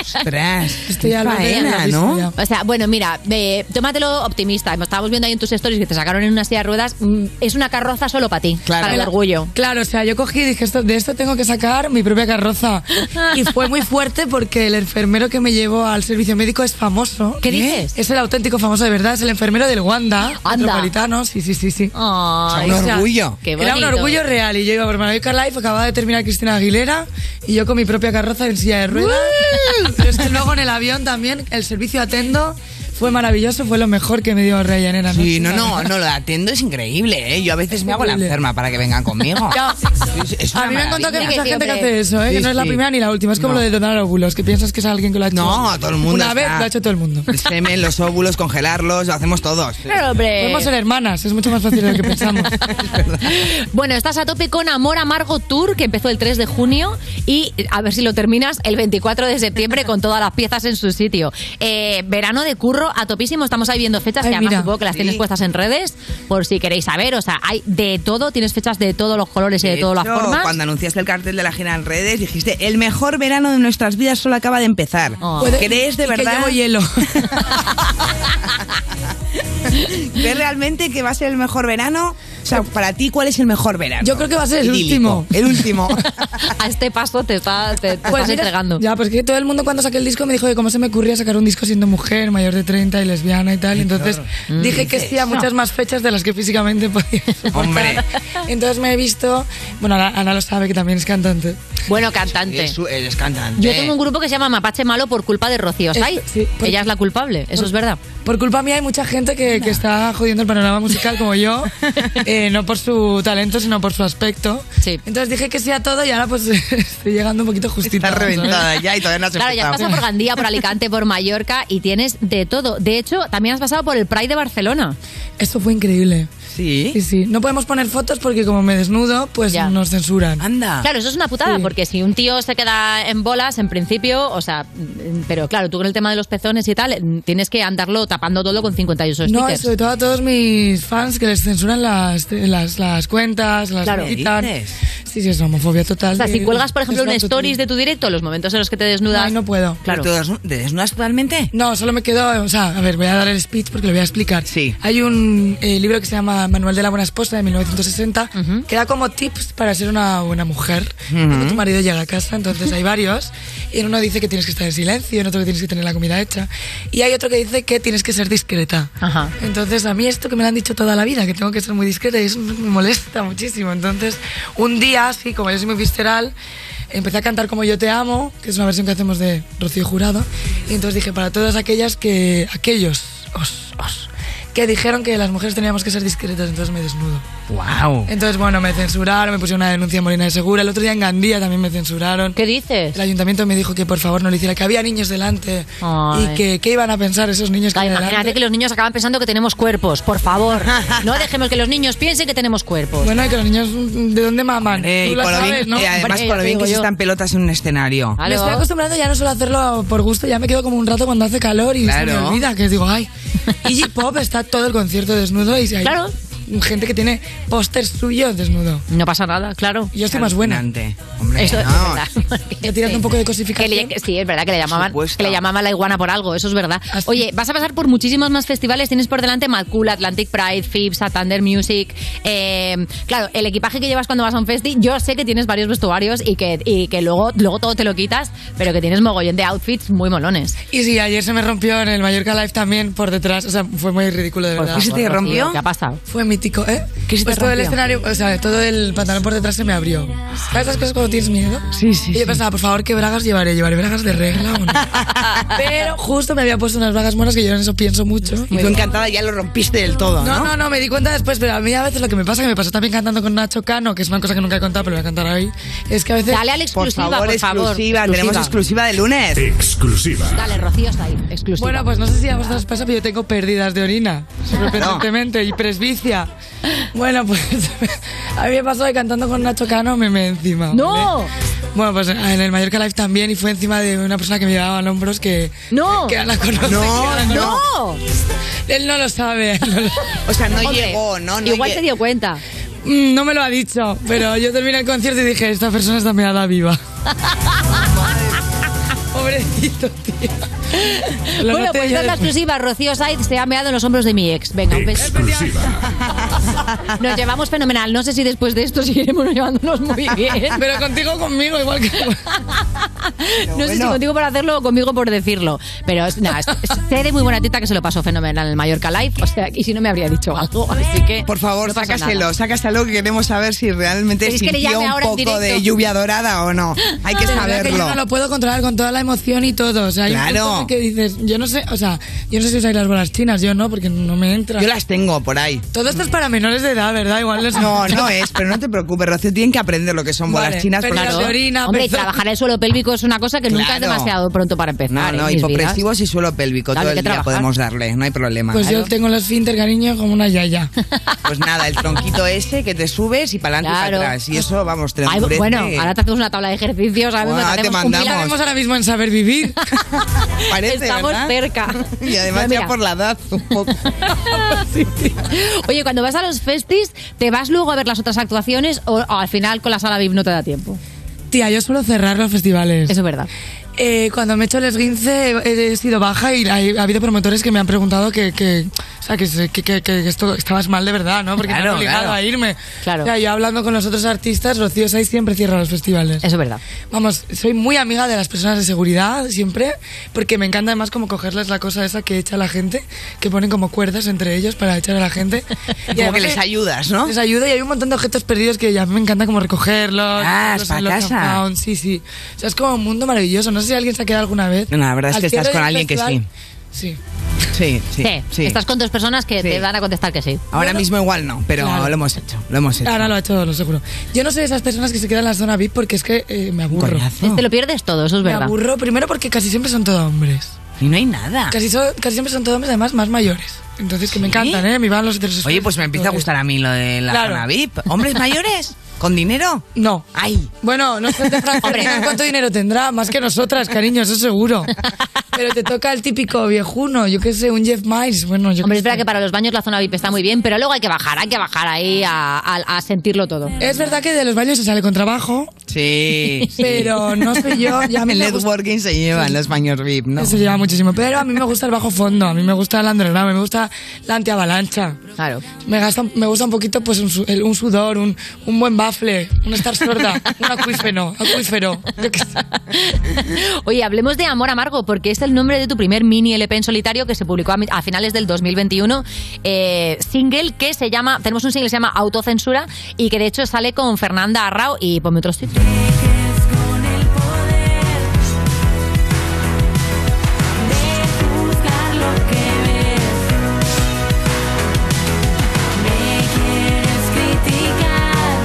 Ostras, estoy al borde de Faena, la ¿no? O sea, bueno, mira, eh, tómatelo optimista. Estábamos viendo ahí en tus stories que te sacaron en una silla de ruedas. Mm, Es una carroza solo para ti, para el Claro. orgullo. Claro, o sea, yo cogí y dije, esto, de esto tengo que sacar mi propia carroza. Y fue muy fuerte porque el enfermero que me llevó al servicio médico es famoso. ¿Eh? ¿Qué dices? Es el auténtico famoso de verdad, es el enfermero del Wanda, metropolitano, sí, sí, sí, sí. Ay, O sea, Qué Era un bonito. orgullo real y yo iba por Mallorca Live, acababa de terminar Cristina Aguilera y yo con mi propia carroza en silla de ruedas. Pero es que luego en el avión también el servicio atendo Fue maravilloso, fue lo mejor que me dio Ryanair. anoche, Sí, no, la no, verdad. no, lo de Atendo es increíble, ¿eh? Yo a veces me hago la Increíble. enferma para que vengan conmigo. Ya. Es- es una a mí me han contado que hay maravilla. mucha gente que hace eso, ¿eh? que Sí, no es la sí. primera ni la última. Es como No. lo de donar óvulos, que piensas que es alguien que lo ha hecho. No, todo el mundo Una está- vez lo ha hecho todo el mundo. El semen, los óvulos, congelarlos, lo hacemos todos. Podemos ser hermanas, es mucho más fácil de lo que pensamos. Bueno, estás a tope con Amor Amargo Tour, que empezó el 3 de junio y a ver si lo terminas el 24 de septiembre con todas las piezas en su sitio. Eh, verano de curro a topísimo, estamos ahí viendo fechas Ay, que además mira. supongo que las tienes Sí. puestas en redes por si queréis saber. O sea, hay de todo, tienes fechas de todos los colores y de, todas hecho, las formas. Cuando anunciaste el cartel de la gira en redes, dijiste: El mejor verano de nuestras vidas solo acaba de empezar. Ah. Puede- ¿Crees de y que verdad? llevo hielo. ¿Crees realmente que va a ser el mejor verano? O sea, para ti, ¿cuál es el mejor verano? Yo creo que va a ser el Idílico. último. El último. A este paso te, está, te, te Pues estás mira, entregando. Ya, pues que todo el mundo cuando saqué el disco me dijo que cómo se me ocurría sacar un disco siendo mujer, mayor de 30 y lesbiana y tal. Entonces Mm. dije que sí a muchas más fechas de las que físicamente podía. Hombre. Entonces me he visto. Bueno, Ana, Ana lo sabe que también es cantante. Bueno, cantante. Es- Eres cantante. Yo Eh. tengo un grupo que se llama Mapache Malo por culpa de Rocío Say. Ella es la culpable, eso es verdad. Este, Por culpa mía hay mucha gente que, que está jodiendo el panorama musical como yo, eh, no por su talento, sino por su aspecto. Entonces dije que sí a todo y ahora pues estoy llegando un poquito justita. Estás reventada ya y todavía no has Claro, ya has pasado por Gandía, por Alicante, por Mallorca y tienes de todo. De hecho, también has pasado por el Pride de Barcelona. Eso fue increíble. Sí. Sí, sí. No podemos poner fotos porque como me desnudo, pues nos censuran. Anda. Claro, eso es una putada, porque si un tío se queda en bolas, en principio, o sea, mm, pero claro, tú con el tema de los pezones y tal, mm, tienes que andarlo tapando todo con 58 stickers. No, y sobre todo a todos mis fans que les censuran las, las, las cuentas, las Claro. ¿Qué quitan. dices? Sí, sí, es homofobia total. o sea, si de- cuelgas, por ejemplo, es un una stories de tu directo, los momentos en los que te desnudas. Ay, no puedo. Claro. ¿Te desnudas totalmente? No, solo me quedo, o sea, a ver, voy a dar el speech porque lo voy a explicar. Sí. Hay un eh, libro que se llama Manual de la Buena Esposa de 1960 que da como tips para ser una buena mujer. Ujú. Cuando tu marido llega a casa, entonces hay varios. Y en uno dice que tienes que estar en silencio, en otro que tienes que tener la comida hecha. Y hay otro que dice que tienes que ser discreta. Ajá. Entonces, a mí esto que me lo han dicho toda la vida, que tengo que ser muy discreta, y eso me molesta muchísimo. Entonces, un día, así como yo soy muy visceral, empecé a cantar como Yo te amo, que es una versión que hacemos de Rocío Jurado. Y entonces dije, para todas aquellas que. aquellos. os. os. que dijeron que las mujeres teníamos que ser discretas, entonces me desnudo. ¡Wow! Entonces, bueno, me censuraron, me pusieron una denuncia en Molina de Segura. El otro día en Gandía también me censuraron. ¿Qué dices? El ayuntamiento me dijo que por favor no lo hiciera, que había niños delante Ay. y que qué iban a pensar esos niños que había Imagínate delante. que los niños acaban pensando que tenemos cuerpos, por favor. No dejemos que los niños piensen que tenemos cuerpos. Bueno, y que los niños, mm, ¿de dónde maman? Eh, Tú y lo con lo bien- sabes, ¿no? eh, además, Hombre, con lo ya bien te que se digo yo. están pelotas en un escenario. Me estoy acostumbrando ya no solo a hacerlo por gusto, ya me quedo como un rato cuando hace calor y se Claro. me olvida que digo, ay. Y Pop está todo el concierto desnudo y hay Claro. gente que tiene póster suyo desnudo. No pasa nada, claro. Yo estoy más buena. Hombre, Eso no, es verdad. Ya tirando un poco de cosificación. Que le- que sí, es verdad que le llamaban, que le llamaban la iguana por algo, eso es verdad. Ah, Oye, vas a pasar por muchísimos más festivales, tienes por delante Mad Cool, Atlantic Pride, FIB, Santander Music. eh, claro, el equipaje que llevas cuando vas a un festi, yo sé que tienes varios vestuarios y que, y que luego, luego todo te lo quitas, pero que tienes mogollón de outfits muy molones. Y sí, ayer se me rompió en el Mallorca Live también por detrás. O sea, fue muy ridículo, de Por verdad. favor, ¿Qué se te Rocío, rompió? ¿qué ha pasado? Fue mítico, ¿eh? ¿Qué se te pues todo el rompió? escenario, o sea, todo el pantalón por detrás se me abrió. ¿Sabes esas cosas cuando tienes miedo? Sí, sí. Y yo pensaba, por favor, ¿qué bragas llevaré? ¿Llevaré bragas de regla o no? Pero justo me había puesto unas bragas monas que yo en eso pienso mucho. Y tú encantada ya lo rompiste del todo, ¿no? No, no, no, me di cuenta después, pero a mí a veces lo que me pasa, que me pasó también cantando con Nacho Cano, que es una cosa que nunca he contado, pero lo voy a contar hoy, es que a veces... Dale a la exclusiva, Por favor, por favor. exclusiva, tenemos exclusiva de lunes. Exclusiva. Dale, Rocío está ahí, exclusiva. Bueno, pues no sé si a vosotros os pasa, pero yo tengo pérdidas de orina, sorprendentemente, y presbicia. Bueno, pues a mí me pasó que cantando con Nacho Cano me me encima. ¡No! Bueno, pues en el Mallorca Live también, y fue encima de una persona que me llevaba en hombros que... ¡No! Que la conoce, No, que la no. conoce. Él no lo sabe. O sea, no llegó, no, no Igual lle- se dio cuenta. Mm, No me lo ha dicho, pero yo terminé el concierto y dije, esta persona está meada viva. Pobrecito, tío. Lo bueno, noté pues ya esta es la después. exclusiva. Rocío Said se ha meado en los hombros de mi ex. Venga, un beso. Nos llevamos fenomenal. No sé si después de esto seguiremos llevándonos muy bien. Pero contigo, conmigo, igual que. no sé si contigo por hacerlo o conmigo por decirlo. Pero es- nada, es- es- sé de muy buena tita que se lo pasó fenomenal en el Mallorca Live. O sea, y si no me habría dicho algo. Así que. Por favor, no pasa sácaselo, nada. sácaselo que queremos saber si realmente ¿Queréis que le sintió llame un ahora en poco de directo? lluvia dorada o no. Hay que De verdad que saberlo. yo no lo puedo controlar con toda la emoción y todo. O sea, hay un Claro. punto en el que dices, yo no sé, o sea, yo no sé si usáis las bolas chinas, yo no, porque no me entra. Yo las tengo por ahí. Todo esto es para menores de edad, ¿verdad? Igual les- No, no es, pero no te preocupes, Rocío, tienen que aprender lo que son bolas chinas. porque- Claro. Hombre, y trabajar el suelo pélvico es una cosa que nunca es Claro. demasiado pronto para No, empezar. no, ¿eh, mis vidas? hipopresivos y suelo pélvico, Claro, todo hay el que día trabajar. podemos darle, no hay problema. Pues yo Claro. tengo el esfínter, cariño, como una yaya. Pues nada, el tronquito ese que te subes y para adelante y Claro. para atrás. Y eso, vamos, te Ay, endurece. bueno, Ahora te hacemos una tabla de ejercicios. Ahora mismo Buah, te te hacemos un mandamos. pilar. Estamos ahora mismo en saber vivir. Parece, Estamos ¿verdad? cerca. Y además Mira. ya por la edad un poco. Oye, cuando vas a los festis, ¿te vas luego a ver las otras actuaciones o, o al final con la sala VIP no te da tiempo? Tía, yo suelo cerrar los festivales. Eso es verdad. cuando me he hecho el esguince he, he sido baja y hay- ha habido promotores que me han preguntado que, que, o sea, que, se- que- que- que esto estabas mal de verdad, ¿no? Porque me Claro, han obligado claro. a irme. Claro. O sea, yo hablando con los otros artistas, Rocío Saiz siempre cierra los festivales. Eso es verdad. Vamos, soy muy amiga de las personas de seguridad siempre, porque me encanta además como cogerles la cosa esa que echa la gente, que ponen como cuerdas entre ellos para echar a la gente. Y Como que además les ayudas, ¿no? Les ayuda y hay un montón de objetos perdidos que ya me encanta como recogerlos. Ah, los- es pa' los casa. found, Sí, sí. O sea, es como un mundo maravilloso. No sé si alguien se ha quedado alguna vez. No, la verdad es Al que estás cierre con del alguien que festival- Sí. Sí, sí, Sí, sí. Estás con dos personas que te van a contestar que sí. Ahora mismo igual no, pero Claro. lo hemos hecho, lo hemos hecho. Ahora lo ha hecho, lo seguro. Yo no soy de esas personas que se quedan en la zona VIP porque es que eh, me aburro. Te lo pierdes todo, eso es Me verdad. aburro primero porque casi siempre son todos hombres. Y no hay nada. Casi, so- casi siempre son todos hombres, además, más mayores. Entonces, que me encantan, ¿eh? Me van los heterosexuales. Oye, pues me empieza a gustar a mí lo de la Claro. zona VIP. ¿Hombres mayores? ¿Con dinero? No. Ay. Bueno, no sé cuánto dinero tendrá, más que nosotras, cariño, eso seguro. Pero te toca el típico viejuno, yo qué sé, un Jeff Miles. Bueno, yo qué Hombre, sé. espera que para los baños la zona VIP está muy bien, pero luego hay que bajar, hay que bajar ahí a, a- a sentirlo todo. Es verdad que de los baños se sale con trabajo. Sí. sí. Pero no soy yo, ya a mí el me gusta- networking se lleva en los baños VIP, ¿no? Eso lleva muchísimo. Pero a mí me gusta el bajo fondo, a mí me gusta el underground, me gusta la antiavalancha. Claro. Me, gasta, me gusta un poquito pues un, su- el- un sudor, un, un buen bafle, un estar sorda, un acuífero, acuífero. Yo qué sé. Oye, hablemos de Amor Amargo, porque es el nombre de tu primer mini LP en solitario que se publicó a, mi- a finales del 2021. eh, single que se llama, tenemos un single que se llama Autocensura y que de hecho sale con Fernanda Arrao y ponme otros títulos. Buscar lo que ves. Me quieres criticar.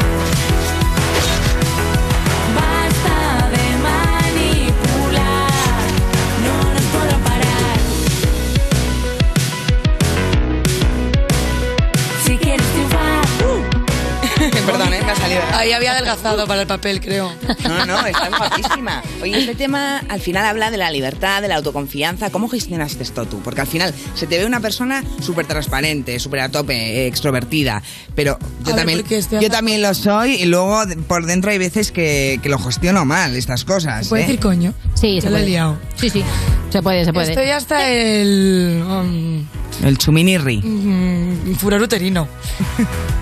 Basta de manipular. No nos puedo parar. Si quieres triunfar. Perdón, ¿eh? Me ha salido. Ahí había adelgazado para el papel, creo. No, no, estás guapísima. Oye, este tema al final habla de la libertad, de la autoconfianza. ¿Cómo gestionas esto tú? Porque al final se te ve una persona súper transparente, súper a tope, eh, extrovertida. Pero yo, A ver, también, porque este yo ama- también lo soy y luego de- por dentro hay veces que, que lo gestiono mal, estas cosas. ¿Puedes ¿eh? decir coño? Sí, se lo he liado. Sí, sí. Se puede, se puede. Estoy hasta el... um, El chuminirri. Mm, furor uterino.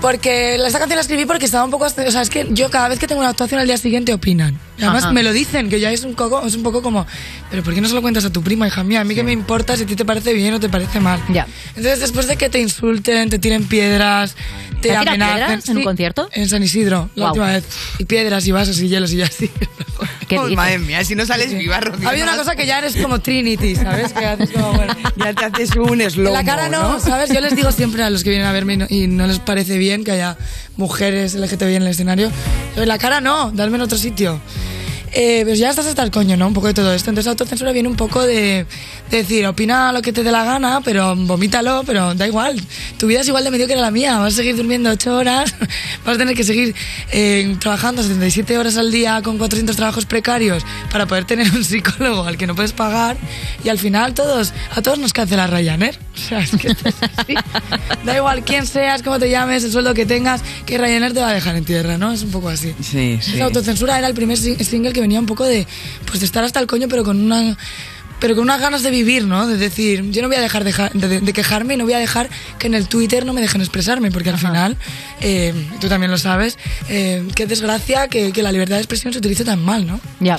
Porque la- esta canción la escribí porque estaba un poco... O sea, es que yo cada vez que tengo una actuación al día siguiente opinan. Y además Ajá. me lo dicen, que ya es un, poco, es un poco como... Pero ¿por qué no se lo cuentas a tu prima, hija mía? A mí que me importa si a ti te parece bien o te parece mal. Ya. Entonces después de que te insulten, te tiren piedras, ¿Te te tiran amenazan... piedras en un concierto? En San Isidro, la Guau. última vez. Y piedras y vasos y hielos y ya así. Oh, madre mía, si no sales viva, Rocío. Había una cosa que ya eres como Trinity, ¿sabes? Que haces como, bueno... Ya te haces un slow La cara no, ¿sabes? Yo les digo siempre a los que vienen a verme y no, y no les parece bien que haya mujeres LGTBI en el escenario. "Eh, La cara no, darme en otro sitio. Eh, pues ya estás hasta el coño, ¿no? Un poco de todo esto. Entonces, autocensura viene un poco de, de decir, opina lo que te dé la gana, pero vomítalo, pero da igual. Tu vida es igual de medio que la mía. Vas a seguir durmiendo 8 horas, vas a tener que seguir eh, trabajando 77 horas al día con 400 trabajos precarios para poder tener un psicólogo al que no puedes pagar. Y al final, todos, a todos nos cancela Ryanair. O sea, es que esto es así. Da igual quién seas, cómo te llames, el sueldo que tengas, que Ryanair te va a dejar en tierra, ¿no? Es un poco así. Sí, sí. Esa autocensura era el primer sing- single que venía un poco de, pues, de estar hasta el coño, pero con una... Pero con unas ganas de vivir, ¿no? De decir, yo no voy a dejar de, ja- de- de quejarme y no voy a dejar que en el Twitter no me dejen expresarme, porque al final, eh, tú también lo sabes, eh, qué desgracia que, que la libertad de expresión se utilice tan mal, ¿no? Ya.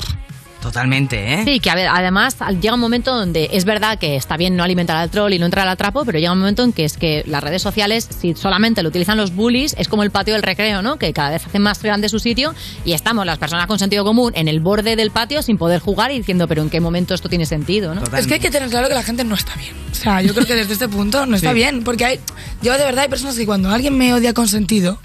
Totalmente, ¿eh? Sí, que a ver, además llega un momento donde es verdad que está bien no alimentar al troll y no entrar al trapo, pero llega un momento en que es que las redes sociales, si solamente lo utilizan los bullies, es como el patio del recreo, ¿no? Que cada vez hacen más grande su sitio y estamos las personas con sentido común en el borde del patio sin poder jugar y diciendo, pero ¿en qué momento esto tiene sentido, no? Es que hay que tener claro que la gente no está bien. O sea, yo creo que desde este punto no está Sí. bien. Porque hay, yo de verdad hay personas que cuando alguien me odia con sentido,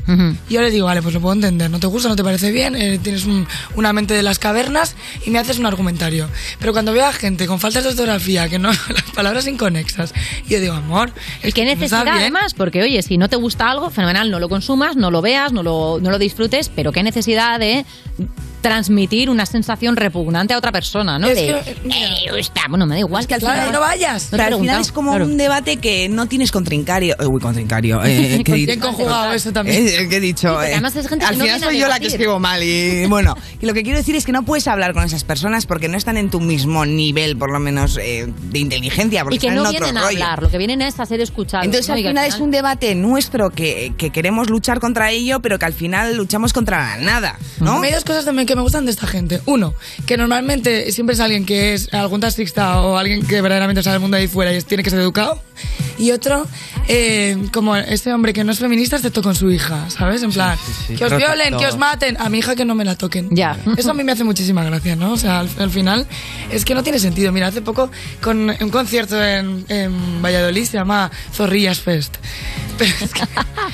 yo le digo, vale, pues lo puedo entender, no te gusta, no te parece bien, eh, tienes un- una mente de las cavernas y me haces un argumentario. Pero cuando veo a gente con faltas de ortografía, que no, las palabras inconexas, yo digo, amor, ¿Y qué necesidad ¿eh? además? Porque oye, si no te gusta algo, fenomenal, no lo consumas, no lo veas, no lo, no lo disfrutes, pero qué necesidad de transmitir una sensación repugnante a otra persona, ¿no? Es De, que, "Eh, me gusta". bueno, me da igual que al Claro, final no vayas. te he Pero al final preguntado, es como claro. un debate que no tienes contrincario. eh, Uy, contrincario. Eh, que he Bien dicho- conjugado eso también. Eh, que he dicho. Sí, porque eh, además es gente al que no final viene a soy yo la que debatir. escribo mal. Y bueno, y lo que quiero decir es que no puedes hablar con esas personas porque no están en tu mismo nivel, por lo menos, eh, de inteligencia. Porque y que están no en otro vienen a rollo. hablar, lo que vienen es a ser escuchados. Entonces, Pues ¿no? al Y que final es un debate nuestro que, que queremos luchar contra ello, pero que al final luchamos contra la nada, ¿no? Hay dos cosas también que me gustan de esta gente. Uno, que normalmente siempre es alguien que es algún taxista o alguien que verdaderamente sabe el mundo ahí fuera y es- tiene que ser educado. Y otro, eh, como este hombre que no es feminista excepto con su hija, ¿sabes? En plan, sí, que os creo que violen, que os todos. maten, a mi hija que no me la toquen. Ya. Eso a mí me hace muchísima gracia, ¿no? O sea, al, al final es que no tiene sentido. Mira, hace poco con un concierto en, en Valladolid se llama Zorrillas Fest. Pero es que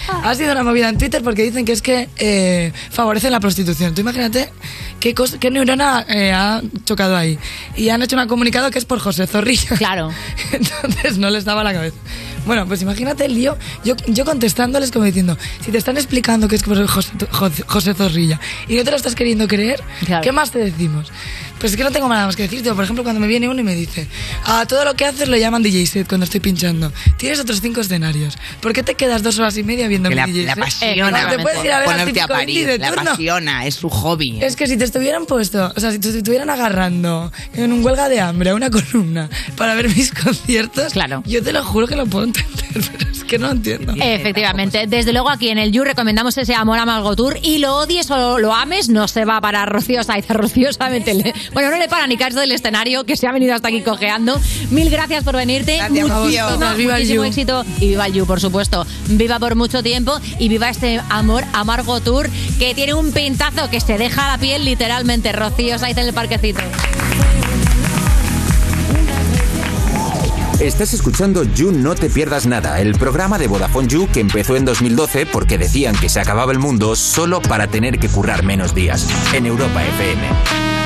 ha sido una movida en Twitter porque dicen que es que eh, favorecen la prostitución. Tú imagínate qué, cos- qué neurona eh, ha chocado ahí. Y han hecho un comunicado que es por José Zorrilla. Claro. Entonces no les daba la cabeza. Bueno, pues imagínate el lío. Yo, yo contestándoles como diciendo, si te están explicando que es por José, José- José Zorrilla y no te lo estás queriendo creer, ¿qué más te decimos? Pues es que no tengo nada más que decirte. Por ejemplo, cuando me viene uno y me dice, a todo lo que haces lo llaman DJ set cuando estoy pinchando. Tienes otros cinco escenarios. ¿por qué te quedas dos horas y media viendo Que mi la, DJ la set? apasiona Cuando te puedes ir a ver al ponerte a típico indie parir, de la turno. apasiona, es su hobby. Es que si te estuvieran puesto, o sea, si te estuvieran agarrando en un huelga de hambre a una columna para ver mis conciertos, claro. yo te lo juro que lo puedo entender, pero es que no entiendo. Eh, Efectivamente, desde luego aquí en el You recomendamos ese amor a Margot Tour y lo odies o lo ames, no se va a parar Rocío Saiz, a Rocío solamente le- Bueno, no le para ni caerse del escenario que se ha venido hasta aquí cojeando. Mil gracias por venirte. Gracias a Muchísimo, vosotras, viva el muchísimo You. éxito y viva el You, por supuesto. Viva por mucho tiempo y viva este amor a Margot Tour que tiene un pintazo que se deja la piel literalmente. Rocío Saiz en el parquecito. Estás escuchando You No Te Pierdas Nada, el programa de Vodafone You que empezó en 2012 porque decían que se acababa el mundo solo para tener que currar menos días. En Europa FM.